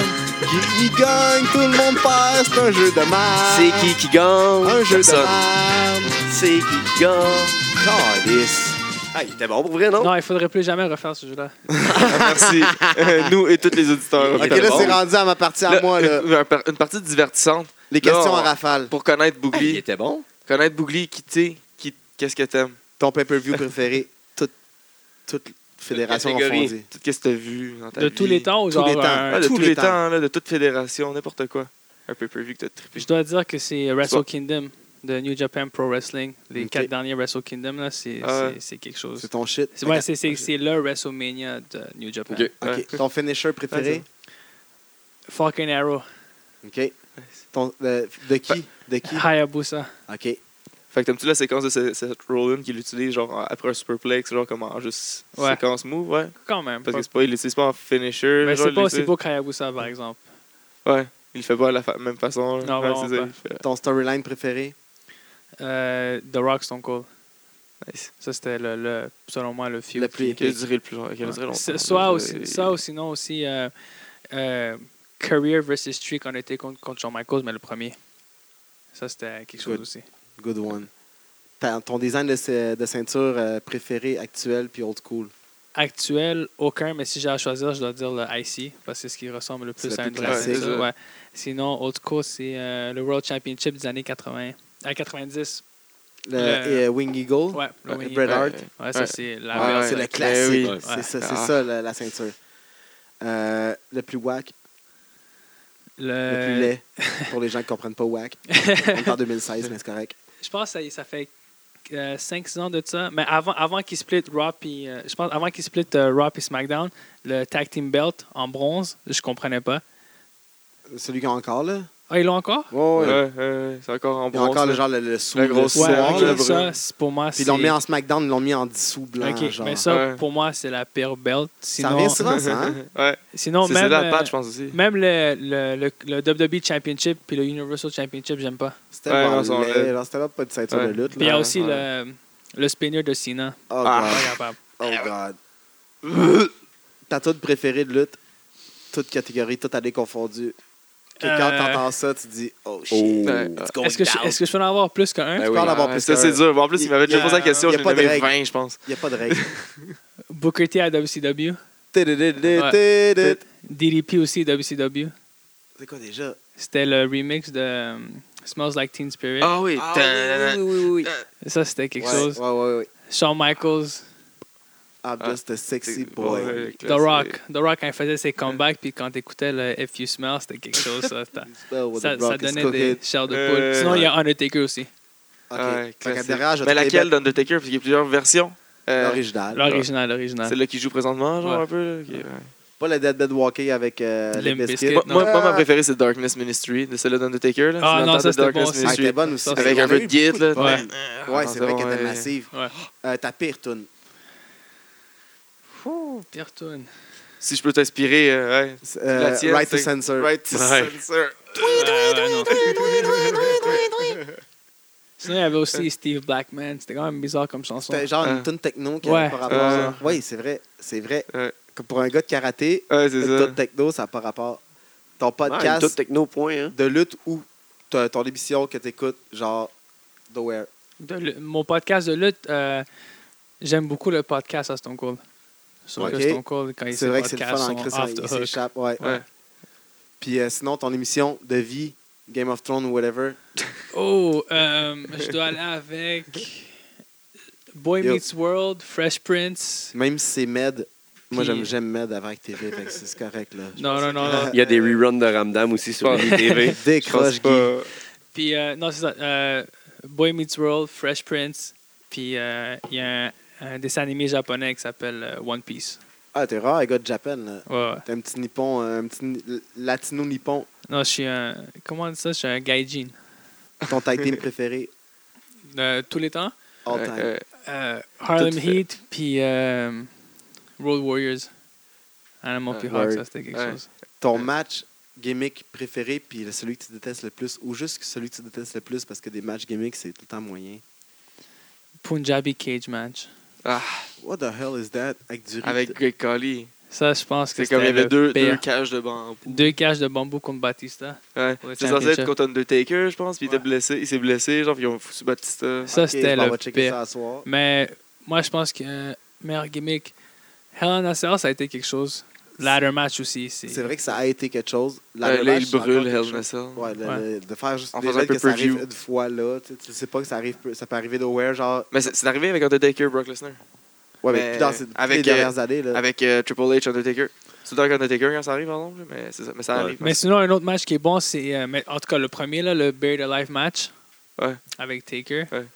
Speaker 4: Il, il gagne, tout le monde passe. C'est un jeu de mal.
Speaker 2: C'est qui qui gagne?
Speaker 4: Un jeu de
Speaker 2: Personne.
Speaker 4: mal.
Speaker 2: C'est qui qui gagne?
Speaker 4: Calice.
Speaker 2: Ah, il était bon pour vrai, non?
Speaker 6: Non, il faudrait plus jamais refaire ce jeu-là.
Speaker 5: Ah, merci. Nous et tous les auditeurs.
Speaker 4: Ok,
Speaker 2: était
Speaker 4: là,
Speaker 2: bon.
Speaker 4: c'est rendu à ma partie à
Speaker 5: Là,
Speaker 4: moi, là.
Speaker 5: Une, une partie divertissante
Speaker 4: Les
Speaker 5: Là,
Speaker 4: questions
Speaker 5: on-
Speaker 4: en rafale.
Speaker 5: pour
Speaker 2: Ah,
Speaker 5: connaître
Speaker 2: il
Speaker 5: Bougli.
Speaker 2: était bon.
Speaker 5: Connaître Bougli, qui t'es, qui- qu'est-ce que t'aimes,
Speaker 4: Ton pay-per-view préféré, toute, toute fédération
Speaker 2: catégorie.
Speaker 4: confondue.
Speaker 5: tout qu'est-ce que t'as vu dans ta
Speaker 6: De
Speaker 5: vie.
Speaker 6: tous les temps ou
Speaker 4: Tous
Speaker 6: genre
Speaker 4: les temps.
Speaker 5: Ah,
Speaker 6: un-
Speaker 5: de tous,
Speaker 4: Tous
Speaker 5: les
Speaker 4: les
Speaker 5: temps, là, de toute fédération, n'importe quoi. Un pay-per-view que t'as trippé.
Speaker 6: Je dois dire que c'est
Speaker 5: Soit-
Speaker 6: Wrestle Kingdom de New Japan Pro Wrestling. Les
Speaker 4: Ok.
Speaker 6: quatre derniers Wrestle Kingdom, là, c'est
Speaker 5: Ah ouais.
Speaker 6: c'est- c'est quelque chose.
Speaker 4: C'est ton shit.
Speaker 6: C'est ouais, c'est- c'est- c'est le WrestleMania de New Japan.
Speaker 2: Ok.
Speaker 4: Ok, Ton finisher préféré.
Speaker 6: Falcon Arrow,
Speaker 4: OK. Ton, euh, de qui? De qui?
Speaker 6: Hayabusa.
Speaker 4: OK.
Speaker 5: Fait que t'aimes-tu la séquence de ce- cette Rollin qu'il utilise genre en- après un superplex, genre comme en juste
Speaker 6: Ouais.
Speaker 5: séquence move, ouais?
Speaker 6: Quand même.
Speaker 5: Parce
Speaker 6: pas-
Speaker 5: que c'est pas, il l'utilise pas en finisher.
Speaker 6: mais
Speaker 5: genre,
Speaker 6: c'est
Speaker 5: il
Speaker 6: pas aussi
Speaker 5: l'utilise-
Speaker 6: beau qu'Hayabusa, par exemple.
Speaker 5: Ouais, il le fait pas de la fa- même façon. là.
Speaker 6: Non,
Speaker 5: Ouais,
Speaker 6: vraiment
Speaker 5: c'est ça,
Speaker 6: pas.
Speaker 5: il fait-
Speaker 4: Ton storyline préféré?
Speaker 6: Euh, The Rock Stone Cold.
Speaker 5: Nice.
Speaker 6: Ça, c'était, le, le- selon moi, le feud.
Speaker 4: Le plus
Speaker 6: qui-
Speaker 5: Qui a duré le plus long- qui a duré longtemps.
Speaker 6: C'est-
Speaker 5: là,
Speaker 6: Soit
Speaker 5: c'est-
Speaker 6: aussi, ça ou sinon aussi euh, euh, Career versus Streak on était contre, contre Shawn Michaels, mais le premier. Ça, c'était quelque chose
Speaker 4: Good.
Speaker 6: aussi.
Speaker 4: Good one. Ta- ton design de, ce- de ceinture euh, préféré, actuel puis old school?
Speaker 6: Actuel, aucun, mais si j'ai à choisir, je dois dire le IC, parce que c'est ce qui ressemble le
Speaker 4: C'est
Speaker 6: plus
Speaker 4: le
Speaker 6: à une
Speaker 4: plus
Speaker 6: vraie
Speaker 5: classique,
Speaker 6: ceinture,
Speaker 5: ça.
Speaker 6: ouais. Sinon, old school, c'est euh, le World Championship des années 80, à 90.
Speaker 4: Le,
Speaker 6: Le-
Speaker 4: euh, Wing Eagle?
Speaker 6: Ouais, le
Speaker 5: Ouais,
Speaker 6: Wing
Speaker 4: Bret
Speaker 6: Eagle.
Speaker 4: Hart.
Speaker 6: Ouais, ça,
Speaker 5: Ouais.
Speaker 6: c'est la
Speaker 5: Ouais,
Speaker 4: Ah,
Speaker 6: meilleure
Speaker 5: ouais.
Speaker 4: c'est le
Speaker 5: Ben
Speaker 4: classique.
Speaker 5: oui.
Speaker 4: Ouais. C'est ça, c'est
Speaker 5: Ah.
Speaker 4: ça la, la ceinture. Euh, le plus whack, le plus
Speaker 6: Le-
Speaker 4: laid, pour les gens qui ne comprennent pas whack. On est en 2016, mais c'est correct.
Speaker 6: Je pense que ça, ça fait euh, 5-6 ans de ça. Mais avant, avant qu'ils split Raw puis, euh, je pense avant qu'ils split euh, Raw et SmackDown, le tag team belt en bronze, je comprenais pas.
Speaker 4: Celui qui a encore, là.
Speaker 6: Ah, ils l'ont encore?
Speaker 4: Ouais, ouais.
Speaker 5: Ouais, ouais, c'est encore en
Speaker 4: Il y a
Speaker 5: bronze.
Speaker 4: encore le
Speaker 5: là.
Speaker 4: genre le, le sous.
Speaker 5: La grosse
Speaker 4: le
Speaker 6: Ouais,
Speaker 5: soir,
Speaker 4: soir,
Speaker 6: ok,
Speaker 5: le
Speaker 4: là.
Speaker 5: brun.
Speaker 6: ça, c'est- pour moi, c'est...
Speaker 4: Puis ils l'ont mis en SmackDown, ils l'ont mis en dessous blanc.
Speaker 6: Ok,
Speaker 4: genre.
Speaker 6: mais ça,
Speaker 5: Ouais.
Speaker 6: pour moi, c'est la pire belt. Sinon,
Speaker 4: Ça revient souvent, ça. Hein?
Speaker 5: Ouais.
Speaker 6: sinon
Speaker 5: C'est
Speaker 6: même,
Speaker 5: celle-là,
Speaker 6: euh,
Speaker 5: la patch, je pense aussi.
Speaker 6: même le, le, le, le WWE Championship puis le Universal Championship, j'aime pas.
Speaker 4: C'était
Speaker 5: Ouais,
Speaker 4: vraiment
Speaker 5: non, ça, on
Speaker 4: laid,
Speaker 5: l'a-
Speaker 4: genre, C'était là pas de ceinture
Speaker 5: Ouais.
Speaker 4: de lutte.
Speaker 6: Puis il y a
Speaker 4: là.
Speaker 6: aussi
Speaker 5: Ben, ouais.
Speaker 6: le, le spinner de Cena.
Speaker 4: Oh,
Speaker 5: Ah.
Speaker 4: God.
Speaker 6: Pas capable.
Speaker 4: Oh God. Ta toute préférée de lutte, toute catégorie, toute allée confondue. Que quand
Speaker 6: Euh.
Speaker 4: t'entends ça, tu dis Oh shit.
Speaker 2: Oh.
Speaker 5: Ouais.
Speaker 4: It's going
Speaker 6: Est-ce que, je-
Speaker 4: down.
Speaker 6: est-ce que je peux en avoir plus qu'un?
Speaker 4: peux en avoir
Speaker 5: Ouais,
Speaker 4: plus
Speaker 5: Ça,
Speaker 4: qu'un.
Speaker 5: c'est dur. En plus, il m'avait déjà
Speaker 6: y a-
Speaker 5: posé la question.
Speaker 4: y a
Speaker 5: J'ai
Speaker 4: pas de
Speaker 5: nommé
Speaker 4: règle.
Speaker 5: 20, je pense.
Speaker 4: Il n'y a pas de règle.
Speaker 6: Booker T à WCW.
Speaker 4: Tidididididid.
Speaker 6: DDP aussi à WCW.
Speaker 4: C'est quoi déjà?
Speaker 6: C'était le remix de euh, Smells Like Teen Spirit.
Speaker 5: Ah oui.
Speaker 4: Ah, oui, oui, oui, oui.
Speaker 6: Ça, c'était quelque
Speaker 4: Ouais,
Speaker 6: chose.
Speaker 4: ouais, ouais, ouais.
Speaker 6: Shawn Michaels,
Speaker 4: I'm
Speaker 5: Ah.
Speaker 4: just a sexy boy.
Speaker 6: The Rock. The Rock, quand il faisait ses comebacks, puis quand t'écoutais le If You Smell, c'était quelque chose. Ça, C'était-
Speaker 4: Spell with
Speaker 6: ça,
Speaker 4: the
Speaker 6: ça
Speaker 4: rock is
Speaker 6: donnait des
Speaker 4: crooked.
Speaker 6: chairs de
Speaker 5: Euh,
Speaker 6: poule. Sinon, il y a Undertaker aussi.
Speaker 4: Ok.
Speaker 5: Ah, Ouais,
Speaker 4: Fait que
Speaker 5: classique.
Speaker 4: derrière, je
Speaker 5: Mais
Speaker 4: te
Speaker 5: laquelle
Speaker 4: les bats.
Speaker 5: d'Undertaker? Parce qu'il y a plusieurs versions. Euh,
Speaker 4: L'original.
Speaker 6: L'original, l'original.
Speaker 5: Celle-là qui joue présentement, genre
Speaker 6: Ouais.
Speaker 5: un peu. là, ok, ouais.
Speaker 4: Pas la Dead Dead Walking avec euh, les
Speaker 6: Limp Bizkit.
Speaker 4: biscuits.
Speaker 5: Moi, moi- moi, ma
Speaker 4: Ah.
Speaker 5: préférée, c'est Darkness Ministry, de celle d'Undertaker. là.
Speaker 6: Ah,
Speaker 5: C'est
Speaker 6: non,
Speaker 5: l'entente
Speaker 6: ça,
Speaker 5: de
Speaker 6: c'était
Speaker 5: Darkness
Speaker 6: bon aussi.
Speaker 4: Ah, elle
Speaker 5: Ministry.
Speaker 4: était bonne aussi.
Speaker 6: Ça,
Speaker 5: Avec
Speaker 4: On
Speaker 5: un
Speaker 4: a
Speaker 5: peu
Speaker 4: eu
Speaker 5: de git, là.
Speaker 6: Ouais.
Speaker 4: Ouais, c'est
Speaker 5: Ah,
Speaker 4: vrai qu'elle était massive.
Speaker 6: Ouais. Oh,
Speaker 4: Euh, Ta pire tune.
Speaker 6: Pierre Toon.
Speaker 5: Si je peux t'inspirer, euh, ouais. La tienne,
Speaker 4: Right to
Speaker 5: c'est-
Speaker 4: Censor.
Speaker 5: Right to
Speaker 2: Ouais.
Speaker 5: censor.
Speaker 6: Ouais, ouais, non. Sinon, il y avait aussi Steve Blackman. C'était quand même bizarre comme chanson.
Speaker 4: C'était genre
Speaker 5: Ah.
Speaker 4: une tune techno qui
Speaker 6: Ouais.
Speaker 4: avait pas rapport.
Speaker 5: Euh.
Speaker 4: Oui, c'est vrai. C'est vrai.
Speaker 5: Ouais.
Speaker 4: Comme Pour un gars de karaté,
Speaker 5: Ouais, c'est
Speaker 4: une
Speaker 5: ça.
Speaker 4: tune techno, ça n'a pas rapport. Ton
Speaker 2: Ouais, tout
Speaker 4: podcast
Speaker 2: techno point. Hein.
Speaker 4: de lutte ou ton ton émission que tu écoutes, genre The Wear.
Speaker 6: De lu- mon podcast de lutte, euh, j'aime beaucoup le podcast à Stone Cold. Sauf
Speaker 4: Ok.
Speaker 6: que Stone Cold, quand il
Speaker 4: C'est
Speaker 6: s'est
Speaker 4: vrai que c'est le
Speaker 6: podcast,
Speaker 4: fun en Chris,
Speaker 6: off
Speaker 4: il
Speaker 6: the hook.
Speaker 4: s'échappe. Ouais.
Speaker 5: Ouais.
Speaker 4: Puis euh, sinon, ton émission de vie, Game of Thrones ou whatever.
Speaker 6: Oh, euh, je dois aller avec Boy
Speaker 4: Yo.
Speaker 6: Meets World, Fresh Prince.
Speaker 4: Même si c'est Med, moi
Speaker 6: Puis-
Speaker 4: j'aime j'aime Med avec TV, fait que c'est c'est correct là.
Speaker 6: Non, non, non. non.
Speaker 2: Il y a des reruns de Ramdam aussi sur
Speaker 5: Ouais.
Speaker 2: TV.
Speaker 5: Je pense
Speaker 4: Décroche Guy.
Speaker 5: pas.
Speaker 6: Puis, euh, non, c'est ça. euh, Boy Meets World, Fresh Prince. Puis, euh, il y a un, un dessin animé japonais qui s'appelle euh, One Piece.
Speaker 4: Ah, t'es rare, un gars de Japan là.
Speaker 6: Ouais, ouais.
Speaker 4: T'es un petit nippon, euh, un petit ni- latino-nippon.
Speaker 6: Non, je suis un. Comment on dit ça? Je suis un gaijin.
Speaker 4: Ton tag team préféré,
Speaker 6: De tous les temps.
Speaker 4: all
Speaker 5: Ouais,
Speaker 4: time.
Speaker 5: ouais.
Speaker 6: Euh, Harlem
Speaker 5: Tout fait.
Speaker 6: Heat, puis euh, Road Warriors. Animal puis Hawk,
Speaker 4: Word.
Speaker 6: ça c'était quelque
Speaker 5: Ah, Ouais.
Speaker 6: chose.
Speaker 4: Ton match gimmick préféré, puis le- celui que tu détestes le plus, ou juste celui que tu détestes le plus, parce que des matchs gimmick, c'est tout le temps moyen.
Speaker 6: Punjabi Cage Match.
Speaker 5: Ah,
Speaker 4: What the hell is that? Avec du riz.
Speaker 5: avec Greg Collie.
Speaker 6: Ça, je pense que
Speaker 5: C'est comme il y avait
Speaker 6: le
Speaker 5: deux, deux
Speaker 6: pire.
Speaker 5: cages de bambou.
Speaker 6: deux cages de bambou contre Batista.
Speaker 5: Ouais.
Speaker 6: Pour le
Speaker 5: C'est censé être
Speaker 6: championship.
Speaker 5: contre Undertaker, je pense, puis il
Speaker 6: Ouais.
Speaker 5: était blessé. Il s'est blessé, genre, puis ils ont foutu Batista.
Speaker 6: Ça,
Speaker 4: Ok,
Speaker 6: c'était
Speaker 4: bon, on
Speaker 6: le
Speaker 4: va checker
Speaker 6: pire.
Speaker 4: ça à soir.
Speaker 6: Mais moi, je pense que euh, meilleur gimmick, Hell in a Cell, ça a été quelque chose. Ladder match aussi. c'est-
Speaker 4: C'est vrai que ça a été quelque chose. La
Speaker 5: Euh, là,
Speaker 4: rematch,
Speaker 5: il
Speaker 4: c'est
Speaker 5: brûle
Speaker 4: encore quelque
Speaker 5: Hell
Speaker 4: chose.
Speaker 5: in a Cell.
Speaker 4: Ouais, le-
Speaker 6: Ouais.
Speaker 4: le- de faire juste
Speaker 5: En
Speaker 4: des
Speaker 5: faisant un
Speaker 4: raids
Speaker 5: peu
Speaker 4: que ça
Speaker 5: preview.
Speaker 4: arrive une fois là. Tu sais, tu sais pas que ça arrive, ça peut arriver nowhere, genre.
Speaker 5: Mais c'est c'est arrivé avec Undertaker, Brock Lesnar.
Speaker 4: Ouais, mais,
Speaker 5: Mais
Speaker 4: plus dans ces toutes
Speaker 5: avec,
Speaker 4: les
Speaker 5: euh,
Speaker 4: dernières années là.
Speaker 5: Avec euh, Triple H, Undertaker. C'est tout le temps avec Undertaker quand ça arrive, par exemple, mais, c'est ça, mais ça
Speaker 2: Ouais.
Speaker 5: arrive.
Speaker 6: Mais sinon, un autre match qui est bon, c'est. euh, mais en tout cas, le premier, là, le Buried Alive match.
Speaker 5: Ouais.
Speaker 6: Avec Taker.
Speaker 5: Ouais.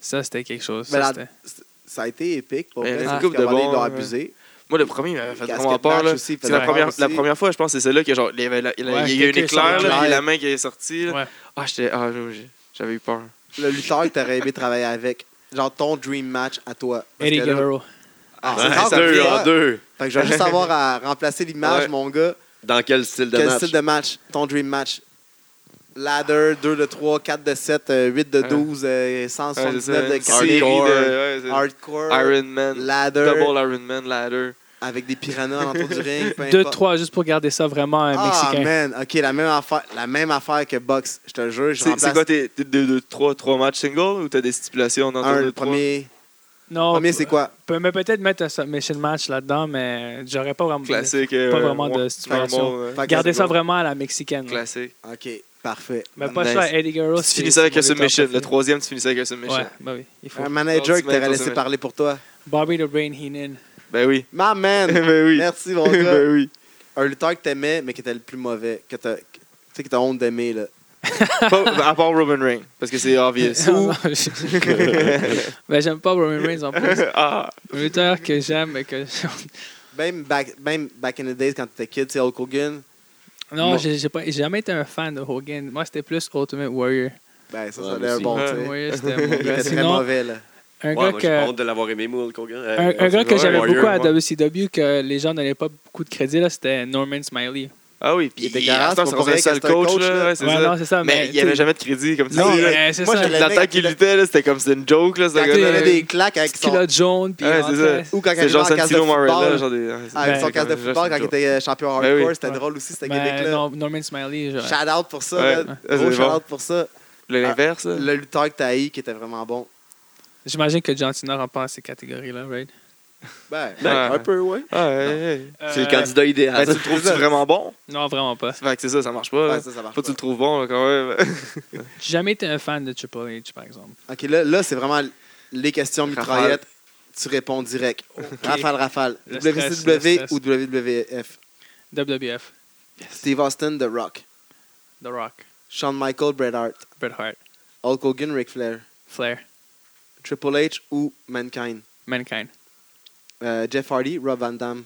Speaker 6: Ça, c'était quelque chose. Ça,
Speaker 4: Mais la-
Speaker 6: c'était-
Speaker 4: Ça a été épique pour
Speaker 5: Mais il y
Speaker 4: vrai.
Speaker 5: en a
Speaker 4: parce
Speaker 5: une couple
Speaker 4: qu'à un
Speaker 5: de
Speaker 4: moment donné, Ils
Speaker 5: bons,
Speaker 4: l'ont
Speaker 5: ouais.
Speaker 4: abusé.
Speaker 5: Moi, le premier, il m'avait fait
Speaker 4: Casquette
Speaker 5: vraiment peur.
Speaker 4: match
Speaker 5: Là.
Speaker 4: aussi,
Speaker 5: C'est
Speaker 4: faisait
Speaker 5: la première,
Speaker 4: peur
Speaker 5: la
Speaker 4: aussi.
Speaker 5: première fois, je pense, c'est celle-là que genre, il y avait la- il y a-
Speaker 6: Ouais,
Speaker 5: il y a eu un
Speaker 6: quelqu'un
Speaker 5: éclair,
Speaker 6: sur
Speaker 5: là,
Speaker 4: l'éclair.
Speaker 5: puis la main qui est sortie. là.
Speaker 6: Ouais.
Speaker 5: Ah, j'étais. Ah, j'ai- j'avais eu peur.
Speaker 4: Le lutteur que t'aurais aimé travailler avec. Genre ton dream match à toi. Parce
Speaker 6: Eddie
Speaker 4: que là-
Speaker 6: Guerrero.
Speaker 4: Ah, c'est
Speaker 2: Ouais,
Speaker 4: rare
Speaker 2: en
Speaker 4: qu'on
Speaker 2: deux,
Speaker 4: le
Speaker 2: en
Speaker 4: voit.
Speaker 2: deux.
Speaker 4: Fait que je vais juste avoir à remplacer l'image,
Speaker 5: Ouais.
Speaker 4: mon gars.
Speaker 2: Dans quel style de
Speaker 4: Quel
Speaker 2: match?
Speaker 4: style de match? Ton dream match? Ladder, 2 de 3, 4 de 7, 8 de
Speaker 5: Ouais.
Speaker 4: 12,
Speaker 5: Ouais,
Speaker 4: euh,
Speaker 5: c'est ça.
Speaker 4: 179 de
Speaker 5: Une série de-
Speaker 4: cardio.
Speaker 5: ouais, c'est-
Speaker 4: Hardcore.
Speaker 5: Iron Man.
Speaker 4: Ladder.
Speaker 5: Double Iron Man ladder.
Speaker 4: Avec des piranhas autour du ring. peu
Speaker 6: Deux,
Speaker 4: importe.
Speaker 6: trois, juste pour garder ça vraiment un
Speaker 4: Ah,
Speaker 6: Mexicain.
Speaker 4: man. OK, la même affaire, la même affaire que Box. Je te jure, je
Speaker 5: C'est c'est
Speaker 4: remplace
Speaker 5: quoi tes 3 matchs singles ou t'as des stipulations dans
Speaker 4: un,
Speaker 5: ton
Speaker 4: le premier.
Speaker 6: Non,
Speaker 4: premier, c'est quoi?
Speaker 6: peut- mais peut-être mettre un submission match là-dedans, mais j'aurais pas vraiment.
Speaker 5: Classique.
Speaker 6: Pas vraiment de stipulation.
Speaker 4: Fait que
Speaker 6: Garder
Speaker 4: c'est
Speaker 6: ça
Speaker 4: bon.
Speaker 6: vraiment à la mexicaine. là.
Speaker 5: Classique.
Speaker 4: OK, parfait.
Speaker 6: Mais pas
Speaker 5: Nice.
Speaker 6: ça, Eddie Guerrero.
Speaker 5: Tu
Speaker 6: c'est-
Speaker 5: finis ça avec
Speaker 6: c'est
Speaker 5: un
Speaker 6: mon lutteur
Speaker 5: submission. Le
Speaker 6: préféré.
Speaker 5: troisième, tu finis ça avec un submission.
Speaker 6: Ouais, bah oui, il faut.
Speaker 4: Un manager que
Speaker 5: Semaine,
Speaker 4: t'aurais laissé
Speaker 5: semaine.
Speaker 4: parler pour toi.
Speaker 6: Bobby the Brain Heenan.
Speaker 5: Ben oui.
Speaker 4: Ma man!
Speaker 5: ben oui.
Speaker 4: Merci, mon gars.
Speaker 5: ben oui.
Speaker 4: Un lutteur que t'aimais, mais qui était le plus mauvais. Que t'as- que- tu sais, que t'as honte d'aimer, là.
Speaker 5: Pas- ben, à part Roman Reigns, parce que c'est obvious.
Speaker 6: Non, non, je- ben, j'aime pas Roman Reigns en plus.
Speaker 5: ah,
Speaker 6: Un lutteur que j'aime, mais que.
Speaker 4: Même back, même back in the days, quand t'étais kid, c'est Hulk Hogan.
Speaker 6: Non,
Speaker 5: Non.
Speaker 6: j'ai j'ai pas- j'ai jamais été un fan de Hogan. Moi, c'était plus Ultimate Warrior.
Speaker 4: Ben, ça,
Speaker 2: Ouais,
Speaker 4: ça
Speaker 2: moi
Speaker 4: allait un
Speaker 2: aussi.
Speaker 4: bon, tu
Speaker 6: Ultimate
Speaker 4: sais.
Speaker 6: Warrior, c'était
Speaker 4: Il
Speaker 6: mon gars.
Speaker 4: était très
Speaker 6: Sinon,
Speaker 4: mauvais, là.
Speaker 6: un
Speaker 2: Ouais,
Speaker 6: gars
Speaker 2: moi, j'ai pas
Speaker 6: que.
Speaker 2: honte de l'avoir aimé, moi, Hulk Hogan. Euh,
Speaker 6: Un, un gars que
Speaker 2: Ultimate
Speaker 6: j'avais
Speaker 2: Warrior,
Speaker 6: beaucoup à
Speaker 2: moi.
Speaker 6: WCW que les gens n'avaient pas beaucoup de crédit, là, c'était Norman Smiley.
Speaker 5: ah oui, puis
Speaker 4: Il était
Speaker 5: il
Speaker 4: garant,
Speaker 5: à ce temps,
Speaker 4: c'est
Speaker 5: c'est
Speaker 4: pas
Speaker 5: rendu un
Speaker 4: vrai
Speaker 5: sale
Speaker 4: que c'est un
Speaker 5: coach,
Speaker 4: coach,
Speaker 5: là.
Speaker 4: là.
Speaker 5: ouais, c'est
Speaker 6: Ouais,
Speaker 5: ça.
Speaker 6: non, c'est ça,
Speaker 5: Mais
Speaker 6: mais,
Speaker 5: il n'y avait jamais de crédit, comme tu
Speaker 6: Non,
Speaker 5: dis. là.
Speaker 6: mais c'est
Speaker 4: moi,
Speaker 6: ça.
Speaker 4: je l'ai-
Speaker 5: Dans le temps qu'il luttait, là, c'était comme c'était une joke, là, ce
Speaker 4: Quand il
Speaker 5: gars-là.
Speaker 4: donnait des claques avec son,
Speaker 6: Culotte jaune, puis
Speaker 5: Ouais,
Speaker 6: il
Speaker 5: c'est
Speaker 6: rentrait.
Speaker 5: ça.
Speaker 4: ou quand il
Speaker 5: C'est
Speaker 4: arrivait en
Speaker 5: genre
Speaker 4: casse de
Speaker 5: Santino Marella,
Speaker 4: football,
Speaker 5: genre des. ouais, c'est-
Speaker 4: avec son
Speaker 5: ouais,
Speaker 4: casque de
Speaker 5: comme-
Speaker 4: football quand il était euh, champion
Speaker 5: Ben
Speaker 4: hardcore,
Speaker 5: oui.
Speaker 4: c'était drôle aussi, c'était
Speaker 6: Ben,
Speaker 4: gimmick-là.
Speaker 6: non, Norman Smiley, genre.
Speaker 4: Shout out pour ça,
Speaker 5: Ouais.
Speaker 4: là.
Speaker 5: Ouais,
Speaker 4: Gros
Speaker 5: c'est
Speaker 4: shout
Speaker 5: bon.
Speaker 4: out pour ça.
Speaker 5: L'inverse, là.
Speaker 4: Le lutteur que t'as haï qui était vraiment bon.
Speaker 6: J'imagine que John Cena remporte ces catégories-là, right?
Speaker 4: Ben,
Speaker 5: Ouais.
Speaker 4: un peu, ouais.
Speaker 5: Ah, ouais, ouais.
Speaker 2: C'est le
Speaker 6: Euh,
Speaker 2: candidat idéal.
Speaker 5: Ben, tu le trouves-tu vraiment bon?
Speaker 6: Non, vraiment pas.
Speaker 5: Fait que c'est ça, ça marche pas.
Speaker 4: Ouais,
Speaker 5: là.
Speaker 4: ça, ça marche
Speaker 5: Faut que tu
Speaker 4: pas.
Speaker 5: le trouves bon, là, quand même.
Speaker 6: J'ai jamais été un fan de Triple H, par exemple.
Speaker 4: OK, là, là c'est vraiment les questions
Speaker 5: Rafale.
Speaker 4: mitraillettes. Tu réponds direct. Rafale, rafale.
Speaker 6: Le stress, le
Speaker 4: WCW
Speaker 6: stress.
Speaker 4: ou WWF?
Speaker 6: WWF,
Speaker 4: Steve Austin, The Rock.
Speaker 6: The Rock,
Speaker 4: Shawn Michael, Bret Hart.
Speaker 6: Bret Hart,
Speaker 4: Hulk Hogan, Ric Flair.
Speaker 6: Flair,
Speaker 4: Triple H ou Mankind.
Speaker 6: Mankind,
Speaker 4: Euh, Jeff Hardy, Rob Van Damme.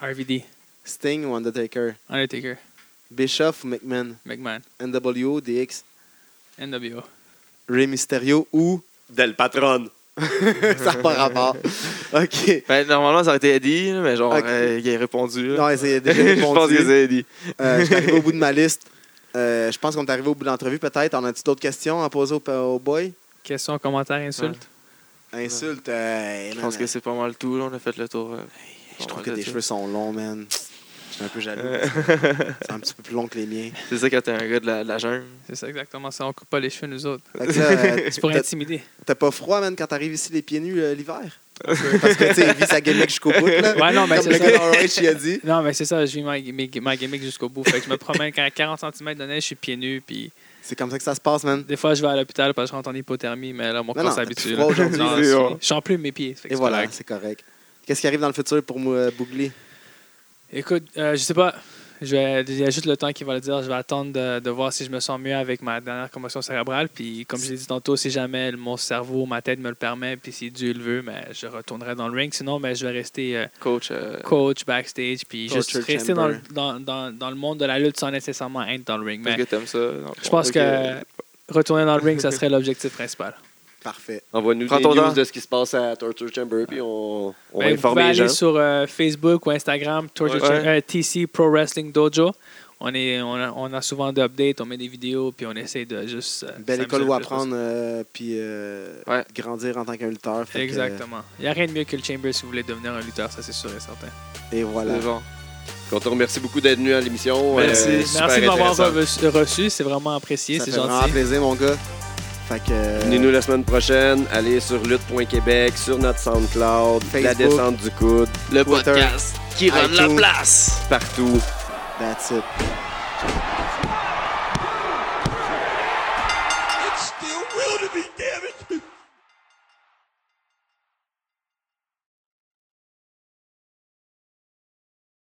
Speaker 6: RVD,
Speaker 4: Sting ou Undertaker.
Speaker 6: Undertaker,
Speaker 4: Bischoff ou McMahon.
Speaker 6: McMahon,
Speaker 4: NWO, DX.
Speaker 6: NWO,
Speaker 4: Rey Mysterio ou...
Speaker 2: Del Patron.
Speaker 4: ça n'a pas rapport. OK.
Speaker 5: Ben, normalement, ça aurait été Eddie, là, mais genre,
Speaker 4: Ok.
Speaker 5: euh, il a répondu. là.
Speaker 4: Non, c'est déjà
Speaker 5: Je pense
Speaker 4: répondu.
Speaker 5: que c'est Eddie.
Speaker 4: Euh, je suis arrivé au bout de ma liste. Euh, je pense qu'on est arrivé au bout de l'entrevue, peut-être. On a-tu d'autres questions à poser au, au boy?
Speaker 6: question, commentaire, insulte.
Speaker 4: Insulte. euh,
Speaker 5: Je
Speaker 4: man,
Speaker 5: pense que c'est pas mal tout, là. On a fait le tour. euh,
Speaker 4: je
Speaker 5: pas
Speaker 4: trouve
Speaker 5: mal
Speaker 4: que
Speaker 5: de
Speaker 4: tes
Speaker 5: tout.
Speaker 4: cheveux sont longs, man. Je suis un peu jaloux. C'est un petit peu plus long que les miens.
Speaker 5: C'est ça quand t'es un gars de la, de la jungle.
Speaker 6: C'est ça exactement ça, on coupe pas les cheveux nous autres.
Speaker 4: Fait que là, euh,
Speaker 6: C'est pour
Speaker 4: t'as-
Speaker 6: intimider.
Speaker 4: T'as pas froid, man, quand t'arrives ici les pieds nus euh, l'hiver? Parce que, tu sais, il vit sa gimmick jusqu'au bout, là.
Speaker 6: Ouais, non, mais
Speaker 4: Comme
Speaker 6: c'est
Speaker 4: le
Speaker 6: ça.
Speaker 4: gars d'Orange, il a dit.
Speaker 6: Non, mais c'est ça, je vis ma, gimmick- ma gimmick jusqu'au bout. Fait que je me promène quand à 40 cm de neige, je suis pieds nus. Puis
Speaker 4: C'est comme ça que ça se passe, man.
Speaker 6: des fois, je vais à l'hôpital parce que je rentre en hypothermie, mais là, mon
Speaker 4: Non,
Speaker 6: corps
Speaker 4: non, t'as
Speaker 6: s'habitue.
Speaker 4: plus
Speaker 6: là.
Speaker 4: froid aujourd'hui,
Speaker 6: Non,
Speaker 5: c'est
Speaker 6: c'est-
Speaker 5: bon.
Speaker 6: Je sens plus mes pieds. fait que
Speaker 4: Et
Speaker 6: c'est
Speaker 4: voilà,
Speaker 6: correct.
Speaker 4: c'est correct. Qu'est-ce qui arrive dans le futur pour moi, euh, Bougli?
Speaker 6: Écoute, euh, je sais pas. Je vais, il y a juste le temps qui va le dire. Je vais attendre de, de voir si je me sens mieux avec ma dernière commotion cérébrale. Puis, comme je l'ai dit tantôt, si jamais mon cerveau, ma tête me le permet, puis si Dieu le veut, mais je retournerai dans le ring. Sinon, mais je vais rester euh,
Speaker 5: Coach. euh,
Speaker 6: coach, backstage, puis juste
Speaker 4: Torture
Speaker 6: rester dans, le-
Speaker 4: chamber.
Speaker 6: dans, dans, dans le monde de la lutte sans nécessairement être dans le ring.
Speaker 5: Parce
Speaker 6: Mais
Speaker 5: que t'aimes ça. dans le
Speaker 6: je
Speaker 5: fond,
Speaker 6: pense
Speaker 5: fait
Speaker 6: que retourner dans le ring, ça serait l'objectif principal.
Speaker 4: Parfait.
Speaker 2: Envoie-nous
Speaker 5: Prends
Speaker 2: des
Speaker 5: ton
Speaker 2: news
Speaker 5: temps.
Speaker 2: de ce qui se passe à Torture Chamber, puis on, on va
Speaker 6: Ben, vous pouvez
Speaker 2: informer les gens.
Speaker 6: aller sur euh, Facebook ou Instagram, Torture
Speaker 5: Ouais.
Speaker 6: Champ- euh, TC Pro Wrestling Dojo. On, est, on, a, on a souvent des updates, on met des vidéos, puis on essaie de juste. euh,
Speaker 4: Une belle
Speaker 6: s'amuser
Speaker 4: école
Speaker 6: le
Speaker 4: où
Speaker 6: plus
Speaker 4: apprendre, euh, puis euh,
Speaker 5: Ouais.
Speaker 4: grandir en tant qu'un lutteur.
Speaker 6: possible.
Speaker 4: Fait que-
Speaker 6: Exactement. Il n'y a rien de mieux que le Chamber si vous voulez devenir un lutteur, ça c'est sûr et certain.
Speaker 4: et
Speaker 5: C'est
Speaker 4: voilà.
Speaker 5: bon.
Speaker 2: On te remercie beaucoup d'être venu à l'émission.
Speaker 5: Merci.
Speaker 2: Euh, super
Speaker 6: Merci de m'avoir
Speaker 2: intéressant.
Speaker 6: reçu, reçu, c'est vraiment apprécié,
Speaker 4: Ça
Speaker 6: c'est
Speaker 4: fait vraiment
Speaker 6: gentil.
Speaker 4: plaisir, mon gars. Fait que...
Speaker 2: Venez-nous la semaine prochaine. Allez sur lutte.québec, sur notre SoundCloud, la
Speaker 4: Facebook.
Speaker 2: descente du coude,
Speaker 5: Le
Speaker 4: Twitter,
Speaker 5: podcast qui rend la
Speaker 4: iTunes.
Speaker 5: place.
Speaker 2: partout.
Speaker 4: That's it.
Speaker 3: It's still real to be dead.